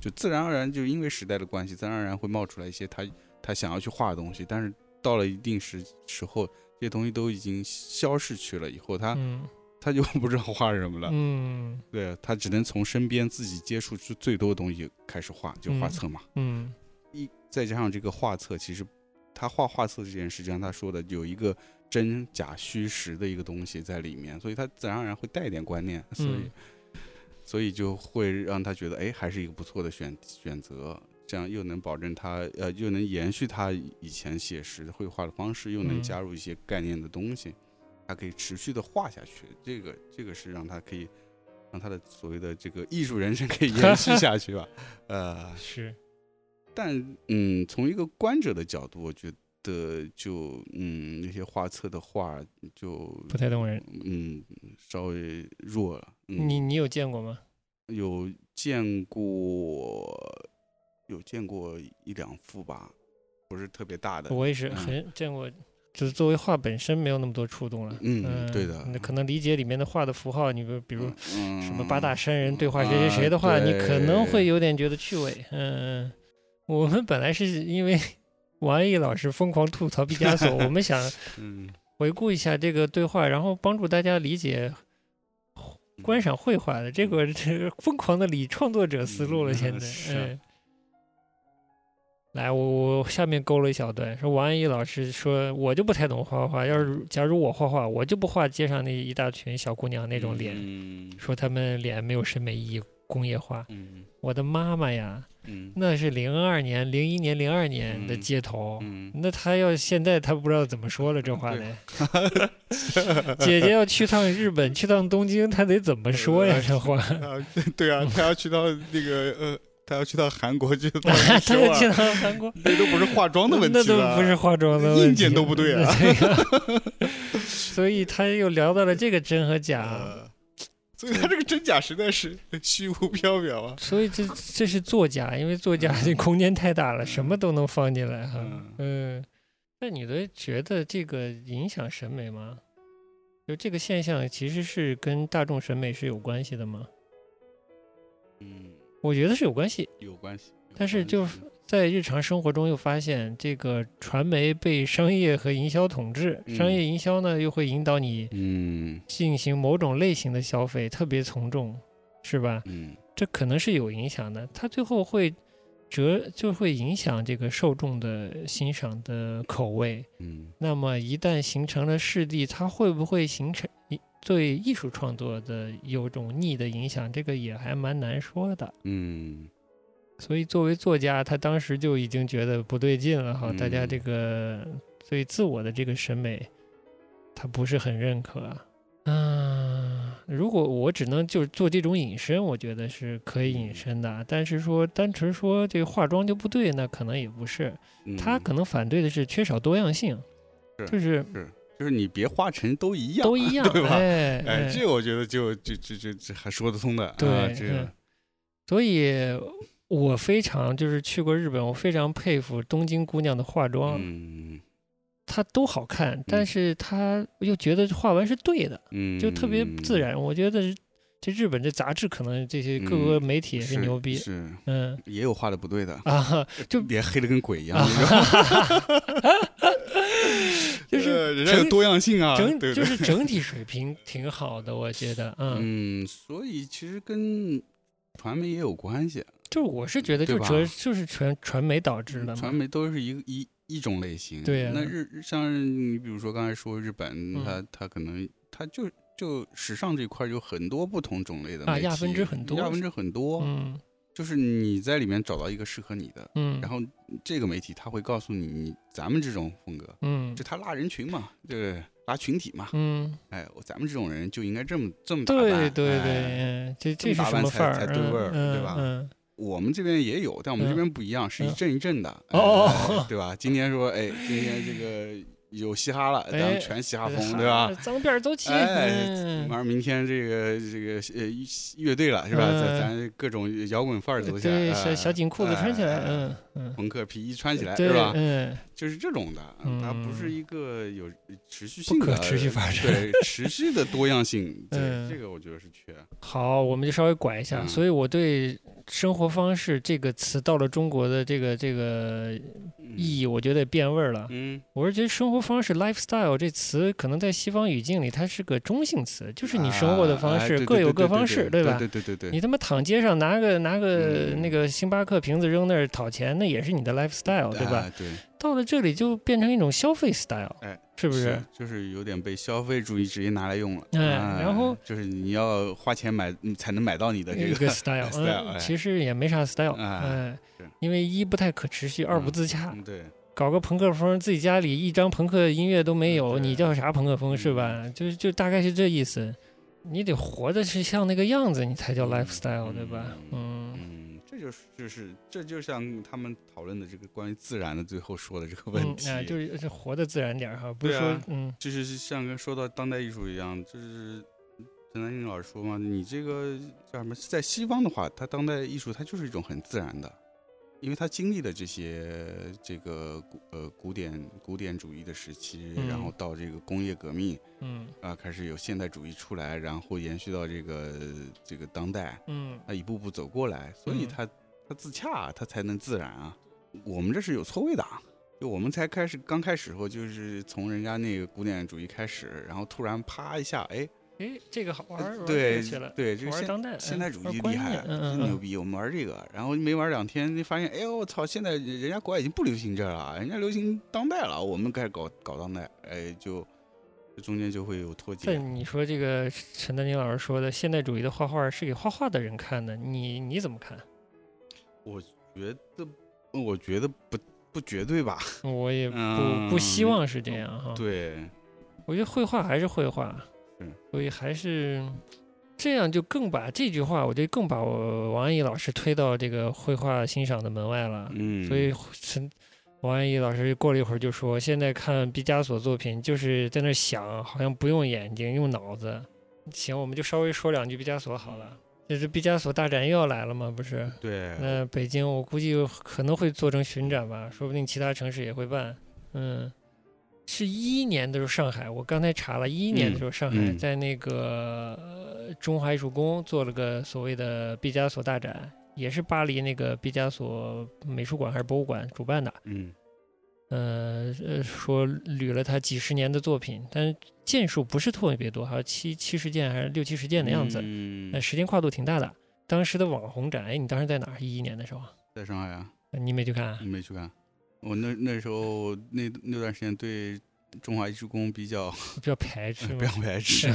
Speaker 1: 就自然而然就因为时代的关系，自然而然会冒出来一些他他想要去画的东西，但是到了一定时时候，这些东西都已经消逝去了以后，他、
Speaker 2: 嗯
Speaker 1: 他就不知道画什么了。
Speaker 2: 嗯
Speaker 1: 对他只能从身边自己接触最最多的东西开始画，就画册嘛。
Speaker 2: 嗯
Speaker 1: 一再加上这个画册，其实他画画册这件事，就像他说的，有一个真假虚实的一个东西在里面，所以他自然而然会带一点观念，所以、
Speaker 2: 嗯
Speaker 1: 所以就会让他觉得，哎，还是一个不错的选选择。这样又能保证他，呃，又能延续他以前写实绘画的方式，又能
Speaker 2: 嗯
Speaker 1: 加入一些概念的东西，他可以持续的画下去。这个，这个是让他可以让他的所谓的这个艺术人生可以延续下去吧。呃，
Speaker 2: 是，
Speaker 1: 但嗯，从一个观者的角度，我觉得就嗯，那些画册的画就
Speaker 2: 不太动人。
Speaker 1: 嗯稍微弱了。嗯、
Speaker 2: 你你有见过吗？
Speaker 1: 有见过有见过一两幅吧，不是特别大的。
Speaker 2: 我也是
Speaker 1: 嗯
Speaker 2: 很见过，就是作为画本身没有那么多触动了。
Speaker 1: 嗯
Speaker 2: 嗯，
Speaker 1: 对的
Speaker 2: 那可能理解里面的画的符号，你比比如
Speaker 1: 嗯
Speaker 2: 什么八大山人对话谁谁谁的话，
Speaker 1: 啊
Speaker 2: 你可能
Speaker 1: 对
Speaker 2: 会有点觉得趣味。嗯， 我们本来是因为王毅老师疯狂吐槽毕加索，我们想
Speaker 1: 嗯
Speaker 2: 回顾一下这个对话，然后帮助大家理解观赏绘画的这个这个疯狂的理创作者思路了。
Speaker 1: 嗯
Speaker 2: 现在，
Speaker 1: 是
Speaker 2: 嗯，来，我我下面勾了一小段，说王安忆老师说，我就不太懂画画，要是假如我画画，我就不画街上那一大群小姑娘那种脸，
Speaker 1: 嗯
Speaker 2: 说她们脸没有审美意义，工业化。
Speaker 1: 嗯
Speaker 2: 我的妈妈呀，
Speaker 1: 嗯
Speaker 2: 那是零二年、零一年、零二年的
Speaker 1: 嗯
Speaker 2: 街头。
Speaker 1: 嗯
Speaker 2: 那他要现在他不知道怎么说了，这话得。 姐姐要去趟日本，去趟东京，他得怎么说呀？这话，
Speaker 4: 啊， 对啊，他要去到那个呃，他要去到韩国去到
Speaker 2: 他
Speaker 4: 首
Speaker 2: 要
Speaker 4: 尔
Speaker 2: 去趟韩国，
Speaker 4: 那都不是化妆的问题
Speaker 2: 那
Speaker 4: 了，
Speaker 2: 都不是化妆的问题，
Speaker 4: 硬件都不对啊
Speaker 2: 对呀 所以他又聊到了这个真和假，
Speaker 4: 呃所以他这个真假实在是虚无缥缈啊。
Speaker 2: 所以这这是作家，因为作家
Speaker 4: 嗯
Speaker 2: 这空间太大了，什么都能放进来哈。嗯，那你的觉得这个影响审美吗？就这个现象其实是跟大众审美是有关系的吗？
Speaker 1: 嗯，
Speaker 2: 我觉得是有关系。
Speaker 1: 有关系。有
Speaker 2: 但是
Speaker 1: 关
Speaker 2: 就
Speaker 1: 系
Speaker 2: 是在日常生活中又发现，这个传媒被商业和营销统治，商业营销呢又会引导你
Speaker 1: 嗯
Speaker 2: 进行某种类型的消费，特别从众，是吧？
Speaker 1: 嗯
Speaker 2: 这可能是有影响的，它最后会折就会影响这个受众的欣赏的口味。
Speaker 1: 嗯
Speaker 2: 那么一旦形成了势力，它会不会形成一对艺术创作的有种逆的影响？这个也还蛮难说的。
Speaker 1: 嗯
Speaker 2: 所以作为作家，他当时就已经觉得不对劲了哈，
Speaker 1: 嗯
Speaker 2: 大家这个对自我的这个审美，他不是很认可啊。嗯，如果我只能就是做这种引申，我觉得是可以
Speaker 1: 嗯
Speaker 2: 引申的啊。但是说单纯说这个化妆就不对，那可能也不是。
Speaker 1: 嗯，
Speaker 2: 他可能反对的是缺少多样性，
Speaker 1: 是
Speaker 2: 就是
Speaker 1: 就是你别画成都一样，
Speaker 2: 都一样，
Speaker 1: 对吧
Speaker 2: 哎，
Speaker 1: 哎，
Speaker 2: 哎
Speaker 1: 这个我觉得就就就就这还说得通的，
Speaker 2: 对
Speaker 1: 啊，这
Speaker 2: 嗯
Speaker 1: 个，
Speaker 2: 所以我非常就是去过日本，我非常佩服东京姑娘的化妆，
Speaker 1: 嗯
Speaker 2: 她都好看，但是她又觉得画完是对的，
Speaker 1: 嗯，
Speaker 2: 就特别自然。我觉得这日本这杂志可能这些各个
Speaker 1: 嗯
Speaker 2: 媒体也是牛逼，
Speaker 1: 是
Speaker 2: 嗯
Speaker 1: 也有画的不对的，
Speaker 2: 啊， 就啊
Speaker 1: 脸黑的跟鬼一样，
Speaker 2: 就是
Speaker 4: 呃人家
Speaker 2: 整
Speaker 4: 有多样性啊，对
Speaker 2: 整
Speaker 4: 不对？
Speaker 2: 就是 整体水平挺好的，我觉得，嗯，
Speaker 1: 嗯，所以其实跟传媒也有关系，
Speaker 2: 就是我是觉得就
Speaker 1: 对吧
Speaker 2: 折就是传传媒导致的
Speaker 1: 嗯传
Speaker 2: 嘛，
Speaker 1: 媒都是一个一一种类型。
Speaker 2: 对呀
Speaker 1: 那日像你比如说刚才说日本，
Speaker 2: 嗯
Speaker 1: 它它可能它就就时尚这一块有很多不同种类的
Speaker 2: 啊
Speaker 1: 媒
Speaker 2: 亚分
Speaker 1: 体
Speaker 2: 支很多
Speaker 1: 亚分支很多，
Speaker 2: 嗯
Speaker 1: 就是你在里面找到一个适合你的，
Speaker 2: 嗯，
Speaker 1: 然后这个媒体它会告诉你你咱们这种风格，
Speaker 2: 嗯
Speaker 1: 就它拉人群嘛，对，拉群体嘛，
Speaker 2: 嗯。
Speaker 1: 哎，我咱们这种人就应该这么这么打扮，
Speaker 2: 对对对，
Speaker 1: 哎
Speaker 2: 嗯，这
Speaker 1: 这么
Speaker 2: 这是
Speaker 1: 打
Speaker 2: 什
Speaker 1: 扮
Speaker 2: 么
Speaker 1: 才
Speaker 2: 范儿？
Speaker 1: 才对味儿
Speaker 2: 嗯
Speaker 1: 对吧
Speaker 2: 嗯，
Speaker 1: 我们这边也有，但我们这
Speaker 2: 嗯
Speaker 1: 边不一样，是一
Speaker 2: 嗯
Speaker 1: 阵一阵的，
Speaker 2: 哦
Speaker 1: 哎对吧？今天说，哎，今天这个有嘻哈了，咱
Speaker 2: 哎
Speaker 1: 们全嘻哈风，对
Speaker 2: 啊
Speaker 1: 吧？
Speaker 2: 脏辫儿走起，
Speaker 1: 哎
Speaker 2: 嗯
Speaker 1: 完了，明天这个这个呃乐队了，是吧？
Speaker 2: 嗯
Speaker 1: 咱咱各种摇滚范儿走起来，
Speaker 2: 对，小
Speaker 1: 哎
Speaker 2: 小紧裤子穿起来，，
Speaker 1: 哎
Speaker 2: 嗯嗯，
Speaker 1: 朋克皮衣穿起来，
Speaker 2: 对
Speaker 1: 是吧？
Speaker 2: 嗯，
Speaker 1: 就是这种的，它不是
Speaker 2: 嗯
Speaker 1: 一个有持续
Speaker 2: 不
Speaker 1: 性的、
Speaker 2: 可持续发展。
Speaker 1: 对持续的多样 性，
Speaker 2: 嗯
Speaker 1: 这这个我觉得是缺。
Speaker 2: 好，我们就稍微拐一下。
Speaker 1: 嗯
Speaker 2: 所以我对“生活方式”这个词到了中国的这个这个
Speaker 1: 嗯
Speaker 2: 意义，我觉得也变味儿了。
Speaker 1: 嗯，
Speaker 2: 我是觉得“生活方式 ”（lifestyle） 这词可能在西方语境里它是个中性词，就是你生活的方
Speaker 1: 啊哎
Speaker 2: 式
Speaker 1: 对
Speaker 2: 各
Speaker 1: 对
Speaker 2: 有
Speaker 1: 对
Speaker 2: 各
Speaker 1: 对
Speaker 2: 方
Speaker 1: 对
Speaker 2: 式，
Speaker 1: 对
Speaker 2: 吧？
Speaker 1: 对对对对，
Speaker 2: 你他妈躺街上拿个拿个
Speaker 1: 嗯
Speaker 2: 那个星巴克瓶子扔那儿讨钱，那也是你的 lifestyle，对吧？
Speaker 1: 啊？对。
Speaker 2: 到了这里就变成一种消费 style，
Speaker 1: 哎
Speaker 2: 是不是？
Speaker 1: 就是有点被消费主义直接拿来用了。
Speaker 2: 哎
Speaker 1: 啊
Speaker 2: 然后
Speaker 1: 就是你要花钱买，你才能买到你的这
Speaker 2: 一
Speaker 1: 个
Speaker 2: 个 style，
Speaker 1: style，
Speaker 2: 嗯，
Speaker 1: 哎
Speaker 2: 其实也没啥 style，
Speaker 1: 啊
Speaker 2: 哎
Speaker 1: 是，
Speaker 2: 因为一不太可持续，二不
Speaker 1: 嗯
Speaker 2: 自洽，
Speaker 1: 嗯对，
Speaker 2: 搞个朋克风，自己家里一张朋克音乐都没有，
Speaker 1: 嗯对嗯
Speaker 2: 你叫啥朋克风是吧？就是就大概是这意思。你得活的是像那个样子，你才叫 lifestyle，对吧？嗯，
Speaker 1: 嗯，这就是就是这就像他们讨论的这个关于自然的最后说的这个
Speaker 2: 嗯
Speaker 1: 问，题，
Speaker 2: 啊，就是是活的自然点儿哈，不是
Speaker 1: 对
Speaker 2: 说
Speaker 1: 啊
Speaker 2: 嗯
Speaker 1: 就是像跟说到当代艺术一样，就是陈丹青老师说嘛，你这个叫什么？在西方的话，它当代艺术它就是一种很自然的，因为它经历了这些这个古呃古典古典主义的时期，
Speaker 2: 嗯
Speaker 1: 然后到这个工业革命
Speaker 2: 嗯
Speaker 1: 啊、开始有现代主义出来，然后延续到这个这个当代，啊
Speaker 2: 嗯
Speaker 1: 它一步步走过来，所以
Speaker 2: 嗯
Speaker 1: 它它自洽，它才能自然啊。我们这是有错位的啊，就我们才开始刚开始时候就是从人家那个古典主义开始，然后突然啪一下，哎，
Speaker 2: 诶，这个好玩儿，玩儿这
Speaker 1: 对
Speaker 2: 个去了，
Speaker 1: 对，这个
Speaker 2: 玩儿
Speaker 1: 现
Speaker 2: 当代，
Speaker 1: 现
Speaker 2: 嗯
Speaker 1: 代主
Speaker 2: 玩
Speaker 1: 义
Speaker 2: 儿观
Speaker 1: 厉害
Speaker 2: 念，嗯
Speaker 1: 真牛
Speaker 2: 嗯
Speaker 1: 逼，我们玩这个，然后没玩两天，就发现，哎呦我操，现在人家国外已经不流行这了，人家流行当代了，我们开始搞搞当代，哎，就就中间就会有脱节。
Speaker 2: 但你说这个陈丹青老师说的现代主义的画画是给画画的人看的，你你怎么看？
Speaker 1: 觉得，嗯我觉得不不绝对吧？
Speaker 2: 我也不、不
Speaker 1: 嗯
Speaker 2: 希望是这样哈。
Speaker 1: 对，
Speaker 2: 我觉得绘画还是绘画，
Speaker 1: 是
Speaker 2: 所以还是这样就更把这句话，我觉得更把我王安忆老师推到这个绘画欣赏的门外了。
Speaker 1: 嗯，
Speaker 2: 所以陈王安忆老师过了一会儿就说，现在看毕加索作品就是在那儿想，好像不用眼睛，用脑子。行，我们就稍微说两句毕加索好了。这是毕加索大展又要来了嘛，不是？
Speaker 1: 对，
Speaker 2: 那北京我估计可能会做成巡展吧，说不定其他城市也会办。嗯，是一一年的时候上海，我刚才查了，一一年的时候上海
Speaker 1: 嗯嗯
Speaker 2: 在那个、呃中华艺术宫做了个所谓的毕加索大展，也是巴黎那个毕加索美术馆还是博物馆主办的。
Speaker 1: 嗯
Speaker 2: 呃呃，说捋了他几十年的作品，但是件数不是特别多，好像七七十件还是六七十件的样子，
Speaker 1: 嗯
Speaker 2: 呃，，时间跨度挺大的。当时的网红展，哎，你当时在哪儿？一一年的时候啊。
Speaker 1: 在上海啊，
Speaker 2: 你没去看、啊？
Speaker 1: 没去看。我那那时候那那段时间对中华艺术宫比较
Speaker 2: 比较排斥
Speaker 1: 嗯 不要
Speaker 2: 吗？
Speaker 1: 排斥，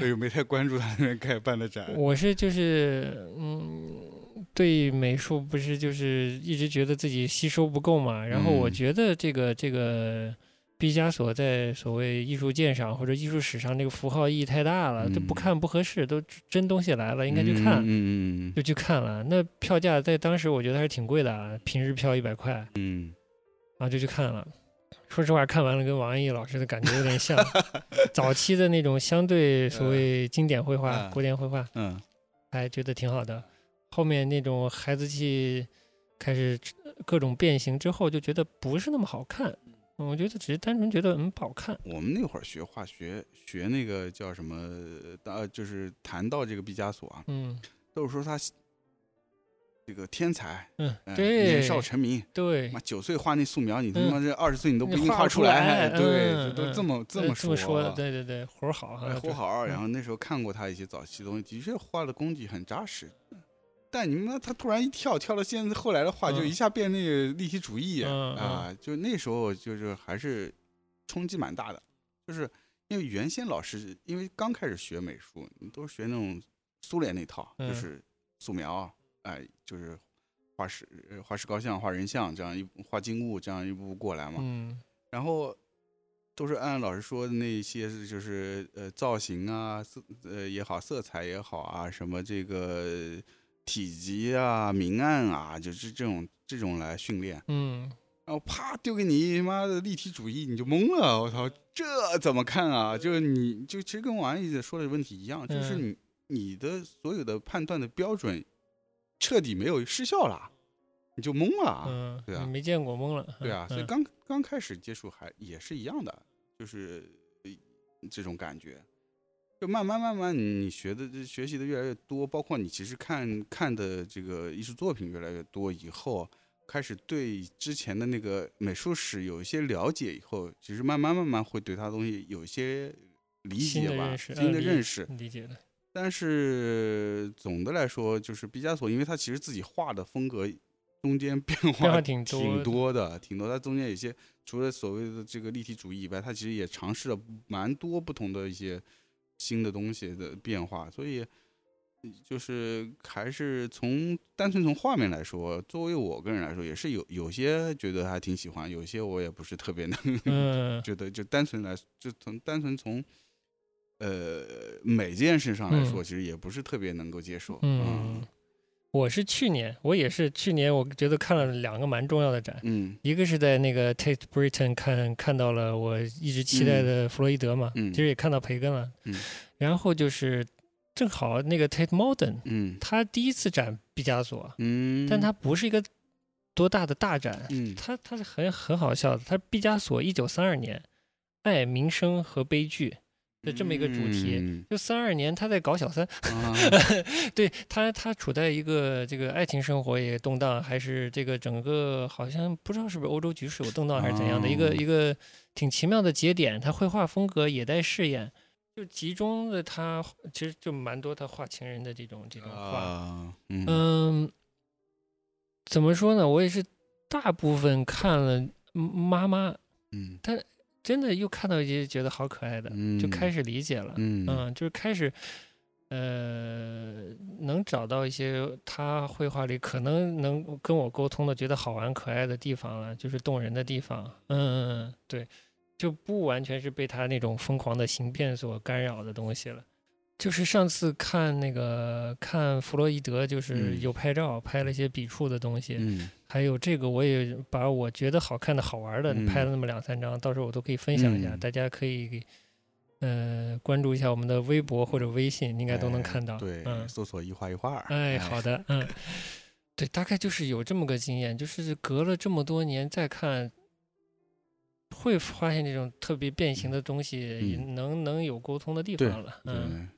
Speaker 1: 所以没太关注他那边开办的展。
Speaker 2: 我是就是嗯，对美术不是就是一直觉得自己吸收不够嘛。然后我
Speaker 1: 嗯
Speaker 2: 觉得这个这个毕加索在所谓艺术鉴赏或者艺术史上这个符号意义太大了，都不
Speaker 1: 嗯
Speaker 2: 看不合适，都真东西来了应该去看。
Speaker 1: 嗯嗯
Speaker 2: 就去看了，那票价在当时我觉得还是挺贵的啊，平日票一百块，然
Speaker 1: 嗯
Speaker 2: 后就去看了。说实话，看完了跟王安忆老师的感觉有点像，早期的那种相对所谓经典绘画、
Speaker 1: 嗯
Speaker 2: 古典绘画，
Speaker 1: 嗯
Speaker 2: 还觉得挺好的。后面那种孩子气开始各种变形之后，就觉得不是那么好看。嗯我觉得只是单纯觉得嗯不好看。
Speaker 1: 嗯，我们那会儿学化学，学那个叫什么，呃，就是谈到这个毕加索啊，
Speaker 2: 嗯，
Speaker 1: 都是说他这个天才，
Speaker 2: 嗯
Speaker 1: 呃，
Speaker 2: 对
Speaker 1: 年少成名，
Speaker 2: 对，呃
Speaker 1: 妈九岁画那素描，你他
Speaker 2: 嗯
Speaker 1: 妈这二十岁你都不一
Speaker 2: 你
Speaker 1: 定
Speaker 2: 画
Speaker 1: 画
Speaker 2: 不
Speaker 1: 出
Speaker 2: 出
Speaker 1: 来，哎
Speaker 2: 来
Speaker 1: 对，
Speaker 2: 嗯
Speaker 1: 就都
Speaker 2: 嗯
Speaker 1: 这么
Speaker 2: 呃
Speaker 1: 么
Speaker 2: 这么说的，
Speaker 1: 啊
Speaker 2: 对对对，活儿好哈，
Speaker 1: 哎，
Speaker 2: 对
Speaker 1: 胡好儿，
Speaker 2: 嗯
Speaker 1: 然后那时候看过他一些早期东西，的确画的功底很扎实。但你妈他突然一跳，跳到现在后来的话，就
Speaker 2: 嗯
Speaker 1: 一下变那个立体主义
Speaker 2: 嗯
Speaker 1: 啊，就那时候就是还是冲击蛮大的，就是因为原先老师因为刚开始学美术，你都是学那种苏联那套，
Speaker 2: 嗯
Speaker 1: 就是素描，哎，就是画石呃画石膏像、画人像这样一步画静物这样一步步过来嘛。
Speaker 2: 嗯
Speaker 1: 然后都是按老师说的那些是就是呃造型啊色呃也好色彩也好啊什么这个体积啊明暗啊就是这种这种来训练，
Speaker 2: 嗯，
Speaker 1: 然后啪丢给你妈的立体主义你就懵了，我操这怎么看啊？就是你就其实跟王安忆说的问题一样，就是
Speaker 2: 嗯
Speaker 1: 你你的所有的判断的标准彻底没有失效了，你就懵了啊。
Speaker 2: 嗯，
Speaker 1: 对啊
Speaker 2: 你没见过懵了。
Speaker 1: 对啊，所以
Speaker 2: 嗯
Speaker 1: 刚刚开始接触还也是一样的，就是呃这种感觉。就慢慢慢慢，你学的这学习的越来越多，包括你其实看看的这个艺术作品越来越多以后，开始对之前的那个美术史有一些了解以后，其实慢慢慢慢会对它东西有一些理
Speaker 2: 新的
Speaker 1: 解吧，
Speaker 2: 认识，
Speaker 1: 新
Speaker 2: 嗯
Speaker 1: 的
Speaker 2: 理
Speaker 1: 认识。
Speaker 2: 理解的，
Speaker 1: 但是总的来说，就是毕加索，因为他其实自己画的风格中间变
Speaker 2: 变化
Speaker 1: 化
Speaker 2: 挺多的
Speaker 1: 挺多的，挺多。他中间有些除了所谓的这个立体主义以外，他其实也尝试了蛮多不同的一些新的东西的变化。所以就是还是从单纯从画面来说，作为我个人来说，也是有有些觉得还挺喜欢， 有些我也不是特别能
Speaker 2: 嗯
Speaker 1: 觉得就单纯来，就从单纯从呃每件事上来说，
Speaker 2: 嗯
Speaker 1: 其实也不是特别能够接受。啊
Speaker 2: 嗯，我是去年，我也是去年，我觉得看了两个蛮重要的展，
Speaker 1: 嗯
Speaker 2: 一个是在那个 Tate Britain 看看到了我一直期待的弗洛伊德嘛，
Speaker 1: 嗯
Speaker 2: 其实也看到培根了，
Speaker 1: 嗯
Speaker 2: 然后就是正好那个 Tate Modern，
Speaker 1: 嗯
Speaker 2: 他第一次展毕加索，
Speaker 1: 嗯，
Speaker 2: 但它不是一个多大的大展，
Speaker 1: 嗯
Speaker 2: 它它是很很好笑的，它是毕加索一九三二年，爱民生和悲剧的这么一个主题。
Speaker 1: 嗯
Speaker 2: 就三二年，他在搞小三，
Speaker 1: 啊
Speaker 2: 对他，他处在一个这个爱情生活也动荡，还是这个整个好像不知道是不是欧洲局势有动荡还是怎样的、一
Speaker 1: 哦
Speaker 2: 个一个挺奇妙的节点。他绘画风格也在试验，就集中了他其实就蛮多他画情人的这种这种画，
Speaker 1: 啊嗯
Speaker 2: 嗯，怎么说呢？我也是大部分看了嗯妈妈，
Speaker 1: 嗯
Speaker 2: 真的又看到一些觉得好可爱的，
Speaker 1: 嗯，
Speaker 2: 就开始理解了。
Speaker 1: 嗯
Speaker 2: 嗯，就是开始，呃，能找到一些他绘画里可能能跟我沟通的，觉得好玩可爱的地方了，就是动人的地方。嗯，对，就不完全是被他那种疯狂的形变所干扰的东西了。就是上次看那个看弗洛伊德，就是
Speaker 1: 嗯
Speaker 2: 有拍照、拍了一些笔触的东西，
Speaker 1: 嗯
Speaker 2: 还有这个我也把我觉得好看的好玩的
Speaker 1: 嗯
Speaker 2: 拍了那么两三张，到时候我都可以分享一下，
Speaker 1: 嗯
Speaker 2: 大家可以呃关注一下我们的微博或者微信，应该都能
Speaker 1: 哎
Speaker 2: 看到。
Speaker 1: 对，
Speaker 2: 嗯，
Speaker 1: 搜索一画一画儿。
Speaker 2: 哎，好的，嗯，对，大概就是有这么个经验，就是隔了这么多年再看，会发现这种特别变形的东西，也
Speaker 1: 嗯
Speaker 2: 能能有沟通的地
Speaker 1: 对
Speaker 2: 方了。
Speaker 1: 对
Speaker 2: 嗯，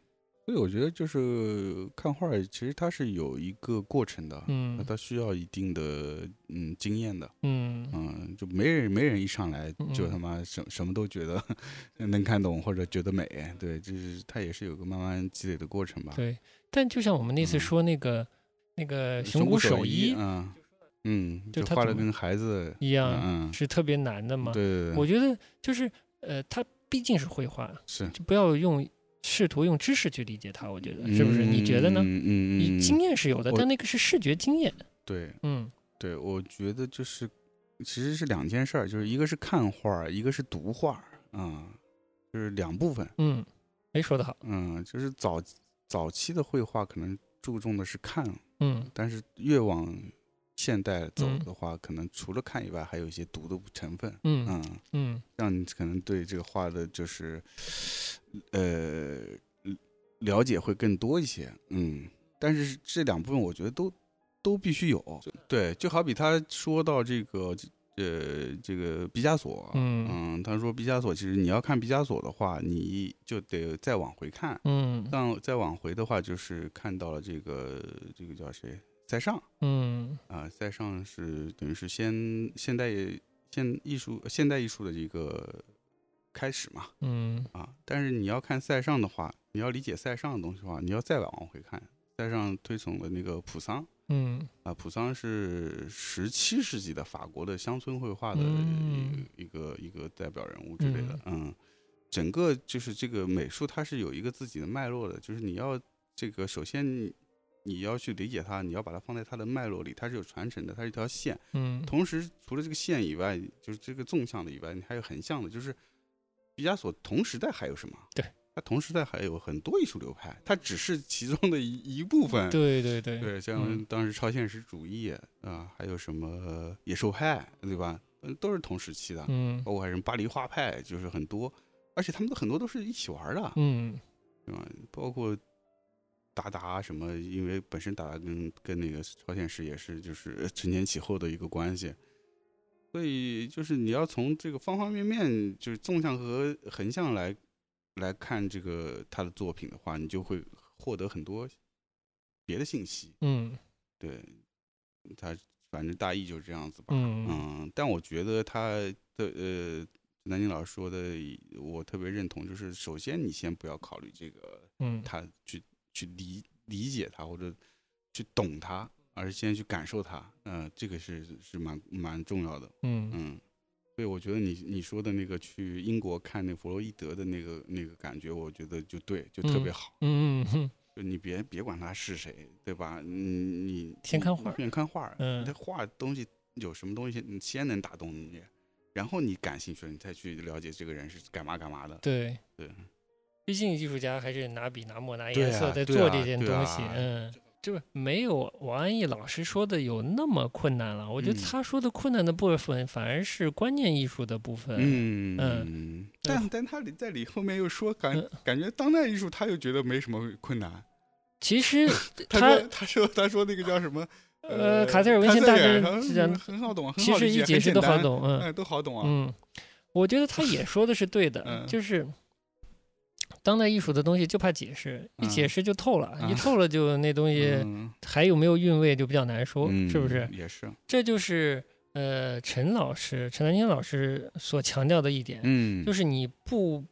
Speaker 1: 所以我觉得就是看画儿，其实它是有一个过程的，那
Speaker 2: 嗯
Speaker 1: 它需要一定的嗯经验的，
Speaker 2: 嗯
Speaker 1: 嗯，就没人没人一上来就
Speaker 2: 嗯
Speaker 1: 他妈什什么都觉得 能看懂或者觉得美，对，就是它也是有个慢慢积累的过程吧。
Speaker 2: 对，但就像我们那次
Speaker 1: 嗯
Speaker 2: 说那个、那个
Speaker 1: 熊
Speaker 2: 熊谷
Speaker 1: 守
Speaker 2: 守一
Speaker 1: 嗯嗯，
Speaker 2: 就
Speaker 1: 就
Speaker 2: 他
Speaker 1: 画的
Speaker 2: 怎么
Speaker 1: 跟孩子
Speaker 2: 一样。
Speaker 1: 嗯，嗯
Speaker 2: 是特别难的
Speaker 1: 对
Speaker 2: 嘛。
Speaker 1: 对对，
Speaker 2: 我觉得就是呃，它毕竟是绘画，
Speaker 1: 是
Speaker 2: 就不要用试图用知识去理解它，我觉得是不是？你觉得呢？
Speaker 1: 嗯嗯嗯，
Speaker 2: 你
Speaker 1: 嗯
Speaker 2: 经验是有的，
Speaker 1: 我
Speaker 2: 但那个是视觉经验。
Speaker 1: 对
Speaker 2: 嗯
Speaker 1: 对，我觉得就是其实是两件事儿，就是一个是看画儿，一个是读画儿，嗯，就是两部分。
Speaker 2: 嗯，哎，说得好。
Speaker 1: 嗯，就是早早期的绘画可能注重的是看，
Speaker 2: 嗯
Speaker 1: 但是越往现代走
Speaker 2: 嗯
Speaker 1: 的话，可能除了看以外，还有一些读的成分。
Speaker 2: 嗯
Speaker 1: 嗯，
Speaker 2: 嗯
Speaker 1: 让你可能对这个画的就是呃了解会更多一些。嗯，但是这两部分我觉得都都必须有。对，就好比他说到这个呃这个毕加索。
Speaker 2: 嗯
Speaker 1: 嗯，他说毕加索，其实你要看毕加索的话，你就得再往回看，
Speaker 2: 嗯
Speaker 1: 但再往回的话，就是看到了这个这个叫谁塞尚
Speaker 2: 嗯
Speaker 1: 啊、塞尚是等于是先现代现艺术现代艺术的一个开始嘛
Speaker 2: 嗯
Speaker 1: 啊。但是你要看塞尚的话，你要理解塞尚的东西的话，你要再往回看，塞尚推崇的那个普桑。
Speaker 2: 嗯
Speaker 1: 啊，普桑是十七世纪的法国的乡村绘画的
Speaker 2: 嗯
Speaker 1: 一个、一个代表人物之类的。嗯整个就是这个美术，它是有一个自己的脉络的，就是你要这个首先你你要去理解它，你要把它放在它的脉络里，它是有传承的，它是一条线。
Speaker 2: 嗯
Speaker 1: 同时，除了这个线以外，就是这个纵向的以外，你还有横向的，就是毕加索同时代还有什么？
Speaker 2: 对，
Speaker 1: 他同时代还有很多艺术流派，它只是其中的一一部分。
Speaker 2: 对对对
Speaker 1: 对，
Speaker 2: 嗯
Speaker 1: 像当时超现实主义啊、还有什么野兽派，对吧？嗯，都是同时期的，
Speaker 2: 嗯
Speaker 1: 包括还有什么巴黎画派，就是很多，而且他们都很多都是一起玩儿的，
Speaker 2: 嗯
Speaker 1: 对吧？包括达达什么，因为本身达达跟跟那个超现实也是就是 承前启后的一个关系，所以就是你要从这个方方面面，就是纵向和横向来来看这个他的作品的话，你就会获得很多别的信息。
Speaker 2: 嗯
Speaker 1: 对，他反正大意就是这样子吧。
Speaker 2: 嗯
Speaker 1: 嗯，但我觉得他的呃，南京老师说的，我特别认同，就是首先你先不要考虑这个，
Speaker 2: 嗯
Speaker 1: 他去去理理解他或者去懂他，而是先去感受他。嗯、这个是是蛮蛮重要的。
Speaker 2: 嗯
Speaker 1: 嗯，所以我觉得你你说的那个去英国看那弗洛伊德的那个那个感觉，我觉得就对，就特别
Speaker 2: 嗯
Speaker 1: 好。
Speaker 2: 嗯嗯
Speaker 1: 就你别别管他是谁，对吧？嗯你
Speaker 2: 先
Speaker 1: 你
Speaker 2: 看画儿
Speaker 1: 先看画儿。
Speaker 2: 嗯
Speaker 1: 他画的东西有什么东西你先能打动你，然后你感兴趣了，你再去了解这个人是干嘛干嘛的。
Speaker 2: 对。
Speaker 1: 对，
Speaker 2: 毕竟艺术家还是拿笔、拿墨、拿
Speaker 1: 对
Speaker 2: 颜色
Speaker 1: 啊
Speaker 2: 在
Speaker 1: 对
Speaker 2: 做
Speaker 1: 啊
Speaker 2: 这件
Speaker 1: 对
Speaker 2: 东西。
Speaker 1: 啊
Speaker 2: 嗯，就没有王安忆老师说的有那么困难了。我觉得
Speaker 1: 嗯
Speaker 2: 他说的困难的部分反而是观念艺术的部分。
Speaker 1: 嗯
Speaker 2: 嗯
Speaker 4: 但但他里在里后面又说感
Speaker 2: 嗯
Speaker 4: 感觉当代艺术他又觉得没什么困难，
Speaker 2: 其实
Speaker 4: 他
Speaker 2: 他
Speaker 4: 说他说他说那个叫什么
Speaker 2: 呃卡塞尔文献大致
Speaker 4: 他说
Speaker 2: 是这样
Speaker 4: 嗯很好懂啊，很
Speaker 2: 其
Speaker 4: 好
Speaker 2: 实
Speaker 4: 理
Speaker 2: 一
Speaker 4: 解
Speaker 2: 解
Speaker 4: 很
Speaker 2: 释
Speaker 4: 简
Speaker 2: 都好
Speaker 4: 单
Speaker 2: 懂。嗯
Speaker 4: 哎，都好懂啊，
Speaker 2: 嗯，我觉得他也说的是对的，
Speaker 4: 嗯
Speaker 2: 就是当代艺术的东西就怕解释，一解
Speaker 4: 嗯
Speaker 2: 释就透了，一
Speaker 4: 嗯
Speaker 2: 透了就那东西
Speaker 4: 嗯
Speaker 2: 还有没有韵味就比较难说，
Speaker 1: 嗯
Speaker 2: 哦是不是？
Speaker 4: 也是，
Speaker 2: 这就是呃陈老师陈丹青老师所强调的一点，
Speaker 1: 嗯，
Speaker 2: 就是是你不。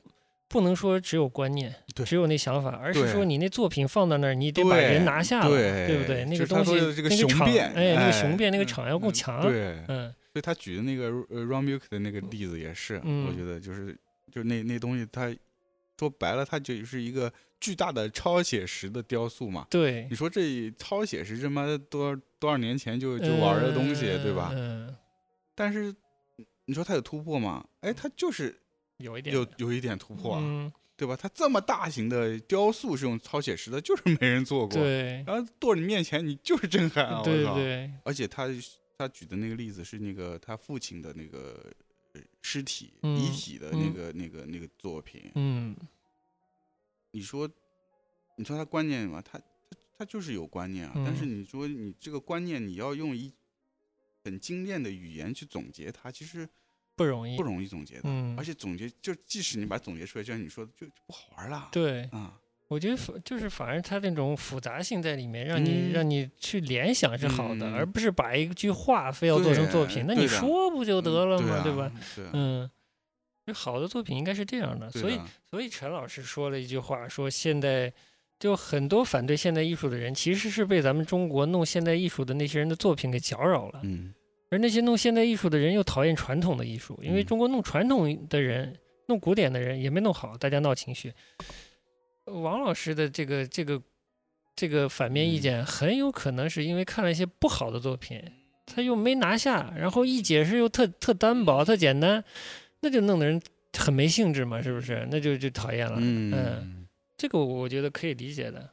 Speaker 2: 不能说只有观念，
Speaker 1: 对
Speaker 2: 只有那想法，而是
Speaker 1: 对
Speaker 2: 说你那作品放到那儿，你得把人
Speaker 1: 对
Speaker 2: 拿下了，对
Speaker 1: 对
Speaker 2: 不对？那
Speaker 1: 就是
Speaker 2: 个
Speaker 1: 他
Speaker 2: 东西
Speaker 1: 说，的这个
Speaker 2: 那
Speaker 1: 雄
Speaker 2: 场，
Speaker 1: 辩
Speaker 2: 哎，那个雄
Speaker 1: 哎
Speaker 2: 辩，那个
Speaker 4: 嗯
Speaker 2: 场要够
Speaker 4: 嗯
Speaker 2: 强，
Speaker 1: 对，
Speaker 2: 嗯，
Speaker 1: 所以他举的那个呃 Ron Milk 的那个例子也是，我
Speaker 2: 嗯
Speaker 1: 觉得就是就是那那东西，它说白了，它就是一个巨大的超写实的雕塑嘛。
Speaker 2: 对
Speaker 1: 你，说这超写实，这妈的多少多少年前就就玩的东西，对吧？
Speaker 2: 嗯，
Speaker 1: 但是你说它有突破吗？哎，它就是
Speaker 2: 有一点
Speaker 1: 有有一点突破啊，
Speaker 2: 嗯，
Speaker 1: 对吧？它这么大型的雕塑是用超写实的，就是没人做过。
Speaker 2: 对，
Speaker 1: 然后剁你面前，你就是震撼啊！我
Speaker 2: 对
Speaker 1: 操
Speaker 2: 对，
Speaker 1: 而且他他举的那个例子是那个他父亲的那个呃尸体、
Speaker 2: 嗯
Speaker 1: 遗体的那
Speaker 2: 嗯
Speaker 1: 个、那个那个作品。
Speaker 2: 嗯，
Speaker 1: 你说，你说他观念嘛，他他他就是有观念啊。但是
Speaker 2: 嗯
Speaker 1: 你说你这个观念，你要用一很精炼的语言去总结它，其实
Speaker 2: 不容易，
Speaker 1: 不容易总结的。哎
Speaker 2: 嗯，
Speaker 1: 而且总结就即使你把它总结出来，就像你说的，就就不好玩了。
Speaker 2: 对，
Speaker 1: 啊，
Speaker 2: 我觉得反就是反而它那种复杂性在里面，让你
Speaker 1: 嗯
Speaker 2: 让你去联想是好的，
Speaker 1: 嗯
Speaker 2: 而不是把一句话非要做成作品，
Speaker 1: 对
Speaker 2: 那你
Speaker 1: 对的嗯
Speaker 2: 说不就得了嘛，
Speaker 1: 对
Speaker 2: 对吧？？
Speaker 1: 对啊，
Speaker 2: 嗯，就好的作品应该是这样的，
Speaker 1: 对啊
Speaker 2: 所以
Speaker 1: 的
Speaker 2: 所以陈老师说了一句话，说现代就很多反对现代艺术的人，其实是被咱们中国弄现代艺术的那些人的作品给搅扰了。
Speaker 1: 嗯
Speaker 2: 而那些弄现代艺术的人又讨厌传统的艺术，因为
Speaker 1: 嗯
Speaker 2: 中国弄传统的人、弄古典的人也没弄好，大家闹情绪。呃王老师的这个这个这个反面意
Speaker 1: 嗯
Speaker 2: 见，很有可能是因为看了一些不好的作品，他又没拿下，然后一解释又特特单薄、特简单，那就弄得人很没兴致嘛，是不是？那就就讨厌了。
Speaker 1: 嗯
Speaker 2: 这个我觉得可以理解的。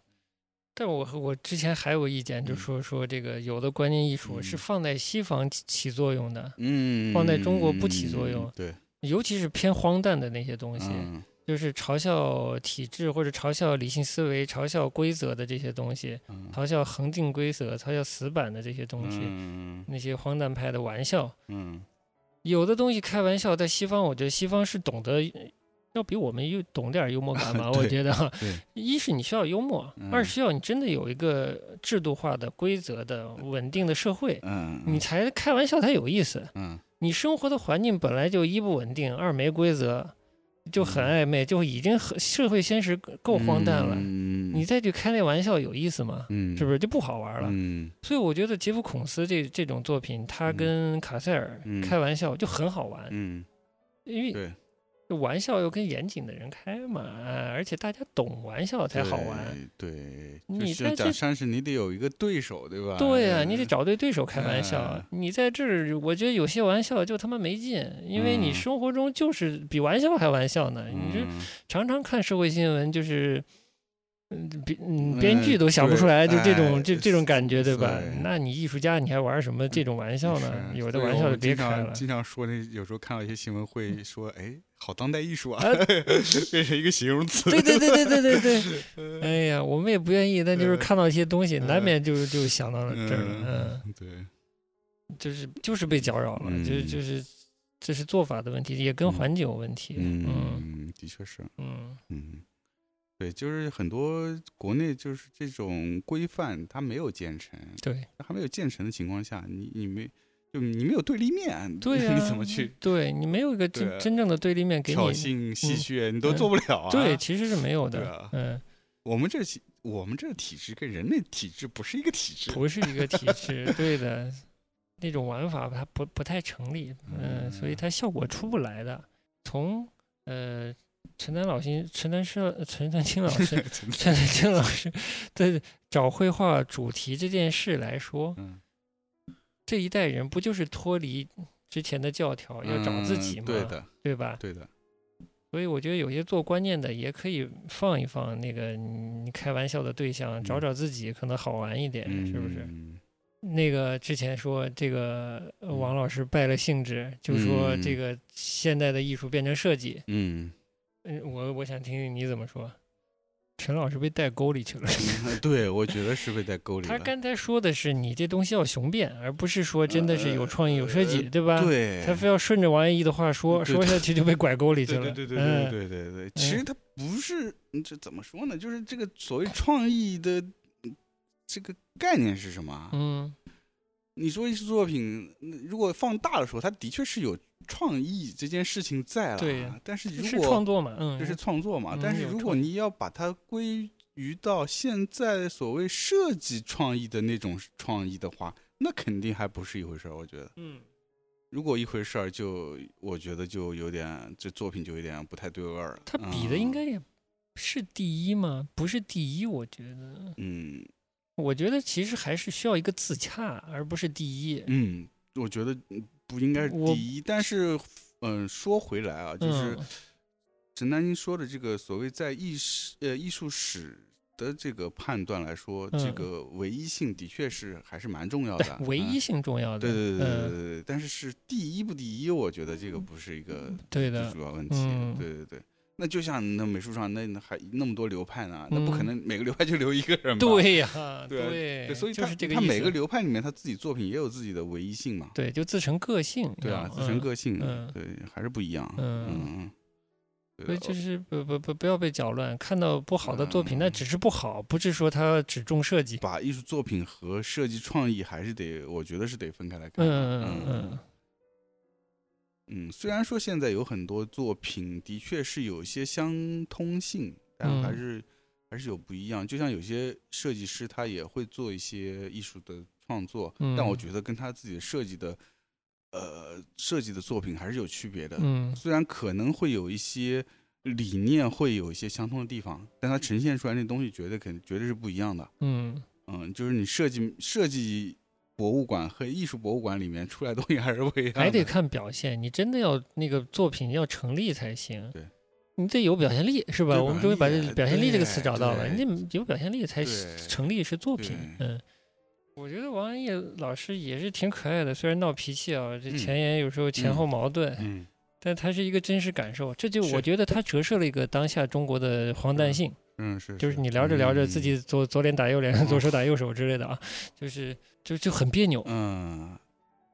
Speaker 2: 但我我之前还有意见，就
Speaker 1: 嗯
Speaker 2: 说说这个有的观念艺术
Speaker 1: 嗯
Speaker 2: 是放在西方起起作用的，
Speaker 1: 嗯，
Speaker 2: 放在中国不起作用
Speaker 1: 对，
Speaker 2: 尤其是偏荒诞的那些东西，
Speaker 1: 嗯
Speaker 2: 就是嘲笑体制或者嘲笑理性思维、嘲笑规则的这些东西，
Speaker 1: 嗯
Speaker 2: 嘲笑恒定规则、嘲笑死板的这些东西，
Speaker 1: 嗯
Speaker 2: 那些荒诞派的玩笑，
Speaker 1: 嗯
Speaker 2: 有的东西开玩笑，在西方，我觉得西方是懂得，要比我们又懂点儿幽 默感吧。
Speaker 1: 对
Speaker 2: 我觉得啊
Speaker 1: 对，
Speaker 2: 一是你需要幽默，
Speaker 1: 嗯
Speaker 2: 二是需要你真的有一个制度化的、规则的、稳定的社会，
Speaker 1: 嗯，
Speaker 2: 你才开玩笑才有意思。
Speaker 1: 嗯
Speaker 2: 你生活的环境本来就一不稳定，二没规则，就很
Speaker 1: 嗯
Speaker 2: 暧昧，就已经很社会现实够荒诞了，
Speaker 1: 嗯、
Speaker 2: 你再去开那玩笑有意思吗？
Speaker 1: 嗯
Speaker 2: 是不是就不好玩了？
Speaker 1: 嗯
Speaker 2: 所以我觉得杰夫·孔斯这这种作品，他
Speaker 1: 嗯
Speaker 2: 跟卡塞尔
Speaker 1: 嗯
Speaker 2: 开玩笑就很好玩，
Speaker 1: 嗯
Speaker 2: 因为
Speaker 1: 对
Speaker 2: 这玩笑要跟严谨的人开嘛，啊而且大家懂玩笑才好玩。
Speaker 1: 对，
Speaker 2: 你
Speaker 1: 就是
Speaker 2: 在
Speaker 1: 讲
Speaker 2: 这
Speaker 1: 山是你得有一个对手对吧？嗯
Speaker 2: 对呀、
Speaker 1: 呀、
Speaker 2: 你得找对对手开玩笑。
Speaker 1: 嗯
Speaker 2: 你在这儿，我觉得有些玩笑就他妈没劲，因为你
Speaker 1: 嗯
Speaker 2: 生活中就是比玩笑还玩笑呢。你这
Speaker 1: 嗯
Speaker 2: 常常看社会新闻，就是嗯，编嗯编剧都想不出来，
Speaker 1: 嗯
Speaker 2: 就这种
Speaker 1: 哎
Speaker 2: 就这种感觉，对吧
Speaker 1: 对？
Speaker 2: 那你艺术家你还玩什么这种玩笑呢？
Speaker 1: 是
Speaker 2: 有的
Speaker 1: 所以
Speaker 2: 玩
Speaker 1: 我
Speaker 2: 笑就
Speaker 1: 们
Speaker 2: 别
Speaker 1: 经
Speaker 2: 开
Speaker 1: 常
Speaker 2: 了。嗯
Speaker 4: 经常说那有时候看到一些新闻会说，哎，好当代艺术啊
Speaker 2: 啊，
Speaker 4: 变成一个形容词。
Speaker 2: 对对对对对对对，哎呀，我们也不愿意，但就是看到一些东西，难免就就想到了这儿了，
Speaker 4: 对，
Speaker 2: 嗯，就是就是被搅扰了，就
Speaker 1: 嗯
Speaker 2: 就是这是做法的问题，也跟环境有问题，嗯
Speaker 1: 嗯，的确是，
Speaker 2: 嗯
Speaker 1: 嗯，对，就是很多国内就是这种规范，它没有建成，
Speaker 2: 对
Speaker 1: 还没有建成的情况下，你你没就你没有对立面，
Speaker 2: 对呀，
Speaker 4: 你怎么去
Speaker 2: 对你没有一个真
Speaker 4: 对
Speaker 2: 真正的对立面给
Speaker 4: 挑
Speaker 2: 你，嗯
Speaker 4: 衅戏谑你都做不了啊。
Speaker 2: 对，其实是没有
Speaker 4: 对
Speaker 2: 的
Speaker 4: 啊，
Speaker 2: 嗯，
Speaker 4: 我们这体我们这体制跟人类体制不是一个体制。？
Speaker 2: 不是一个体 制，对的，那种玩法它不不太成立，嗯，所以它效果出不来的。从呃陈丹老师、陈丹师、陈丹青 老师、陈丹青老师在找绘画主题这件事来说，
Speaker 1: 嗯，
Speaker 2: 这一代人不就是脱离之前的教条，要找自己
Speaker 1: 嗯
Speaker 2: 吗？
Speaker 1: 对的，
Speaker 2: 对吧？
Speaker 1: 对的，
Speaker 2: 所以我觉得有些做观念的也可以放一放那个你开玩笑的对象，找
Speaker 1: 嗯
Speaker 2: 找自己可能好玩一点，是不是？
Speaker 1: 嗯
Speaker 2: 那个之前说这个呃王老师败了兴致，就说
Speaker 1: 嗯
Speaker 2: 这个现代的艺术变成设计，
Speaker 1: 嗯，
Speaker 2: 嗯，我我想听听你怎么说。陈老师被带沟里去了。
Speaker 1: 嗯 对，我觉得是被带沟里
Speaker 2: 他
Speaker 1: 了。
Speaker 2: 刚才说的是你这东西要雄辩，而不是说真的是有创意、有设计，
Speaker 1: 呃
Speaker 2: 对吧？
Speaker 1: 对，
Speaker 2: 他非要顺着王安忆的话说，
Speaker 1: 对
Speaker 2: 说下去就被拐沟里去
Speaker 1: 对
Speaker 2: 了。
Speaker 1: 对对对
Speaker 2: 嗯
Speaker 1: 对对对对，其实它不是，嗯这怎么说呢？就是这个所谓创意的嗯这个概念是什么啊？
Speaker 2: 嗯
Speaker 1: 你说艺术作品，嗯如果放大了说，它的确是有创意这件事情在了，啊
Speaker 2: 对
Speaker 1: 但是
Speaker 2: 是
Speaker 1: 如
Speaker 2: 创
Speaker 1: 果
Speaker 2: 作嘛，嗯，
Speaker 1: 这是创作嘛，
Speaker 2: 嗯
Speaker 1: 但是
Speaker 2: 有
Speaker 1: 如果
Speaker 2: 创意
Speaker 1: 你要把它归于到现在所谓设计创意的那种创意的话，那肯定还不是一回事儿，我觉得。
Speaker 2: 嗯
Speaker 1: 如果一回事儿，就我觉得就有点这作品就有点不太对味儿了。
Speaker 2: 他比的应
Speaker 1: 嗯
Speaker 2: 该也是第一嘛，不是第一，我觉得，
Speaker 1: 嗯
Speaker 2: 我觉得其实还是需要一个自洽，而不是第一。
Speaker 1: 嗯，我觉得嗯不应该是
Speaker 2: 我
Speaker 1: 第一，但是嗯、说回来啊，就是
Speaker 2: 嗯
Speaker 1: 陈丹青说的这个所谓在艺史呃艺术史的这个判断来说，这
Speaker 2: 嗯
Speaker 1: 个唯一性的确是还是蛮重要的
Speaker 2: 哎。唯一
Speaker 1: 嗯。
Speaker 2: 性重要的，
Speaker 1: 对对对对
Speaker 2: 嗯
Speaker 1: 对对，但是是第一不第一，我觉得这个不是一个
Speaker 2: 嗯
Speaker 1: 最
Speaker 2: 对的，
Speaker 1: 主要问题。
Speaker 2: 嗯
Speaker 1: 对对对，那就像那美术上那那还那么多流派呢，那不可
Speaker 2: 嗯
Speaker 1: 能每个流派就留一个人吧？
Speaker 2: 对呀、
Speaker 1: 对啊对，所以
Speaker 2: 就
Speaker 1: 他
Speaker 2: 是这个
Speaker 1: 他
Speaker 2: 意
Speaker 1: 每
Speaker 2: 思
Speaker 1: 个流派里面他自己作品也有自己的唯一性嘛。
Speaker 2: 对，就自成个性，
Speaker 1: 对啊，
Speaker 2: 然后
Speaker 1: 自身
Speaker 2: 嗯
Speaker 1: 个性，
Speaker 2: 嗯
Speaker 1: 对，还是不一样。
Speaker 2: 嗯
Speaker 1: 嗯嗯，
Speaker 2: 所
Speaker 1: 对
Speaker 2: 以
Speaker 1: 的
Speaker 2: 就是不不不不要被搅乱，看到不好的作品，那
Speaker 1: 嗯
Speaker 2: 只是不好，不是说它只重设计。
Speaker 1: 把艺术作品和设计创意还是得，我觉得是得分开来看的。
Speaker 2: 嗯嗯
Speaker 1: 嗯
Speaker 2: 嗯
Speaker 1: 嗯，虽然说现在有很多作品的确是有一些相通性，但还
Speaker 2: 嗯
Speaker 1: 是、还是有不一样。就像有些设计师他也会做一些艺术的创作，
Speaker 2: 嗯
Speaker 1: 但我觉得跟他自己设计的呃设计的作品还是有区别的。
Speaker 2: 嗯
Speaker 1: 虽然可能会有一些理念会有一些相通的地方，但它呈现出来那东西绝对肯绝对是不一样的。
Speaker 2: 嗯
Speaker 1: 嗯，就是你设计设计博物馆和艺术博物馆里面出来的东西还是不一样的，
Speaker 2: 还得看表现，你真的要那个作品要成立才行。
Speaker 1: 对，
Speaker 2: 你得有表现力是吧？
Speaker 1: 对
Speaker 2: 我
Speaker 1: 表
Speaker 2: 们终于
Speaker 1: 现
Speaker 2: 把
Speaker 1: 力
Speaker 2: 这表现力这个词
Speaker 1: 对
Speaker 2: 找到了，
Speaker 1: 对
Speaker 2: 你得有表现力才是
Speaker 1: 对
Speaker 2: 成立是作品。
Speaker 1: 对
Speaker 2: 嗯，我觉得王安忆老师也是挺可爱的，虽然闹脾气啊，这
Speaker 1: 嗯
Speaker 2: 前言有时候前后
Speaker 1: 嗯
Speaker 2: 矛盾，
Speaker 1: 嗯
Speaker 2: 但它是一个真实感受，这就是我觉得它折射了一个当下中国的荒诞
Speaker 1: 嗯
Speaker 2: 性。
Speaker 1: 嗯是，
Speaker 2: 就是你聊着聊着，自己左左脸打右脸，
Speaker 1: 嗯
Speaker 2: 左手打右手之类的啊，就是就就很别扭，
Speaker 1: 嗯，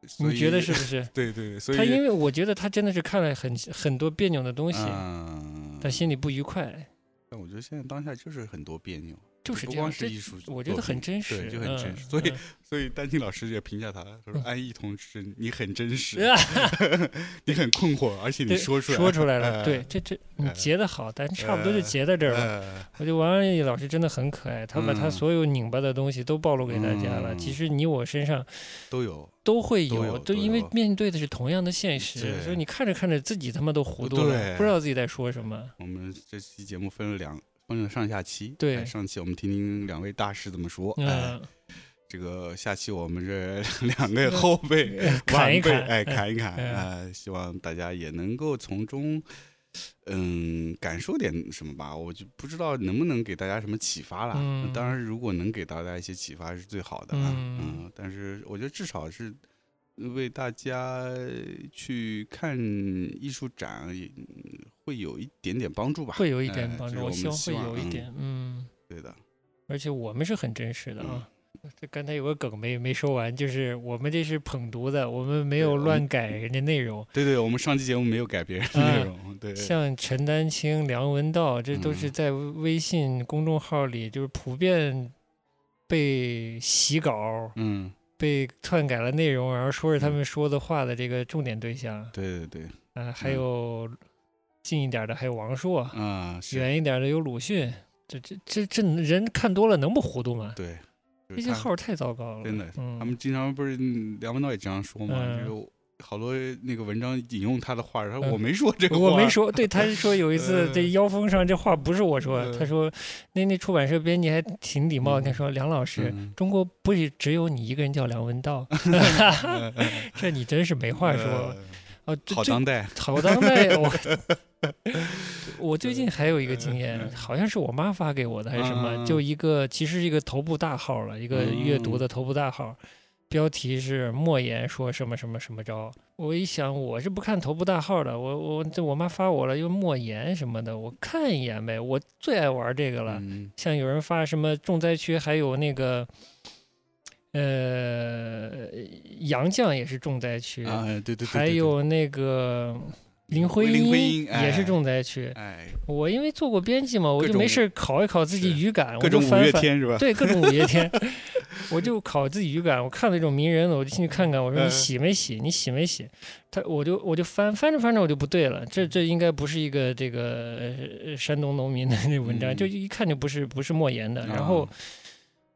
Speaker 1: 所
Speaker 2: 你觉得
Speaker 1: 以
Speaker 2: 是不是
Speaker 4: 对对对，所
Speaker 2: 他因
Speaker 4: 以
Speaker 2: 为我觉得他真的是看了很很多别扭的东西，
Speaker 1: 嗯，
Speaker 2: 但心里不愉快，
Speaker 1: 但我觉得现在当下就是很多别扭，
Speaker 2: 就是
Speaker 1: 不
Speaker 2: 这样。
Speaker 1: 光
Speaker 2: 这
Speaker 1: 是艺术作品，
Speaker 2: 我觉得很真实，
Speaker 1: 对，就很真实。
Speaker 2: 嗯
Speaker 1: 所以
Speaker 2: 嗯
Speaker 1: 所以丹青老师也评价他，他说
Speaker 2: 嗯：“
Speaker 1: 安逸同志，你很真实，
Speaker 2: 啊
Speaker 1: 你很困惑，而且你
Speaker 2: 对
Speaker 1: 说出来，
Speaker 2: 说出来了，
Speaker 1: 呃
Speaker 2: 对，，这这你
Speaker 1: 呃
Speaker 2: 截的好，但差不多就
Speaker 1: 呃
Speaker 2: 截在这儿了。
Speaker 1: 呃
Speaker 2: 我觉得王安忆老师真的很可爱，他把他
Speaker 1: 嗯
Speaker 2: 所有拧巴的东西都暴露给大家了。
Speaker 1: 嗯
Speaker 2: 其实你我身上
Speaker 1: 都有
Speaker 2: 都会
Speaker 1: 都
Speaker 2: 有，
Speaker 1: 有都
Speaker 2: 都因为
Speaker 1: 有
Speaker 2: 面对的是同样的现实，
Speaker 1: 对
Speaker 2: 所以你看着看着自己他妈都糊涂了，
Speaker 1: 对
Speaker 2: 不知道自己在说什么。
Speaker 1: 我们这期节目分了两分了上下期，
Speaker 2: 对
Speaker 1: 哎上期我们听听两位大师怎么说，哎，
Speaker 2: 嗯，
Speaker 1: 这个下期我们这两个后辈
Speaker 2: 嗯 砍一
Speaker 1: 晚辈
Speaker 2: 砍，
Speaker 1: 哎，砍一砍，
Speaker 2: 嗯
Speaker 1: 哎，希望大家也能够从中。嗯，感受点什么吧，我就不知道能不能给大家什么启发啦。
Speaker 2: 嗯
Speaker 1: 那当然，如果能给大家一些启发是最好的啊。
Speaker 2: 嗯
Speaker 1: 嗯，但是我觉得至少是为大家去看艺术展也嗯会有一点点帮助吧。
Speaker 2: 会有一
Speaker 1: 哎
Speaker 2: 点帮
Speaker 1: 这是
Speaker 2: 助，我
Speaker 1: 我
Speaker 2: 希
Speaker 1: 们
Speaker 2: 望
Speaker 1: 希
Speaker 2: 会
Speaker 1: 望
Speaker 2: 有一
Speaker 1: 嗯
Speaker 2: 点，嗯，
Speaker 1: 对的，
Speaker 2: 而且我们是很真实的
Speaker 1: 嗯
Speaker 2: 啊。这刚才有个梗没没说完，就是我们这是捧读的，我们没有
Speaker 1: 我们
Speaker 2: 乱改人家内容。
Speaker 1: 对对，我们上期节目没有改别人的
Speaker 2: 啊
Speaker 1: 内容，对，
Speaker 2: 像陈丹青、梁文道，这都是
Speaker 1: 嗯
Speaker 2: 在微信公众号里就是普遍被洗稿、
Speaker 1: 嗯，
Speaker 2: 被篡改了内容，然后说是他们说的话的这个重点对象。
Speaker 1: 对对对，
Speaker 2: 啊，还
Speaker 1: 嗯
Speaker 2: 有近一点儿的还有王朔，
Speaker 1: 啊，是，
Speaker 2: 远一点儿的有鲁迅。这这这这人看多了能不糊涂吗？
Speaker 1: 对，就
Speaker 2: 这
Speaker 1: 是
Speaker 2: 些
Speaker 1: 他
Speaker 2: 号儿太糟糕了，
Speaker 1: 真的，
Speaker 2: 嗯、
Speaker 1: 他们经常不是嗯梁文道也经常说嘛，
Speaker 2: 嗯
Speaker 1: 就是好多那个文章引用他的话，然后
Speaker 2: 嗯
Speaker 1: 我没说这个话，
Speaker 2: 我没，说，对，他是说有一次
Speaker 1: 嗯
Speaker 2: 这腰封上这话不是我说，
Speaker 1: 嗯
Speaker 2: 他说那那出版社编辑还挺礼貌，
Speaker 1: 嗯
Speaker 2: 他说梁老师。
Speaker 1: 嗯
Speaker 2: 中国 不是只有你一个人叫梁文道，这你真是没话说。
Speaker 1: 呃
Speaker 2: 啊，这
Speaker 4: 嗯好
Speaker 2: 这
Speaker 4: 当代，
Speaker 2: 好当代，我 我最近还有一个经验，好像是我妈发给我的还是什么，
Speaker 4: 嗯
Speaker 2: 就一个其实是一个头部大号了，一个阅读的头部大号，标题是莫言说什么什么什么着。我一想，我是不看头部大号的，我我这我妈发我了，又莫言什么的，我看一眼呗，我最爱玩这个了。
Speaker 4: 嗯
Speaker 2: 像有人发什么重灾区，还有那个。呃，杨绛也是重灾区
Speaker 4: 啊，对对对，对
Speaker 2: 还，有那个林徽
Speaker 4: 林徽
Speaker 2: 因
Speaker 4: 因哎
Speaker 2: 也是重灾区
Speaker 4: 对。哎，
Speaker 2: 我因为做过编辑嘛，我就
Speaker 4: 种
Speaker 2: 没事儿考一考自己语感，我
Speaker 4: 各
Speaker 2: 就
Speaker 4: 种五月
Speaker 2: 翻翻。
Speaker 4: 天是吧？嗯
Speaker 2: 对各种五月 天，我就考自己语感。我看到这种名人的，我就进去看看。我说你
Speaker 4: 嗯
Speaker 2: 洗没洗？你洗没洗？他我就我就翻翻着翻着我就不对了。
Speaker 4: 嗯
Speaker 2: 这这应该不是一个这个呃山东农民的那文章，
Speaker 4: 嗯
Speaker 2: 就一看就不是不是莫言的。然
Speaker 4: 啊
Speaker 2: 后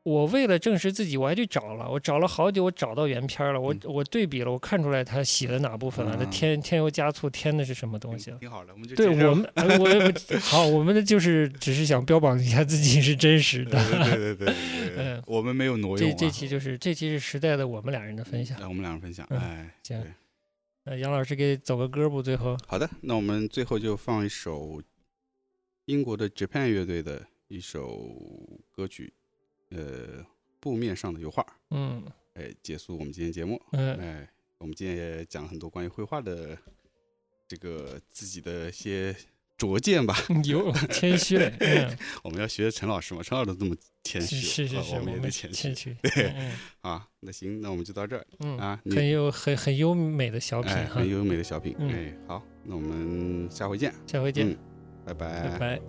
Speaker 2: 我为了证实自己，我还去找了，我找了好久，我找到原片了。我
Speaker 4: 嗯
Speaker 2: 我对比了，我看出来他写的哪部分了，他
Speaker 4: 啊
Speaker 2: 添添油加醋添的是什么东西了。
Speaker 4: 挺好的，我们就
Speaker 2: 对
Speaker 4: 接受
Speaker 2: 我们，呃我我好，我们的就是只是想标榜一下自己是真实
Speaker 4: 对
Speaker 2: 的。
Speaker 4: 对对对对
Speaker 2: 嗯
Speaker 4: 对，我们没有挪用
Speaker 2: 这
Speaker 4: 啊。
Speaker 2: 这期就是这期是时代的我们俩人的分享。
Speaker 4: 来，我们两人分享。
Speaker 2: 嗯
Speaker 4: 哎，
Speaker 2: 行
Speaker 4: 对
Speaker 2: 呃，杨老师给走个歌不？最 后
Speaker 1: 好的，那我们最后就放一首英国的 Japan 乐队的一首歌曲，呃，布面上的油画，
Speaker 2: 嗯
Speaker 1: 哎，结束我们今天节目。
Speaker 2: 嗯
Speaker 1: 哎，我们今天也讲了很多关于绘画的这个自己的一些拙见吧。
Speaker 2: 有谦虚嘞，嗯，
Speaker 1: 我们要学陈老师嘛，陈老师都这么谦虚，
Speaker 2: 是是是
Speaker 1: 啊
Speaker 2: 是，
Speaker 1: 我们也
Speaker 2: 们
Speaker 1: 得谦虚
Speaker 2: 谦虚，嗯
Speaker 1: 啊。那行，那我们就到这儿
Speaker 2: 嗯嗯，
Speaker 1: 啊。你
Speaker 2: 很有很很优美的小品
Speaker 1: 哎，
Speaker 2: 哈
Speaker 1: 很，优美的小品。
Speaker 2: 嗯
Speaker 1: 哎，好，那我们下回见，
Speaker 2: 下回见
Speaker 1: 嗯，拜
Speaker 2: 拜拜。